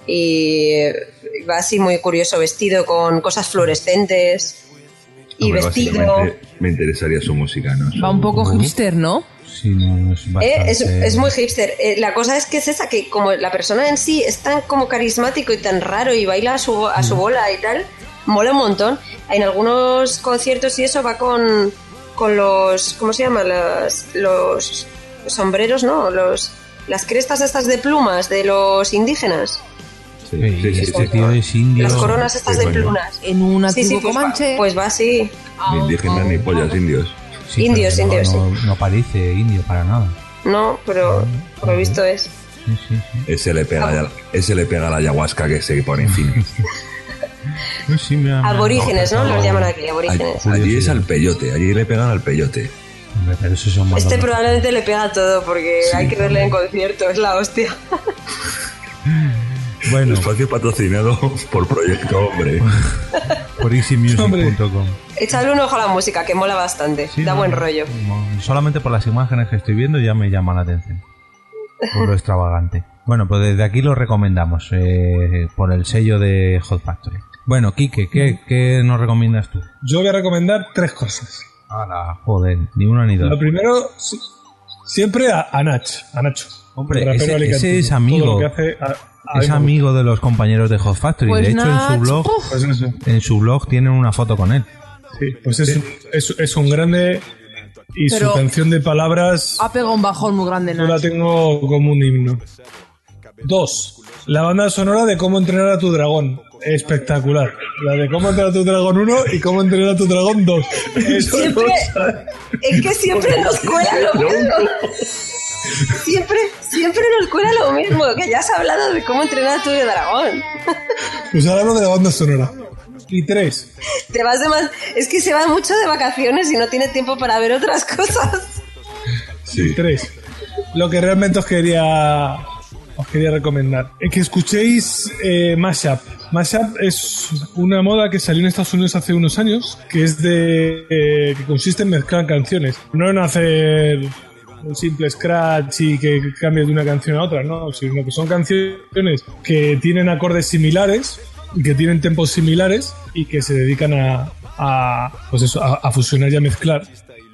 F: y va así muy curioso vestido con cosas fluorescentes y
E: Hombre,
F: vestido...
E: básicamente Me interesaría su música, ¿no?
D: Va un poco hipster, ¿no?
C: Sí, no, es
F: Eh,
C: bastante...
F: es, es muy hipster. Eh, la cosa es que es esa, que como la persona en sí es tan como carismático y tan raro y baila a su, a
C: Mm.
F: su bola y tal, mola un montón. En algunos conciertos y eso va con, con los, ¿cómo se llama? Las- Los, sombreros, ¿no? Los, las crestas estas de plumas de los indígenas.
E: Sí, sí, sí,
C: este
E: sí.
C: tío es indio.
F: Las coronas estas
E: Sí,
F: de
E: coño.
F: plumas.
D: En una tribu
F: pues, va,
D: comanche.
F: pues va así.
E: Ni indígenas ni pollas indios.
C: Sí,
F: Indios,
C: pero no-
F: indios,
C: No, no parece indio para nada.
F: No, pero por lo visto es.
E: Ese le pega, la- ese le pega la ayahuasca que se pone en fin.
C: Sí, me ha- me ha-
F: Aborígenes, ¿no? Los llaman aquí,
E: Allí,
F: aborígenes.
E: allí es al peyote, allí le pegan al peyote.
C: Hombre, pero esos son más
F: Este
C: los-
F: probablemente le pega a todo porque hay que verle en concierto, es la hostia.
C: Bueno.
E: Espacio patrocinado por Proyecto Hombre.
C: por easymusic.com.
F: Echadle un ojo a la música, que mola bastante, da buen rollo.
C: Solamente por las imágenes que estoy viendo ya me llama la atención. Por lo extravagante. Bueno, pues desde aquí lo recomendamos eh, por el sello de Hot Factory. Bueno, Quique, ¿qué, qué nos recomiendas tú?
K: Yo voy a recomendar tres cosas.
C: Ala, joder, ni una ni dos.
K: Lo primero, si- siempre a, a Nach, a Nacho.
C: Hombre,
K: el rapero
C: ese- ese
K: alicantino.
C: es amigo.
K: Todo lo que hace a- a-
C: Es
K: a-
C: amigo de los compañeros de Hot Factory.
K: Pues
C: de hecho, en
K: Nacho,
C: su blog,
K: Pues eso.
C: en su blog tienen una foto con él.
K: Sí, pues es, un- es- es un grande y
D: Pero-
K: su canción de palabras
D: Ha pegado un bajón muy grande,
K: yo
D: ¿no?
K: la tengo como un himno. Dos, la banda sonora de cómo entrenar a tu dragón. Espectacular. La de cómo entrenar a tu dragón 1 y cómo entrenar a tu dragón 2. Eso no
F: Siempre-
K: sale.
F: Es que siempre nos cuela lo mismo. Siempre, siempre nos cuela lo mismo, que ya has hablado de cómo entrenar a tu dragón.
K: Pues ahora hablo de la banda sonora. Y tres,
F: Te vas de más- Es que se va mucho de vacaciones y no tiene tiempo para ver otras cosas.
K: y tres. Lo que realmente os quería os quería recomendar es que escuchéis eh, Mashup. Mashup es una moda que salió en Estados Unidos hace unos años, que es de eh, que consiste en mezclar canciones, no en hacer un simple scratch y que cambie de una canción a otra, no, sino que son canciones que tienen acordes similares y que tienen tempos similares y que se dedican a, a, pues eso, a, a fusionar y a mezclar.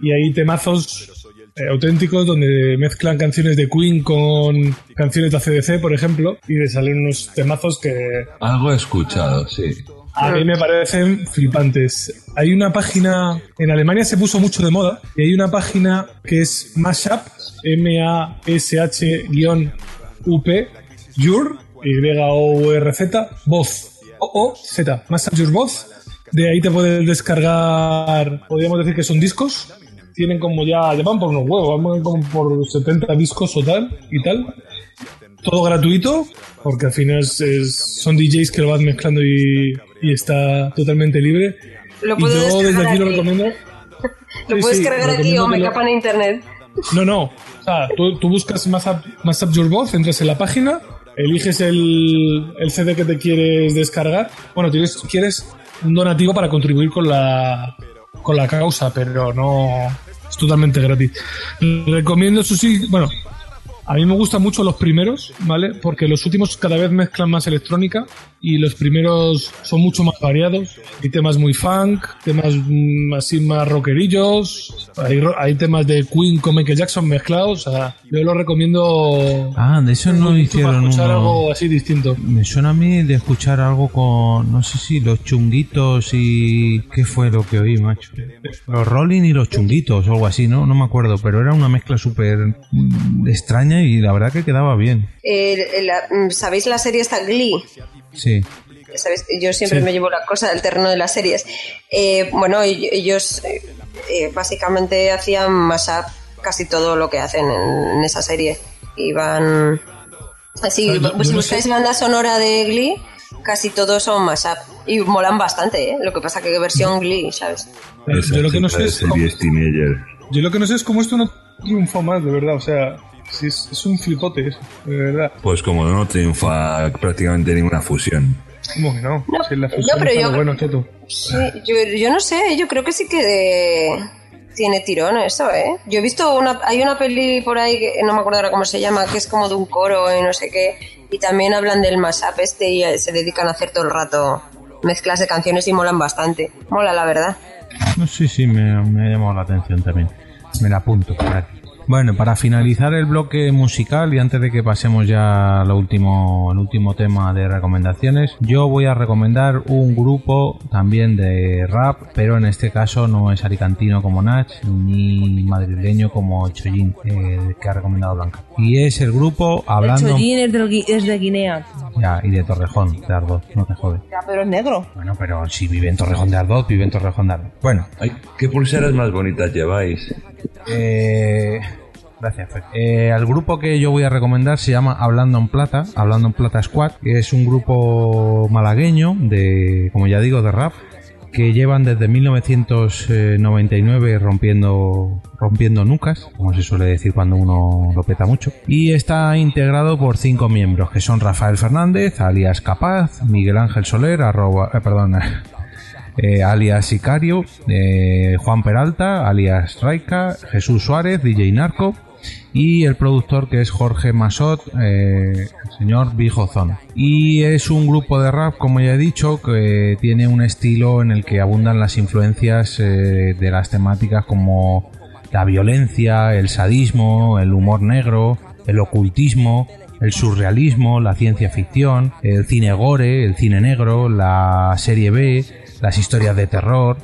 K: Y hay temazos eh, auténticos donde mezclan canciones de Queen con canciones de ACDC, por ejemplo, y le salen unos temazos que
E: Algo he escuchado, sí.
K: a mí me parecen flipantes. Hay una página, en Alemania se puso mucho de moda, y hay una página que es Mashup, M-A-S-H-U-P, Your, Y-O-U-R-Z, voz. O-O-Z, Messenger Voz. De ahí te puedes descargar, podríamos decir que son discos. Tienen como ya, ya van por unos huevos, van como por 70 discos o tal y tal. Todo gratuito, porque al final es- es- son DJs que lo van mezclando y, y está totalmente libre.
F: Lo
K: y
F: puedo
K: yo desde
F: descargar
K: aquí lo
F: aquí.
K: recomiendo.
F: Lo
K: Sí,
F: puedes
K: sí,
F: cargar aquí
K: recomiendo
F: o me
K: que lo-
F: capan a internet.
K: no, no. O sea, tú, tú buscas Más Up Más Up Your Voz, entras en la página, eliges el, el CD que te quieres descargar. Bueno, tienes, quieres un donativo para contribuir con la, con la causa, pero no es totalmente gratis. Recomiendo, eso sí, bueno, a mí me gustan mucho los primeros, ¿vale? Porque los últimos cada vez mezclan más electrónica y los primeros son mucho más variados. Hay temas muy funk, temas mm, así más rockerillos, hay, ro- hay temas de Queen con Michael Jackson mezclados. O sea, yo lo recomiendo
C: Ah, de eso no hicieron
K: escuchar
C: uno.
K: algo así distinto.
C: Me suena a mí de escuchar algo con, no sé si los chunguitos y... ¿Qué fue lo que oí, macho? Los Rolling y los chunguitos o algo así, ¿no? No me acuerdo, pero era una mezcla súper mm, extraña y la verdad que quedaba bien.
F: Eh, la- mm, ¿Sabéis la serie esta Glee?
C: Sí.
F: ¿Sabéis? Yo siempre
C: Sí.
F: me llevo la cosa del terreno de las series. Eh, bueno, ell- ellos eh, eh, básicamente hacían mashup casi todo lo que hacen en, en esa serie. Y van... Así,
L: Ah,
F: pues
L: Yo- yo
F: si
L: no
F: buscáis
L: sé.
F: banda sonora de Glee, casi todos son mashup. Y molan bastante, ¿eh? Lo que pasa que versión Glee, ¿sabes?
K: Yo lo que no sé es cómo-
E: series teenager.
K: Yo lo que no sé es cómo esto no triunfó más, de verdad. O sea, sí es, es un flipote, eso, de verdad.
E: Pues como no triunfa prácticamente ninguna fusión.
K: ¿Cómo que no? Si la fusión
F: pero
K: está
F: yo-
K: lo bueno, Toto.
F: Sí, yo, yo no sé, yo creo que sí que eh, tiene tirón eso, ¿eh? Yo he visto una, hay una peli por ahí que no me acuerdo ahora cómo se llama, que es como de un coro y no sé qué, y también hablan del mashup este y eh, se dedican a hacer todo el rato mezclas de canciones y molan bastante. Mola, la verdad.
C: No sé si me, me ha llamado la atención también. Me la apunto para aquí. Bueno, para finalizar el bloque musical y antes de que pasemos ya al último, al último tema de recomendaciones, yo voy a recomendar un grupo también de rap, pero en este caso no es alicantino como Nach ni madrileño como Chollín, eh, que ha recomendado Blanca. Y es el grupo
D: El
C: hablando
D: chollín es, del Gui- es de Guinea.
C: ya, y de Torrejón, de Ardoz, no te jodes.
D: Ya, pero es negro.
C: Bueno, pero si vive en Torrejón de Ardoz, vive en Torrejón de Ardoz. Bueno,
E: Ay, ¿Qué pulseras más bonitas lleváis?
C: Eh, gracias, Fer. Eh, el grupo que yo voy a recomendar se llama Hablando en Plata, Hablando en Plata Squad, que es un grupo malagueño de, como ya digo, de rap que llevan desde 1999 rompiendo rompiendo nucas, como se suele decir cuando uno lo peta mucho, y está integrado por cinco miembros que son Rafael Fernández, alias Capaz, Miguel Ángel Soler, arroba, eh, perdón, eh, alias Sicario, eh, Juan Peralta, alias Raika, Jesús Suárez, DJ Narco y el productor que es Jorge Masot, eh, el señor Bijozón. Y es un grupo de rap, como ya he dicho, que tiene un estilo en el que abundan las influencias eh, de las temáticas como la violencia, el sadismo, el humor negro, el ocultismo, el surrealismo, la ciencia ficción, el cine gore, el cine negro, la serie B, las historias de terror,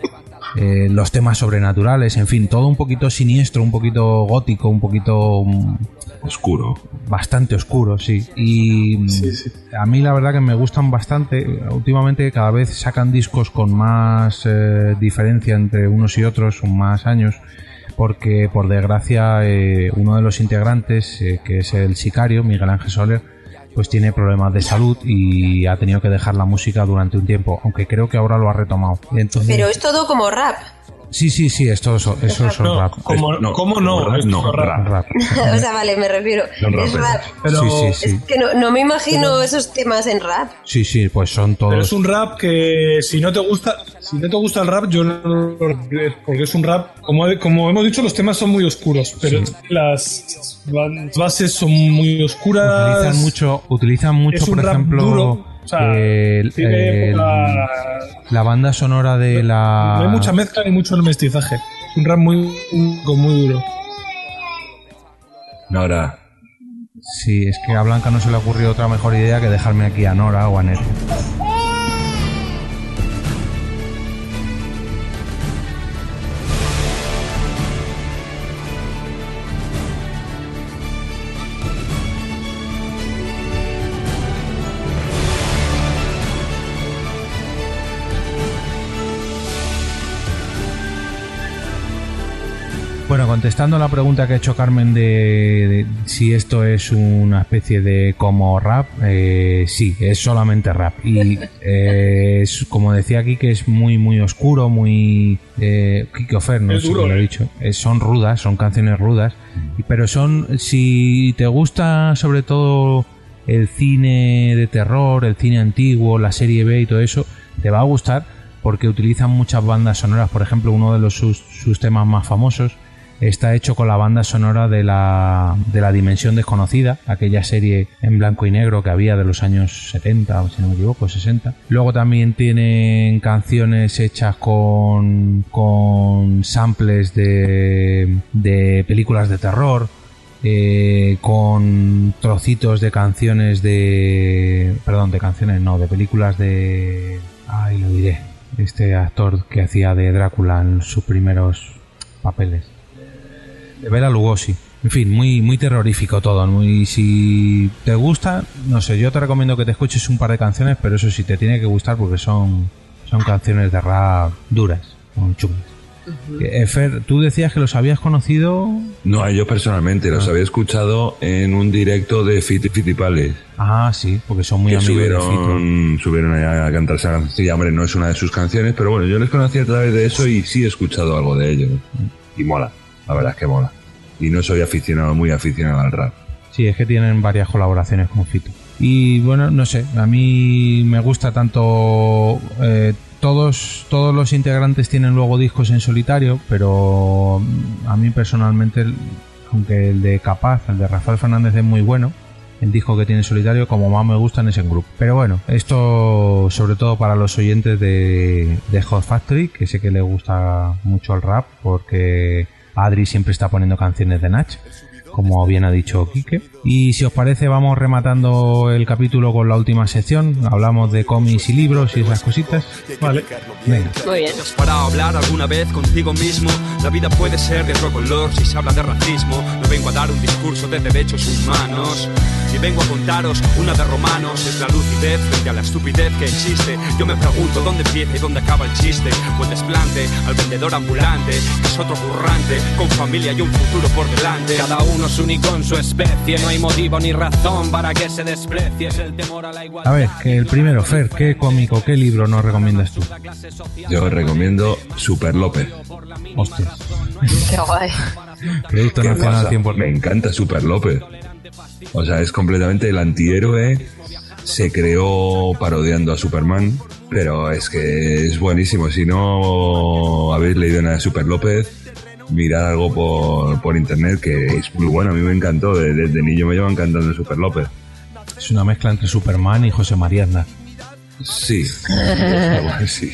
C: eh, los temas sobrenaturales, en fin, todo un poquito siniestro, un poquito gótico, un poquito mm,
E: oscuro,
C: bastante oscuro, sí. Y mm, a mí la verdad que me gustan bastante. Últimamente cada vez sacan discos con más eh, diferencia entre unos y otros, con más años. Porque por desgracia eh, uno de los integrantes, eh, que es el sicario, Miguel Ángel Soler, pues tiene problemas de salud y ha tenido que dejar la música durante un tiempo, aunque creo que ahora lo ha retomado. Entonces,
F: Pero es todo como rap.
C: Sí, sí, sí, esto es, eso es
K: No,
C: rap.
K: ¿cómo-
C: no?
K: cómo no?
C: Rap,
K: Esto
C: no,
K: es rap.
C: rap, rap.
F: o sea, vale, me refiero.
C: Son
F: es
C: raperos.
F: rap.
K: Pero-
C: sí, sí, sí.
F: Que no, no me imagino esos temas en rap.
C: Sí, sí, pues son todos.
K: Pero es un rap que si no te gusta, si no te gusta el rap, yo no lo porque es un rap, como, como hemos dicho, los temas son muy oscuros, pero las ban- bases son muy oscuras.
C: utilizan mucho, utilizan mucho,
K: es un
C: por
K: rap
C: ejemplo, eh,
K: duro, o sea,
C: el-
K: tiene
C: el-
K: poca-
C: la banda sonora de la.
K: No hay mucha mezcla ni mucho mestizaje. Es un rap muy, con muy duro.
E: Nora.
C: Sí, es que a Blanca no se le ocurrió otra mejor idea que dejarme aquí a Nora o a Ned. Bueno, contestando a la pregunta que ha hecho Carmen de, de si esto es una especie de como rap, eh, sí, es solamente rap. Y eh, es, como decía aquí, que es muy, muy oscuro, muy... Eh, Kike Ofer, no
K: Es
C: sé
K: duro,
C: si lo he
K: ¿eh?
C: dicho. Eh, son rudas, son canciones rudas. Pero son, si te gusta sobre todo el cine de terror, el cine antiguo, la serie B y todo eso, te va a gustar porque utilizan muchas bandas sonoras. Por ejemplo, uno de los, sus, sus temas más famosos está hecho con la banda sonora de la, de la Dimensión Desconocida, aquella serie en blanco y negro que había de los años 70, si no me equivoco, 60. Luego también tienen canciones hechas con, con samples de, de películas de terror. eh, con trocitos de canciones de... Perdón, de canciones no, de películas de... Ay, lo diré. Este actor que hacía de Drácula en sus primeros papeles de Vera Lugosi. En fin, muy, muy terrorífico todo. Muy, si te gusta, no sé, yo te recomiendo que te escuches un par de canciones, pero eso sí te tiene que gustar porque son, son canciones de rap duras, son chungas. Eh, Fer, tú decías que los habías conocido.
E: No, a ellos personalmente,
C: Ah.
E: los había escuchado en un directo de Fiti Fitipales.
C: Ah, sí, porque son muy
E: que
C: amigos de Fito.
E: subieron, subieron allá a cantar esa canción. Sí, hombre, no es una de sus canciones, pero bueno, yo les conocí a través de eso y sí he escuchado algo de ellos. Y mola, la verdad es que mola. Y no soy aficionado, muy aficionado al rap.
C: Sí, es que tienen varias colaboraciones con Fito. Y bueno, no sé, a mí me gusta tanto... eh, todos, todos los integrantes tienen luego discos en solitario, pero mm, a mí personalmente, el- aunque el de Capaz, el de Rafael Fernández es muy bueno, el disco que tiene en solitario, como más me gustan es en grupo. Pero bueno, esto sobre todo para los oyentes de, de Hot Factory, que sé que le gusta mucho el rap, porque Adri siempre está poniendo canciones de Nach como bien ha dicho Quique. Y si os parece, vamos rematando el capítulo con la última sección. Hablamos de cómics y libros y esas cositas. Vale. Venga.
L: Muy bien. Para hablar alguna vez contigo mismo, la vida puede ser de otro color si se habla de racismo. No vengo a dar un discurso de derechos humanos. Y vengo a contaros una de romanos, es la lucidez frente a la estupidez que existe. Yo me pregunto dónde empieza y dónde acaba el chiste. O el desplante al vendedor ambulante, que es otro currante, con familia y un futuro por delante. Cada uno es único en su especie, no hay motivo ni razón para que se desprecie. Es el temor a la igualdad.
C: A ver, que el primero, Fer, ¿qué cómico, qué libro nos recomiendas tú?
E: Yo os recomiendo Super López.
C: Hostias.
F: Qué guay.
C: Producto nacional 100%.
E: Me encanta Super López. O sea, es completamente el antihéroe. Se creó parodiando a Superman, pero es que es buenísimo. Si no habéis leído nada de Super López, mirad algo por, por internet que es muy bueno. A mí me encantó. de- Desde, niño me lleva encantando Super López.
C: Es una mezcla entre Superman y José María Aznar.
E: Sí. sí.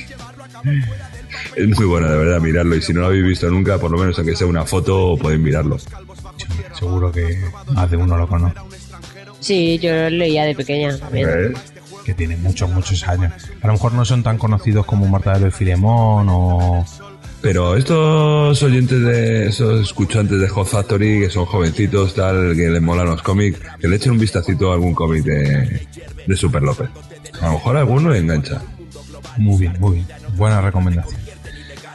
E: Es muy bueno, de verdad, mirarlo. Y si no lo habéis visto nunca, por lo menos aunque sea una foto, podéis mirarlo.
C: Seguro que más de uno lo conoce.
M: Sí, yo lo leía de pequeña también.
C: Que tiene muchos, muchos años. A lo mejor no son tan conocidos como Mortadelo y Filemón o...
E: Pero estos oyentes de esos escuchantes de Hot Factory que son jovencitos, tal, que les molan los cómics, que le echen un vistacito a algún cómic de, de Super López. A lo mejor alguno le engancha.
C: Muy bien, muy bien. Buena recomendación.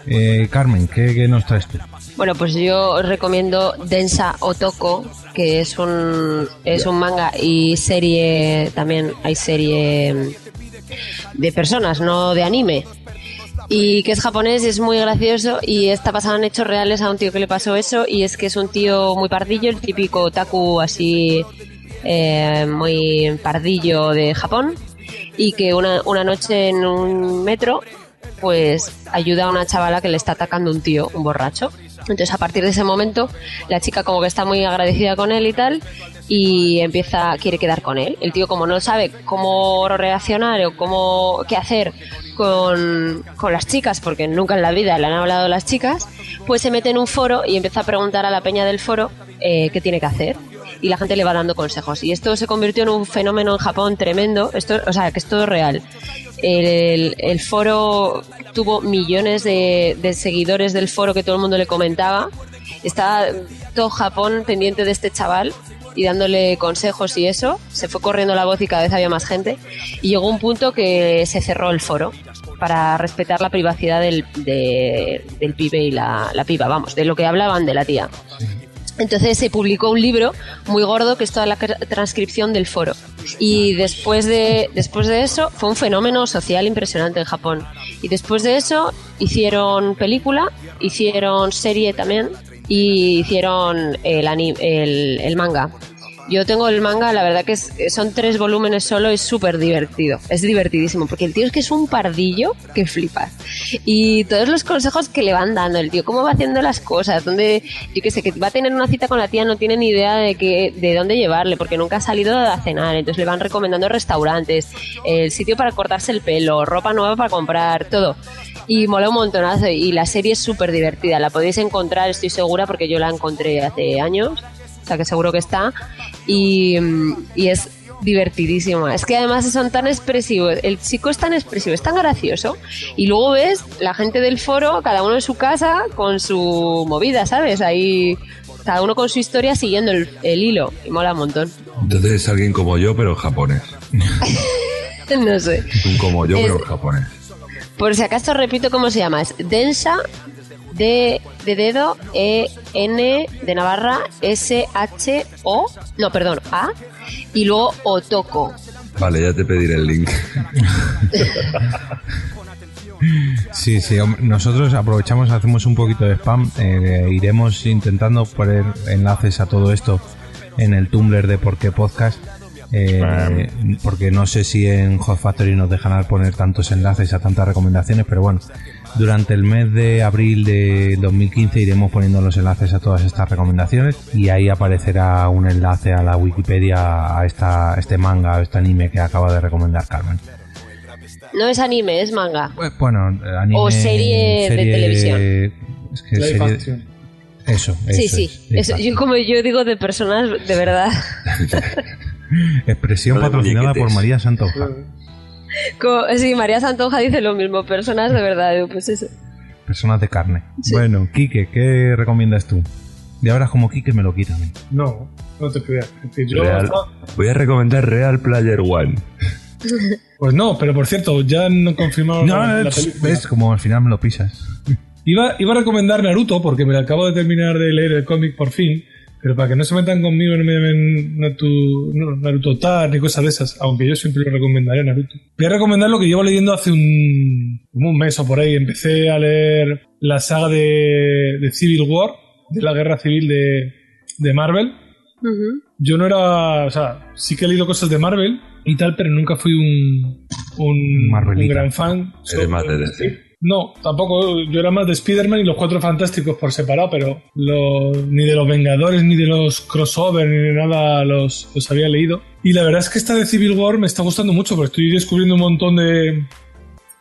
C: Eh, Carmen, ¿qué, qué nos traes tú?
M: Bueno, pues yo os recomiendo Densa Otoko, que es un, es un manga y serie, también hay serie mm, de personas, no de anime. Y que es japonés y es muy gracioso y está basado en hechos reales a un tío que le pasó eso y es que es un tío muy pardillo, el típico otaku así eh, muy pardillo de Japón y que una, una noche en un metro pues ayuda a una chavala que le está atacando un tío, un borracho. Entonces a partir de ese momento la chica como que está muy agradecida con él y tal y empieza quiere quedar con él. El tío como no sabe cómo reaccionar o cómo qué hacer con, con las chicas porque nunca en la vida le han hablado las chicas, pues se mete en un foro y empieza a preguntar a la peña del foro eh, qué tiene que hacer y la gente le va dando consejos. Y esto se convirtió en un fenómeno en Japón tremendo, esto, o sea, que es todo real. El, el foro tuvo millones de, de seguidores del foro que todo el mundo le comentaba. Estaba todo Japón pendiente de este chaval y dándole consejos y eso. Se fue corriendo la voz y cada vez había más gente. Y llegó un punto que se cerró el foro para respetar la privacidad del, de- del pibe y la, la piba, vamos, de lo que hablaban de la tía. Entonces se publicó un libro muy gordo que es toda la cr- transcripción del foro. Y después de, después de eso fue un fenómeno social impresionante en Japón. Y después de eso hicieron película, hicieron serie también y hicieron el, ani- el, el manga. Yo tengo el manga, la verdad que es- eh, son tres volúmenes solo, es súper divertido. Es divertidísimo, porque el tío es que es un pardillo que flipas. Y todos los consejos que le van dando el tío, cómo va haciendo las cosas, dónde, yo qué sé, que va a tener una cita con la tía, no tiene ni idea de, que, de dónde llevarle, porque nunca ha salido a cenar. Entonces le van recomendando restaurantes, el sitio para cortarse el pelo, ropa nueva para comprar, todo. Y mola un montonazo. Y la serie es súper divertida, la podéis encontrar, estoy segura, porque yo la encontré hace años o sea que seguro que está y, mm, y es divertidísima es que además son tan expresivos el chico es tan expresivo es tan gracioso y luego ves la gente del foro cada uno en su casa con su movida sabes ahí cada uno con su historia siguiendo el, el hilo y mola un montón
E: Entonces es alguien como yo, pero japonés.
M: no sé
E: Un como yo,
M: Es-
E: pero japonés.
M: por si acaso repito cómo se llama es densa de, de dedo E N de Navarra S H O no perdón A y luego Otoko
E: Vale, ya te pediré el link.
C: Sí, sí, hombre, nosotros aprovechamos, hacemos un poquito de spam, eh, iremos intentando poner enlaces a todo esto en el Tumblr de Por qué Podcast, eh, porque no sé si en Hot Factory nos dejarán poner tantos enlaces a tantas recomendaciones, pero bueno, durante el mes de abril de 2015 iremos poniendo los enlaces a todas estas recomendaciones y ahí aparecerá un enlace a la Wikipedia, a esta, este manga, a este anime que acaba de recomendar Carmen.
M: No es anime, es manga.
C: Bueno, eh, anime,
M: O serie de televisión.
C: Es que
M: Live
C: serie-
M: action.
C: Eso, eso
M: sí,
C: es,
M: sí.
C: live
M: Eso,
C: action.
M: yo como yo digo de personas de verdad.
C: Expresión
E: Lo de
C: patrocinada por
E: muñequetes.
C: María Santoja.
M: Como- sí, María Santoja dice lo mismo, personas de verdad. digo, Pues eso.
C: Personas de carne. Bueno, Quique, ¿qué recomiendas tú? De ahora como Quique me lo quitan.
K: No, no te creas. Es que yo-
E: Real- voy a recomendar Real Player One.
K: Pues no, pero por cierto, ya no confirmaron
C: No,
K: la, la
C: es-
K: película.
C: ves como al final me lo pisas.
K: Iba, iba a recomendar Naruto porque me lo acabo de terminar de leer el cómic por fin, pero para que no se metan conmigo no me llamen Natu- no, Naruto Tar ni cosas de esas, aunque yo siempre lo recomendaré Naruto. Voy a recomendar lo que llevo leyendo hace un, como un mes o por ahí. Empecé a leer la saga de, de Civil War, de la guerra civil de, de Marvel. Yo no era, o sea, sí que he leído cosas de Marvel y tal, pero nunca fui un, un, un
E: Marvelita.
K: gran fan.
E: Eres más de DC.
K: No, tampoco. Yo era más de Spider-Man y los cuatro fantásticos por separado, pero los- ni de los Vengadores, ni de los crossover, ni de nada los, los había leído. Y la verdad es que esta de Civil War me está gustando mucho, porque estoy descubriendo un montón de,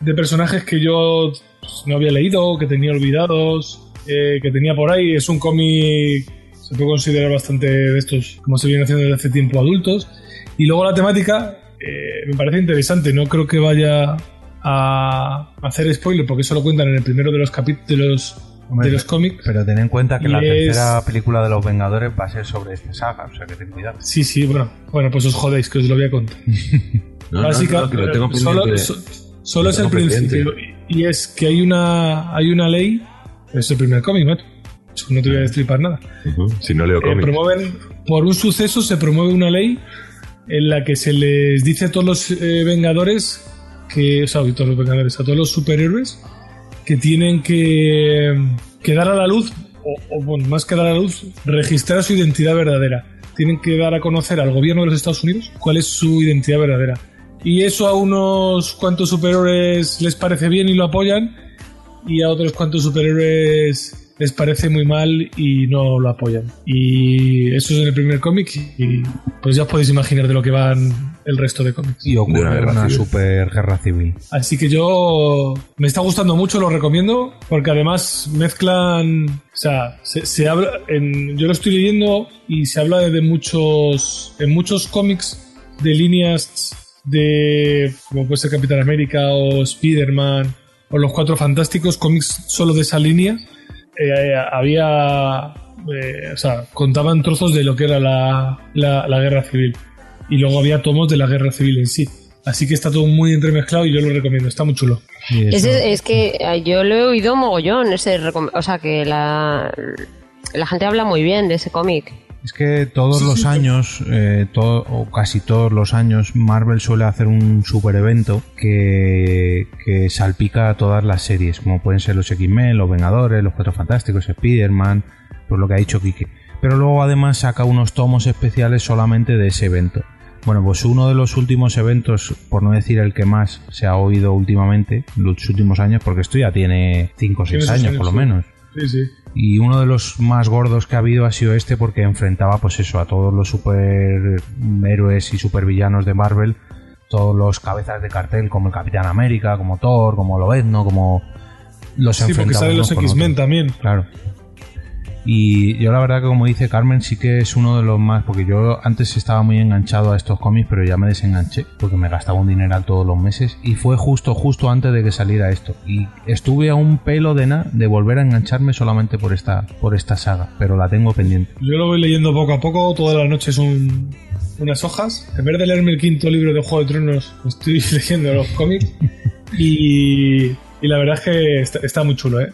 K: de personajes que yo pues, no había leído, que tenía olvidados, eh, que tenía por ahí. Es un cómic, se puede considerar bastante de estos, como se viene haciendo desde hace tiempo adultos. Y luego la temática eh, me parece interesante, no creo que vaya a hacer spoiler, porque eso lo cuentan en el primero de los capítulos
C: Hombre,
K: de los cómics.
C: Pero ten en cuenta que la
K: Y es-
C: tercera película de los Vengadores va a ser sobre esta saga, o sea que ten cuidado.
K: Sí, sí, bueno, bueno, pues os jodéis, que os lo voy a contar.
E: No, no,
K: Básica-
E: no, que lo tengo
K: solo,
E: pendiente.
K: so- solo
E: Lo
K: es
E: tengo
K: el principio.
E: pendiente.
K: Y es que hay una, hay una ley. Es el primer cómic, macho. No te voy a destripar nada.
E: Ujú, Si no leo
K: Eh,
E: cómics.
K: promueven, por un suceso se promueve una ley en la que se les dice a todos los eh, vengadores que, o sea, a todos los vengadores, a todos los superhéroes que tienen que, que dar a la luz, o, o, bueno, más que dar a la luz, registrar su identidad verdadera. Tienen que dar a conocer al gobierno de los Estados Unidos cuál es su identidad verdadera. Y eso a unos cuantos superhéroes les parece bien y lo apoyan, y a otros cuantos superhéroes les parece muy mal y no lo apoyan. Y eso es en el primer cómic y pues ya os podéis imaginar de lo que van el resto de cómics.
C: Y ocurre
E: De una
C: una,
E: guerra civil.
C: super guerra civil.
K: Así que yo me está gustando mucho, lo recomiendo, porque además mezclan, o sea, se, se habla, en, yo lo estoy leyendo y se habla de muchos, en muchos cómics de líneas de, como puede ser Capitán América o Spider-Man o los Cuatro Fantásticos, cómics solo de esa línea, eh, había, eh, o sea, contaban trozos de lo que era la, la- la guerra civil. Y luego había tomos de la guerra civil en sí. Así que está todo muy entremezclado y yo lo recomiendo, está muy chulo.
M: Ese- es que eh, yo lo he oído mogollón, ese recom- o sea que la, la gente habla muy bien de ese cómic.
C: Es que todos los años, eh, todo, o casi todos los años, Marvel suele hacer un super evento que, que salpica a todas las series, como pueden ser los X-Men, los Vengadores, los Cuatro Fantásticos, Spider-Man, por lo que ha dicho Quique. Pero luego además saca unos tomos especiales solamente de ese evento. Bueno, pues uno de los últimos eventos, por no decir el que más se ha oído últimamente, los últimos años, porque esto ya tiene 5 o 6
K: Tiene sus
C: años por lo
K: sí.
C: menos.
K: Sí, sí.
C: Y uno de los más gordos que ha habido ha sido este porque enfrentaba pues eso a todos los superhéroes y supervillanos de Marvel, todos los cabezas de cartel como el Capitán América, como Thor, como Lobezno, como los
K: Sí, porque
C: enfrentaba
K: salen los
C: unos con otros.
K: X-Men también.
C: Claro. Y yo la verdad que como dice Carmen sí que es uno de los más, porque yo antes estaba muy enganchado a estos cómics, pero ya me desenganché porque me gastaba un dineral todos los meses y fue justo, justo antes de que saliera esto. Y estuve a un pelo de nada de volver a engancharme solamente por esta, por esta saga, pero la tengo pendiente.
K: Yo lo voy leyendo poco a poco, todas las noches un- unas hojas. En vez de leerme el quinto libro de Juego de Tronos, estoy leyendo los cómics. Y, y la verdad es que está, está muy chulo, ¿eh?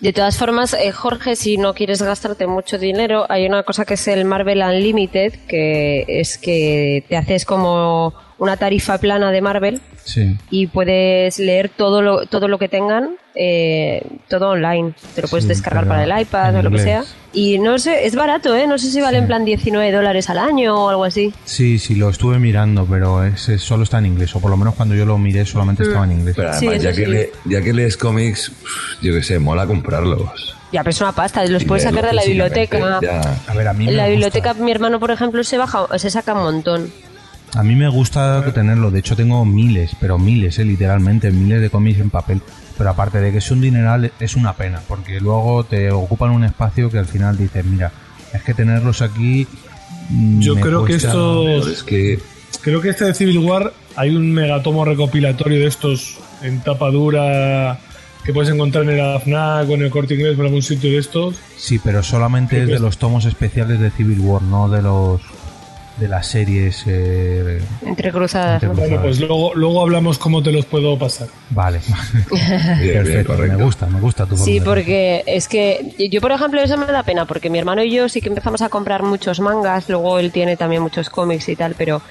M: De todas formas, eh, Jorge, si no quieres gastarte mucho dinero, hay una cosa que es el Marvel Unlimited, que es que te haces como una tarifa plana de Marvel
C: Sí.
M: y puedes leer todo lo, todo lo que tengan, eh, todo online. Te lo puedes
C: Sí,
M: descargar
C: pero
M: para el iPad
C: en
M: o lo que
C: inglés.
M: sea. Y no sé, es barato, ¿eh? No sé si vale en plan 19 dólares al año o algo así.
C: Sí, sí, lo estuve mirando, pero ese solo está en inglés, o por lo menos cuando yo lo miré solamente
M: Mm.
C: estaba en inglés.
E: Pero además, ya, que le- ya que lees cómics, pff, yo qué sé, mola comprarlos.
M: Ya, pero es una pasta, los
E: Y
M: puedes
E: leerlos
M: sacar de la
E: físicamente,
M: biblioteca.
E: ya.
C: A ver, a mí
M: En
C: me
M: la
C: gusta.
M: biblioteca, mi hermano, por ejemplo, se baja, se saca un montón.
C: A mí me gusta tenerlo, de hecho tengo miles, pero miles, eh, literalmente, miles de cómics en papel. Pero aparte de que es un dineral, es una pena, porque luego te ocupan un espacio que al final dices, mira, es que tenerlos aquí... mm,
K: Yo
C: me
K: creo que
C: cuesta".
K: estos. Creo que este de Civil War hay un megatomo recopilatorio de estos en tapa dura que puedes encontrar en el FNAC o en el corte inglés por algún sitio de estos.
C: Sí, pero solamente
K: Creo
C: es
K: que
C: de
K: es-
C: los tomos especiales de Civil War, no de los... de las series... eh,
M: Entre cruzadas. ¿no?
K: Bueno, pues luego, luego hablamos cómo te los puedo pasar.
C: Vale. Perfecto, me gusta, me gusta tu
M: Sí,
C: forma de-
M: porque es que yo, por ejemplo, eso me da pena, porque mi hermano y yo sí que empezamos a comprar muchos mangas, luego él tiene también muchos cómics y tal, pero,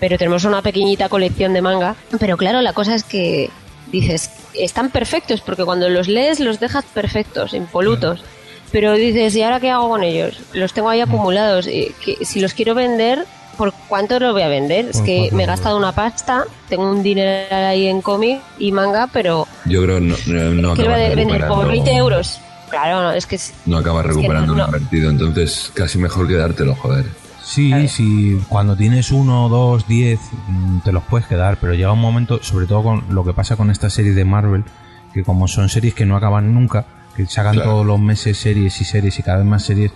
M: pero tenemos una pequeñita colección de manga. Pero claro, la cosa es que dices, están perfectos, porque cuando los lees los dejas perfectos, impolutos. Pero dices, ¿y ahora qué hago con ellos? Los tengo
E: Mm.
M: ahí acumulados. y que- si los quiero vender, ¿por cuánto los voy a vender? Es
E: Por
M: que
E: cuatro
M: me he
E: euros.
M: gastado una pasta, tengo un dinero ahí en cómic y manga, pero
E: Yo creo no, no, no
M: que lo
E: acabas
M: voy a vender
E: recuperando-
M: por 20 euros. Claro, no, es que es-
E: No acabas
M: Es que
E: recuperando
M: no,
E: lo
M: no.
E: invertido, entonces casi mejor quedártelo, joder.
C: Sí, sí, cuando tienes uno, dos, diez, mm, te los puedes quedar, pero llega un momento, sobre todo con lo que pasa con esta serie de Marvel, que como son series que no acaban nunca, que sacan
E: Claro.
C: todos los meses series y series y cada vez más series,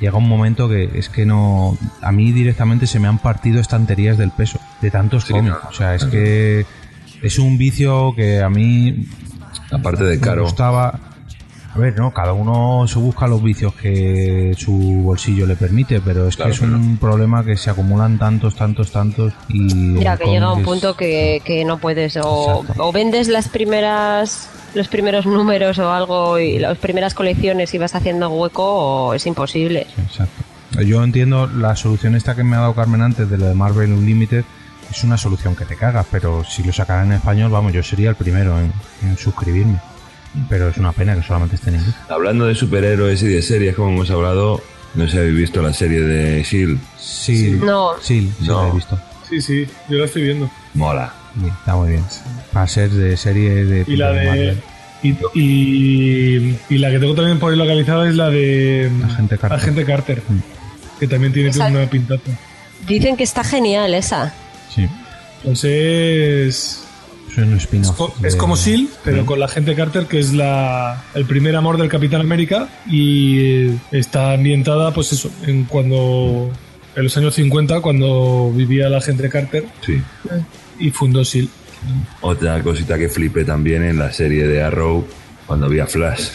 C: llega un momento que es que no... A mí directamente se me han partido estanterías del peso, de tantos cómics. o sea, es que es un vicio que a mí...
E: Aparte de
C: me
E: caro.
C: gustaba- a ver, no, cada uno se busca los vicios que su bolsillo le permite, pero es que es un problema que se acumulan tantos, tantos, tantos y...
M: Mira,
C: el
M: que llega
C: cómic
M: un
C: es-
M: punto que, que no puedes. O,
C: Exacto.
M: o vendes las primeras los primeros números o algo y las primeras colecciones y vas haciendo hueco o es imposible.
C: Exacto. Yo entiendo la solución esta que me ha dado Carmen antes de lo de Marvel Unlimited, es una solución que te cagas, pero si lo sacaran en español, vamos, yo sería el primero en, en suscribirme. Pero es una pena que solamente esté en inglés.
E: Hablando de superhéroes y de series, como hemos hablado, no sé si habéis visto la serie de Shield.
C: Sí.
M: No.
E: E
C: E Sí, sí lo he visto.
K: Sí, sí, yo lo estoy viendo.
E: Mola.
C: Sí, Está muy bien. Va a ser de serie de...
K: Y la de.
C: Marvel.
K: Y, y- y la que tengo también por ahí localizada es la de.
C: Agente Carter. Mm.
K: Agente Carter, Que también tiene
M: Esa-
K: una pintata.
M: Dicen que está genial esa.
C: Sí.
K: Entonces.
C: Es un spin-off.
K: co- Es como Seal, pero con la gente Carter, que es la, el primer amor del Capitán América. Y eh, está ambientada, pues eso, en cuando. En los años 50, cuando vivía la gente Carter.
E: Sí.
K: Y fundó Seal.
E: Otra cosita que flipé también en la serie de Arrow, cuando vi a Flash.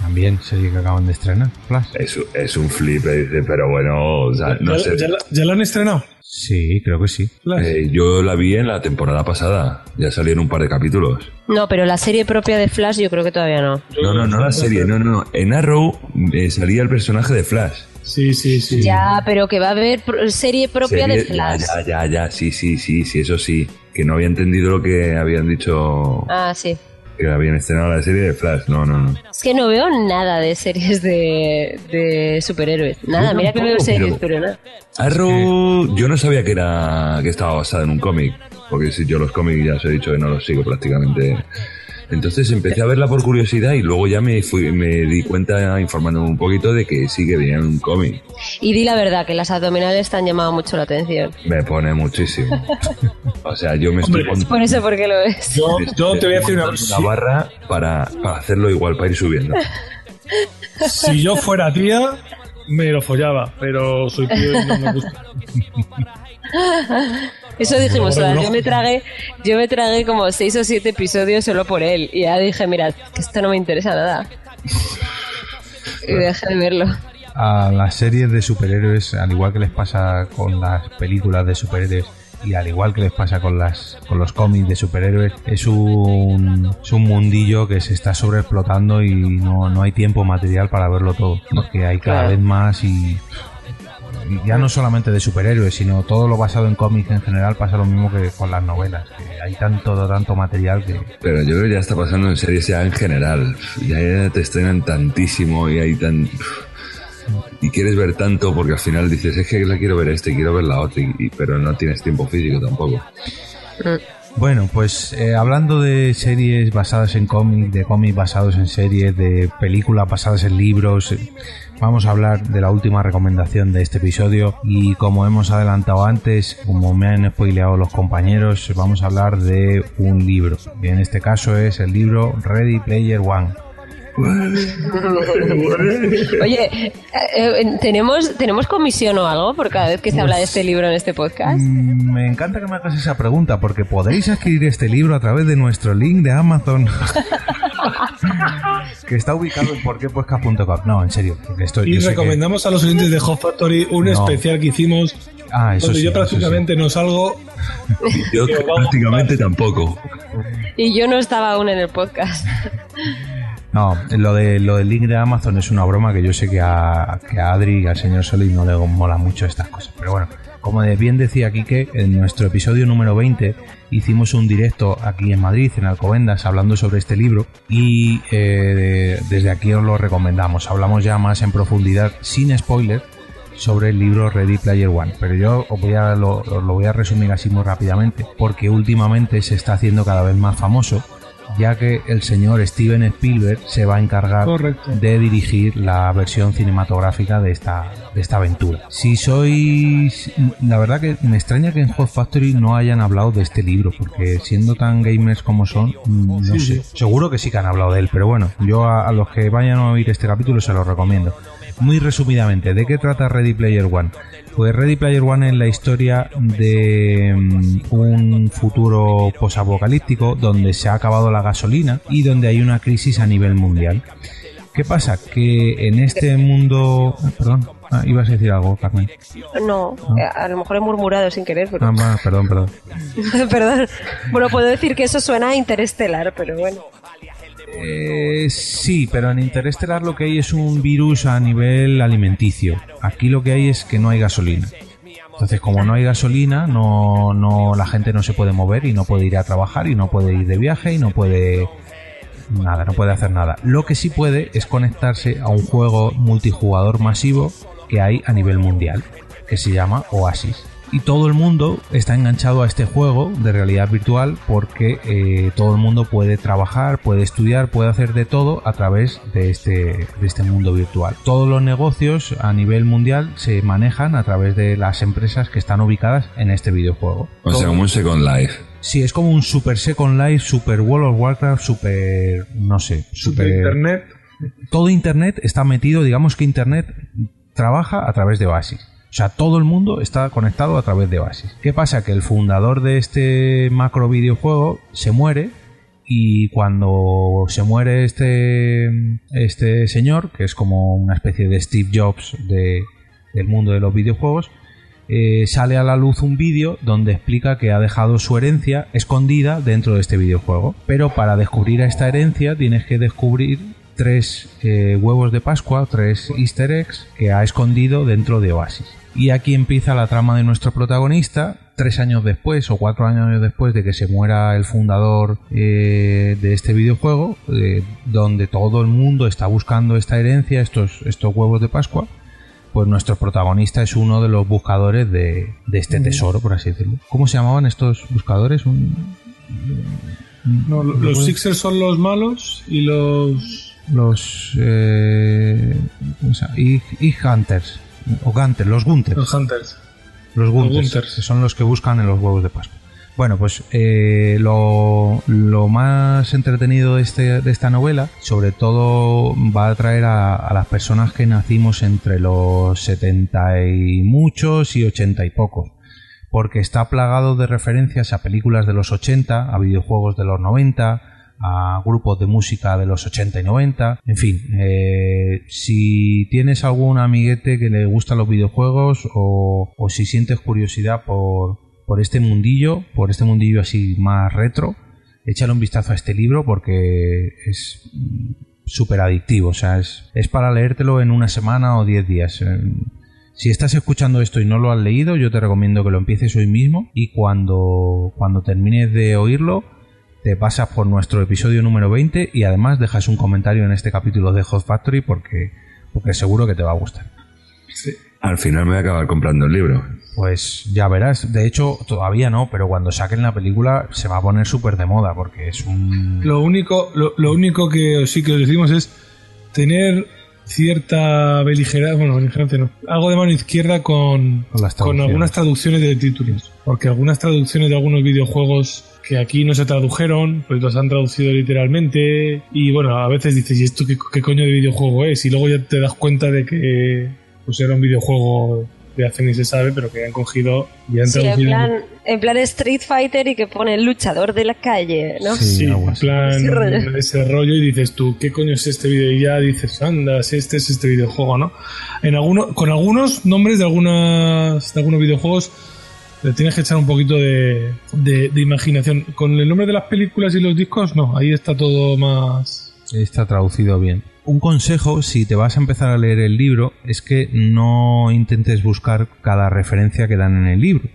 C: También serie que acaban de estrenar. Flash.
E: Es, un- es un flip, eh, dice, pero bueno, o sea, no
K: ¿Ya,
E: sé.
K: ya la- ya la han estrenado?
C: Sí, creo que sí.
E: Eh, yo la vi en la temporada pasada. Ya salieron un par de capítulos.
M: No, pero la serie propia de Flash yo creo que todavía no.
E: No, no, no la serie. No, no. no. En Arrow eh, salía el personaje de Flash.
K: Sí, sí, sí.
M: Ya, pero que va a haber pro- serie propia de
E: Serie-
M: Flash.
E: Ya, ya, ya, ya. Sí, sí, sí, sí. Eso sí. Que no había entendido lo que habían dicho.
M: Ah, sí.
E: Que habían estrenado la serie de Flash. No, no, no.
M: Es que no veo nada de series de, de superhéroes. Nada,
E: Yo
M: mira que veo
E: tampoco,
M: series,
E: pero-
M: pero nada.
E: Arrow, yo no sabía que era que estaba basada en un cómic, porque si yo los cómics ya os he dicho que no los sigo prácticamente. Entonces empecé a verla por curiosidad y luego ya me fui, me di cuenta informándome un poquito de que sí que venía en un cómic.
M: Y di la verdad, que las abdominales te han llamado mucho la atención.
E: Me pone muchísimo. O sea, yo me estoy pon-
M: Por eso porque lo es.
K: Yo, yo te voy a decir una
E: montando una barra para, para hacerlo igual, para ir subiendo.
K: Si yo fuera tía, me lo follaba, pero soy tío y no me gusta.
M: Eso dijimos,
K: Ahora
M: todas.
K: no.
M: yo me tragué, yo me tragué como seis o siete episodios solo por él. Y ya dije, mira, que esto no me interesa nada. Y dejé de verlo.
C: A las series de superhéroes, al igual que les pasa con las películas de superhéroes y al igual que les pasa con las con los cómics de superhéroes, es un, es un mundillo que se está sobreexplotando y no, no hay tiempo material para verlo todo. Porque hay cada
N: Claro.
C: vez más y y ya no solamente de superhéroes, sino todo lo basado en cómics en general pasa lo mismo que con las novelas, que hay tanto, tanto material que
E: Pero yo creo que ya está pasando en series ya en general. Ya, ya te estrenan tantísimo y hay tan. Y quieres ver tanto porque al final dices, es que la quiero ver este, quiero ver la otra, y- y- pero no tienes tiempo físico tampoco.
C: Mm. Bueno, pues eh, hablando de series basadas en cómics, de cómics basados en series, de películas basadas en libros, eh, vamos a hablar de la última recomendación de este episodio y como hemos adelantado antes, como me han spoileado los compañeros, vamos a hablar de un libro. Y en este caso es el libro Ready Player One.
M: Oye, eh, eh, ¿tenemos, ¿tenemos comisión o algo por cada vez que
K: Pues
M: se habla de este libro en este podcast?
C: Mm, Me encanta que me hagas esa pregunta porque podéis adquirir este libro a través de nuestro link de Amazon. que está ubicado en porquepuescas.com. No, en serio. que Estoy,
K: Y
C: yo sé que-
K: recomendamos a los oyentes de Hot Factory un
C: No.
K: especial que hicimos
C: Ah, eso
K: donde
C: sí,
K: yo
C: eso
K: prácticamente no salgo.
E: Yo prácticamente tampoco.
M: Y yo no estaba aún en el podcast.
C: No, lo, de, lo del link de Amazon es una broma que yo sé que a, que a Adri y al señor Solís no le mola mucho estas cosas. Pero bueno, como de- bien decía Quique, en nuestro episodio número 20 hicimos un directo aquí en Madrid, en Alcobendas, hablando sobre este libro y eh, de- desde aquí os lo recomendamos. Hablamos ya más en profundidad, sin spoiler, sobre el libro Ready Player One. Pero yo os voy a, lo, os lo voy a resumir así muy rápidamente, porque últimamente se está haciendo cada vez más famoso ya que el señor Steven Spielberg se va a encargar de dirigir la versión cinematográfica de esta, de esta aventura. Si sois... La verdad que me extraña que en Hot Factory no hayan hablado de este libro, porque siendo tan gamers como son, mm, no
N: Sí,
C: sé.
N: sí.
C: Seguro que sí que han hablado de él, pero bueno, yo a, a los que vayan a oír este capítulo se lo recomiendo. Muy resumidamente, ¿de qué trata Ready Player One? Pues Ready Player One es la historia de mm, un futuro posapocalíptico donde se ha acabado la gasolina y donde hay una crisis a nivel mundial. ¿Qué pasa? Que en este mundo... ah, Perdón, ah, ibas a decir algo, Carmen.
F: No,
M: eh,
F: a, a lo mejor he murmurado sin querer, pero...
C: Ah, va, perdón, perdón. Ah.
F: Perdón. Bueno, puedo decir que eso suena a interestelar, pero bueno.
C: Eh, sí, pero en Interestelar lo que hay es un virus a nivel alimenticio. Aquí lo que hay es que no hay gasolina. Entonces, como no hay gasolina, no, no, la gente no se puede mover y no puede ir a trabajar y no puede ir de viaje y no puede nada, no puede hacer nada. Lo que sí puede es conectarse a un juego multijugador masivo que hay a nivel mundial, que se llama Oasis. Y todo el mundo está enganchado a este juego de realidad virtual porque eh, todo el mundo puede trabajar, puede estudiar, puede hacer de todo a través de este, de este mundo virtual. Todos los negocios a nivel mundial se manejan a través de las empresas que están ubicadas en este videojuego.
E: O sea, como un Second Life.
C: Sí, es como un Super Second Life, Super World of Warcraft, Super. no sé, Super.
K: Internet.
C: Todo Internet está metido, digamos que Internet trabaja a través de Oasis. O sea, todo el mundo está conectado a través de Oasis. ¿Qué pasa? Que el fundador de este macro videojuego se muere y cuando se muere este, este señor, que es como una especie de Steve Jobs de- del mundo de los videojuegos, eh, sale a la luz un vídeo donde explica que ha dejado su herencia escondida dentro de este videojuego. Pero para descubrir a esta herencia tienes que descubrir tres eh, huevos de Pascua, tres easter eggs que ha escondido dentro de Oasis. Y aquí empieza la trama de nuestro protagonista, tres años después o cuatro años después de que se muera el fundador eh, de este videojuego, eh, donde todo el mundo está buscando esta herencia, estos, estos huevos de Pascua, pues nuestro protagonista es uno de los buscadores de, de este tesoro, por así decirlo. ¿Cómo se llamaban estos buscadores? Un-
K: No,
C: Mm,
K: lo- los Sixers son los malos y los.
C: los eh, ¿cómo se llama? y, y Hunters o Gunters, los Gunters.
K: Los Hunters.
C: Los Gunters,
K: Gunters.
C: que son los que buscan en los huevos de Pascua. Bueno, pues eh, lo, lo más entretenido de, este, de esta novela, sobre todo, va a atraer a, a las personas que nacimos entre los 70 y muchos y 80 y pocos, porque está plagado de referencias a películas de los 80, a videojuegos de los 90, a grupos de música de los 80 y 90. En fin, eh, si tienes algún amiguete que le gustan los videojuegos o, o si sientes curiosidad por, por este mundillo, por este mundillo así más retro, échale un vistazo a este libro porque es mm, súper adictivo. O sea, es, es para leértelo en una semana o 10 días. Eh, si estás escuchando esto y no lo has leído, yo te recomiendo que lo empieces hoy mismo y cuando, cuando termines de oírlo, te pasas por nuestro episodio número 20 y además dejas un comentario en este capítulo de Hot Factory porque, porque seguro que te va a gustar.
E: Al final me voy a acabar comprando el libro.
C: Pues ya verás, de hecho todavía no, pero cuando saquen la película se va a poner súper de moda porque es un...
K: Lo único, lo, lo único que os- sí que os decimos es tener cierta beligerancia, bueno, beligerancia no, algo de mano izquierda con,
C: Con las
K: con
C: traducciones.
K: algunas traducciones de títulos, porque algunas traducciones de algunos videojuegos que aquí no se tradujeron, pues los han traducido literalmente y bueno, a veces dices, ¿y esto qué, qué coño de videojuego es? Y luego ya te das cuenta de que pues era un videojuego de hace ni se sabe, pero que han cogido y han
F: Sí, en
K: traducido.
F: plan, en plan Street Fighter y que pone el luchador de la calle, ¿no?
K: Sí, en plan
F: Ese rollo.
K: ese rollo y dices tú, ¿qué coño es este video? Y ya dices, anda, si este es este videojuego, ¿no? En alguno, con algunos nombres de, algunas, de algunos videojuegos le tienes que echar un poquito de, de- de imaginación. Con el nombre de las películas y los discos, no, ahí está todo más...
C: Está traducido bien. Un consejo, si te vas a empezar a leer el libro, es que no intentes buscar cada referencia que dan en el libro.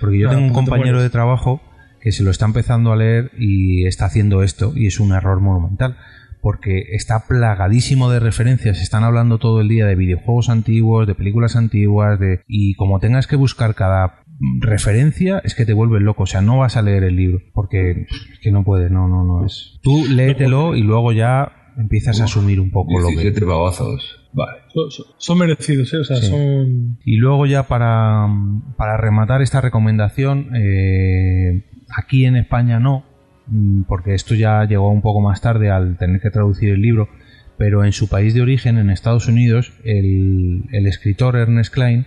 C: Porque yo
K: Claro,
C: tengo
K: porque
C: un
K: te
C: compañero
K: pones.
C: de trabajo que se lo está empezando a leer y está haciendo esto, y es un error monumental, porque está plagadísimo de referencias, están hablando todo el día de videojuegos antiguos, de películas antiguas, de y como tengas que buscar cada referencia, es que te vuelves loco, o sea, no vas a leer el libro, porque es que no puedes, no, no, no es. Tú léetelo y luego ya empiezas a asumir un poco lo que...
E: 17 pavazos. Vale.
K: Son, son- son merecidos, ¿eh? O sea,
C: Sí.
K: son...
C: Y luego ya para, para rematar esta recomendación, eh, aquí en España no, mm, porque esto ya llegó un poco más tarde al tener que traducir el libro, pero en su país de origen, en Estados Unidos, el, el escritor Ernest Klein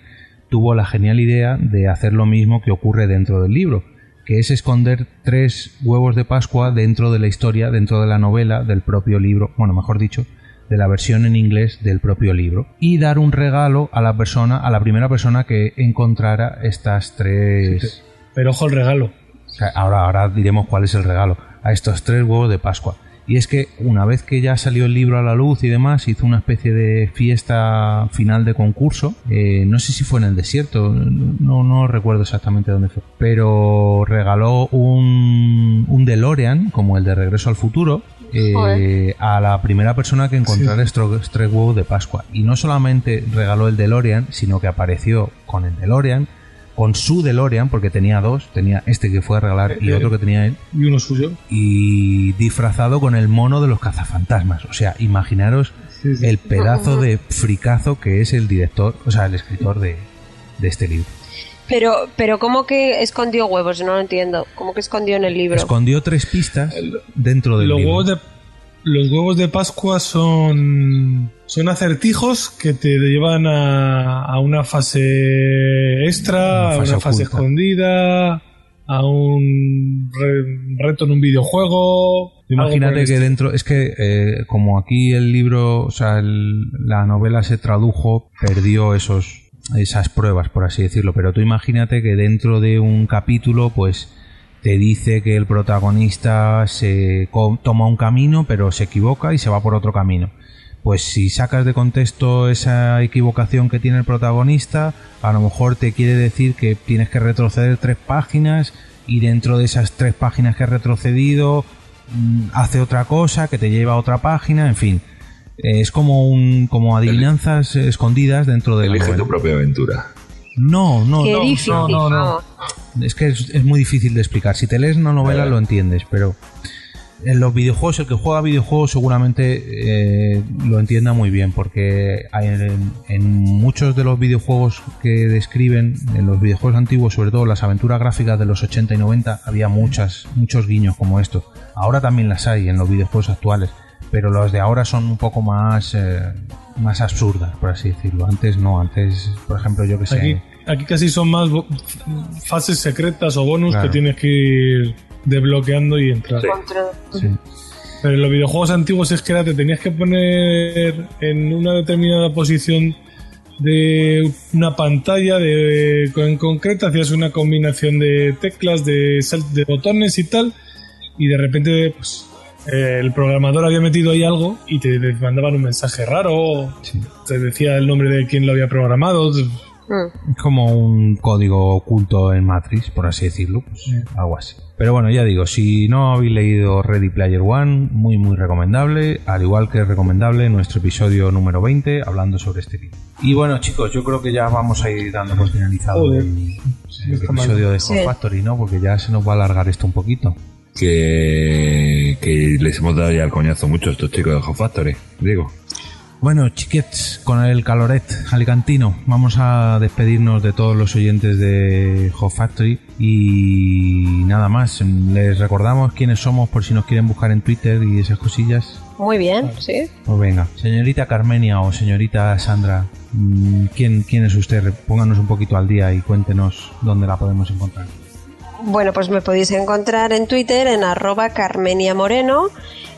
C: tuvo la genial idea de hacer lo mismo que ocurre dentro del libro, que es esconder tres huevos de Pascua dentro de la historia, dentro de la novela, del propio libro, bueno, mejor dicho, de la versión en inglés del propio libro y dar un regalo a la persona, a la primera persona que encontrara estas tres.
K: Pero ojo el regalo.
C: Ahora, ahora diremos cuál es el regalo a estos tres huevos de Pascua. Y es que una vez que ya salió el libro a la luz y demás, hizo una especie de fiesta final de concurso. Eh, no sé si fue en el desierto, no, no recuerdo exactamente dónde fue. Pero regaló un, un DeLorean, como el de Regreso al Futuro, eh,
N: Joder.
C: a la primera persona que encontrara estos tres huevos de Pascua. Y no solamente regaló el DeLorean, sino que apareció con el DeLorean, con su DeLorean, porque tenía dos, tenía este que fue a regalar y
K: eh.
C: otro que tenía él,
K: Y uno suyo.
C: y disfrazado con el mono de los cazafantasmas. O sea, imaginaros
K: sí.
C: el pedazo de fricazo que es el director, o sea, el escritor de, de este libro.
F: Pero, pero ¿cómo que escondió huevos? No lo entiendo. ¿Cómo que escondió en el libro?
C: Escondió tres pistas dentro del
K: los
C: libro.
K: huevos de los huevos de Pascua son son acertijos que te llevan a, a una fase extra,
C: Una fase
K: a una fase
C: oculta.
K: escondida, a un re- reto en un videojuego. algo por este.
C: Imagínate
K: el
C: que
K: estilo.
C: dentro, es que eh, como aquí el libro, o sea, el- la novela se tradujo, perdió esos esas pruebas, por así decirlo. Pero tú imagínate que dentro de un capítulo, pues te dice que el protagonista se co- toma un camino, pero se equivoca y se va por otro camino. Pues si sacas de contexto esa equivocación que tiene el protagonista, a lo mejor te quiere decir que tienes que retroceder tres páginas y dentro de esas tres páginas que has retrocedido mm, hace otra cosa que te lleva a otra página, en fin. Eh, Es como un como adivinanzas escondidas dentro de
E: Elige
C: la
E: tu
C: novela.
E: propia aventura.
C: No, no,
E: Qué
C: no,
E: difícil,
C: no, no, no.
E: vamos.
C: Es que es, es muy difícil de explicar. Si te lees una novela lo entiendes, pero en los videojuegos, el que juega videojuegos seguramente eh, lo entienda muy bien, porque hay en, en muchos de los videojuegos que describen, en los videojuegos antiguos, sobre todo las aventuras gráficas de los 80 y 90, había muchas, muchos guiños como estos. Ahora también las hay en los videojuegos actuales, pero los de ahora son un poco más, eh, más absurdas, por así decirlo. Antes no, antes, por ejemplo, yo que sé.
K: Aquí, aquí casi son más bo- fases secretas o bonus
C: Claro.
K: que tienes que ir desbloqueando y entrar. Pero en los videojuegos antiguos es que era, te tenías que poner en una determinada posición de una pantalla de, en concreto, hacías una combinación de teclas, de, sal- de botones y tal, y de repente pues, eh, el programador había metido ahí algo y te mandaban un mensaje raro, te decía el nombre de quien lo había programado,
C: Es como un código oculto en Matrix, por así decirlo, pues, algo así. Pero bueno, ya digo, si no habéis leído Ready Player One, muy muy recomendable, al igual que es recomendable nuestro episodio número 20 hablando sobre este libro. Y bueno, chicos, yo creo que ya vamos a ir dando por finalizado
K: Joder.
C: el, el
K: está mal.
C: episodio de
K: Sí.
C: Hot Factory, ¿no? Porque ya se nos va a alargar esto un poquito.
E: Que, que les hemos dado ya el coñazo mucho a estos chicos de Hot Factory, digo.
C: Bueno, chiquets, con el caloret alicantino, vamos a despedirnos de todos los oyentes de Hot Factory y nada más. Les recordamos quiénes somos por si nos quieren buscar en Twitter y esas cosillas.
F: Muy bien, sí.
C: Pues venga, señorita Carmenia o señorita Sandra, mm, ¿quién, quién es usted? Pónganos un poquito al día y cuéntenos dónde la podemos encontrar.
F: Bueno, pues me podéis encontrar en Twitter en arroba Carmenia Moreno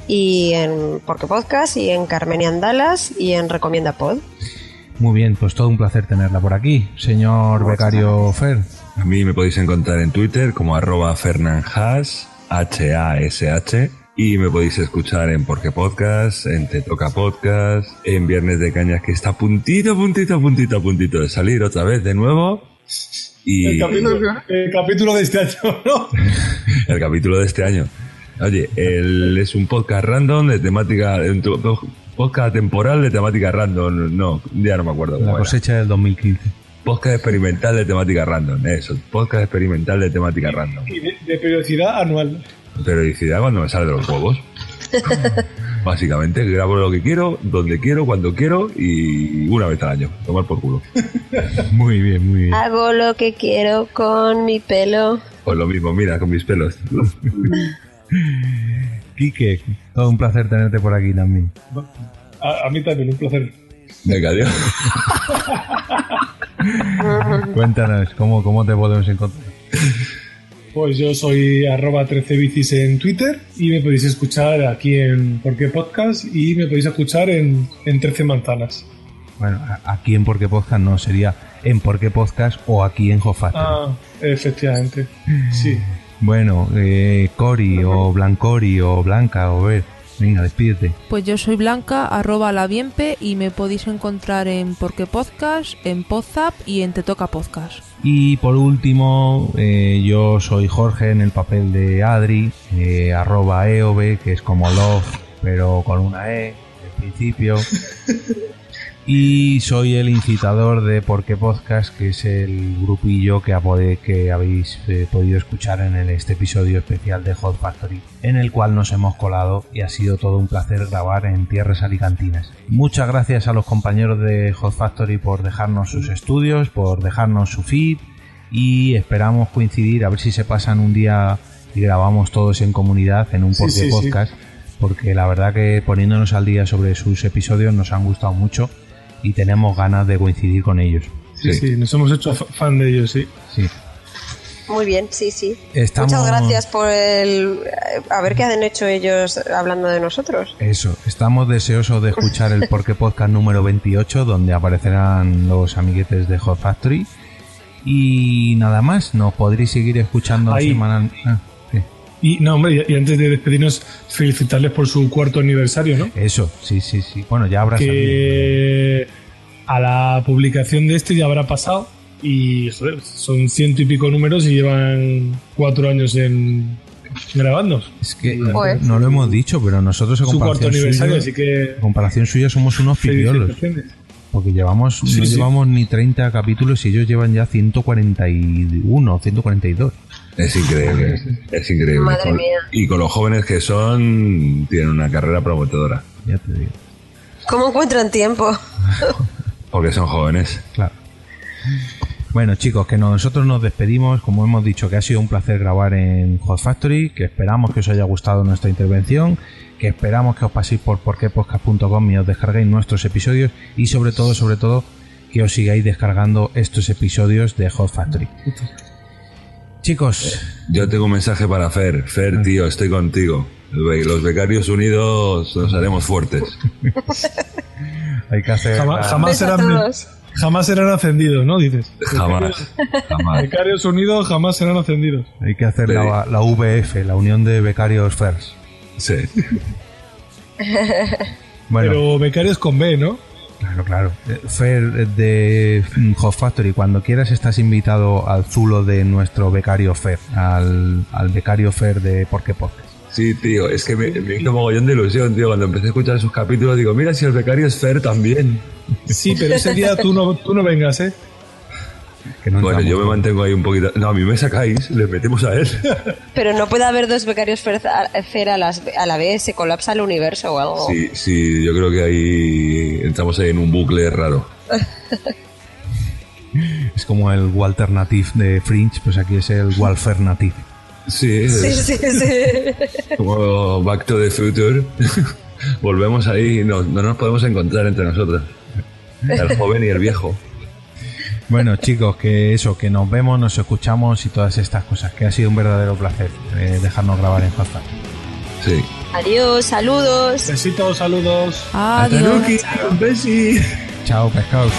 F: y en Porque Podcast y en Carmenia Andalas y en Recomienda Pod.
C: Muy bien, pues todo un placer tenerla por aquí, señor becario Fer.
E: A mí me podéis encontrar en Twitter como arroba fernanhas, H-A-S-H, y me podéis escuchar en Porque Podcast, en Te Toca Podcast, en Viernes de Cañas, que está a puntito, puntito, puntito, a puntito de salir otra vez de nuevo. Y
K: El capítulo, el capítulo de este año, ¿no?
E: el capítulo de este año. Oye, el- es un podcast random de temática. un to- Podcast temporal de temática random. No, ya no me acuerdo.
C: La
E: cómo era.
C: cosecha del 2015.
E: Podcast experimental de temática random. Eso, podcast experimental de temática random.
K: Y de, de periodicidad anual.
E: Periodicidad cuando me sale de los huevos. Básicamente, grabo lo que quiero, donde quiero, cuando quiero y una vez al año. Tomar por culo.
C: Muy bien, muy bien.
F: Hago lo que quiero con mi pelo.
E: Pues lo mismo, mira, con mis pelos.
C: Quique, todo un placer tenerte por aquí también.
K: A, a mí también, un placer.
E: Venga, adiós.
C: Cuéntanos, ¿cómo, cómo te podemos encontrar?
K: Pues yo soy arroba 13bicis en Twitter y me podéis escuchar aquí en Porque Podcast y me podéis escuchar en, en 13 Manzanas.
C: Bueno, a- aquí en Porque Podcast no, sería en Porque Podcast o aquí en Jofat.
K: Ah, efectivamente. Sí.
C: Bueno, eh, Cori o Blancori o Blanca o Ver, venga, despídete.
D: Pues yo soy Blanca, arroba la Bienpe y me podéis encontrar en Porque Podcast, en Podzap y en Te Toca Podcast.
C: Y por último, eh, yo soy Jorge en el papel de Adri, eh, arroba EOB, que es como Love, pero con una E al principio. Y soy el incitador de Porque Podcast, que es el grupillo que, apode- que habéis eh, podido escuchar en el- este episodio especial de Hot Factory, en el cual nos hemos colado y ha sido todo un placer grabar en tierras alicantinas. Muchas gracias a los compañeros de Hot Factory por dejarnos sus estudios, por dejarnos su feed y esperamos coincidir, a ver si se pasan un día y grabamos todos en comunidad en un
K: Sí,
C: Porque
K: sí, sí.
C: Podcast porque la verdad que poniéndonos al día sobre sus episodios nos han gustado mucho y tenemos ganas de coincidir con ellos.
K: Sí, sí, nos hemos hecho fa- fan de ellos, sí.
C: Sí.
F: Muy bien, sí, sí.
C: Estamos-
F: Muchas gracias por el. A ver qué han hecho ellos hablando de nosotros.
C: Eso, estamos deseosos de escuchar el Porqué Podcast número 28, donde aparecerán los amiguetes de Hot Factory. Y nada más, nos podréis seguir escuchando
K: Ahí.
C: semanal. ah, sí.
K: Y no, hombre, y y antes de despedirnos, felicitarles por su cuarto aniversario, ¿no?
C: Eso, sí, sí, sí. Bueno, ya habrá
K: que a la publicación de este ya habrá pasado y joder, son ciento y pico números y llevan cuatro años en grabando.
C: Es que No lo hemos dicho, pero nosotros a
K: Pues. Su cuarto
C: comparación
K: aniversario,
C: suya,
K: así que
C: a comparación suya somos unos pipiolos.
K: felicitaciones.
C: Porque llevamos,
K: Sí,
C: no
K: sí.
C: llevamos ni 30 capítulos y ellos llevan ya 141, 142.
E: Es
C: Ah,
E: increíble, es increíble.
C: Madre
E: Con-
C: mía.
E: Y con los jóvenes que son, tienen una carrera prometedora.
C: Ya te digo.
F: ¿Cómo encuentran tiempo?
E: Porque son jóvenes.
C: Claro. Bueno, chicos, que nosotros nos despedimos. Como hemos dicho, que ha sido un placer grabar en Hot Factory. Que esperamos que os haya gustado nuestra intervención. Que esperamos que os paséis por porquepodcast.com y os descarguéis nuestros episodios. Y sobre todo, sobre todo, que os sigáis descargando estos episodios de Hot Factory. Chicos,
E: Yo tengo un mensaje para Fer.
C: Ah.
E: Fer, tío, estoy contigo. Be- Los becarios unidos nos haremos fuertes.
C: hay que hacer.
K: Jamás,
C: la-
K: jamás serán, jamás serán ascendidos, ¿no? Dices.
E: Jamás. Jamás.
K: Becarios unidos jamás serán ascendidos.
C: Hay que hacer la, la VF, la Unión de Becarios Fers.
E: Sí.
C: Bueno.
K: Pero becarios con B, ¿no?
C: Claro, claro. Eh, Fer eh, de mm, Hot Factory, cuando quieras estás invitado al zulo de nuestro becario Fer, al, al becario Fer de Porque Podcast.
E: Sí, tío, es que me, me hizo mogollón de ilusión, tío. Cuando empecé a escuchar sus capítulos, digo, mira si el becario es Fer también.
K: Sí, pero ese día tú no, tú no vengas, ¿eh?
E: bueno, yo me mantengo ahí un poquito. No, a mí me sacáis, le metemos a él.
F: Pero no puede haber dos becarios fer a, fer a las- a la vez, se colapsa el universo o algo.
E: Sí, sí, yo creo que ahí entramos ahí en un bucle raro.
C: Es como el Walternative de Fringe, pues aquí es el Walfernative.
E: Sí, es como Back to the Future. Volvemos ahí y no, no nos podemos encontrar entre nosotros. El joven y el viejo.
C: Bueno, chicos, que eso, que nos vemos, nos escuchamos y todas estas cosas, que ha sido un verdadero placer eh, dejarnos grabar en Hot Factory.
E: Sí.
F: Adiós, saludos.
K: Besitos, saludos.
F: Adiós.
C: Chao, pescados.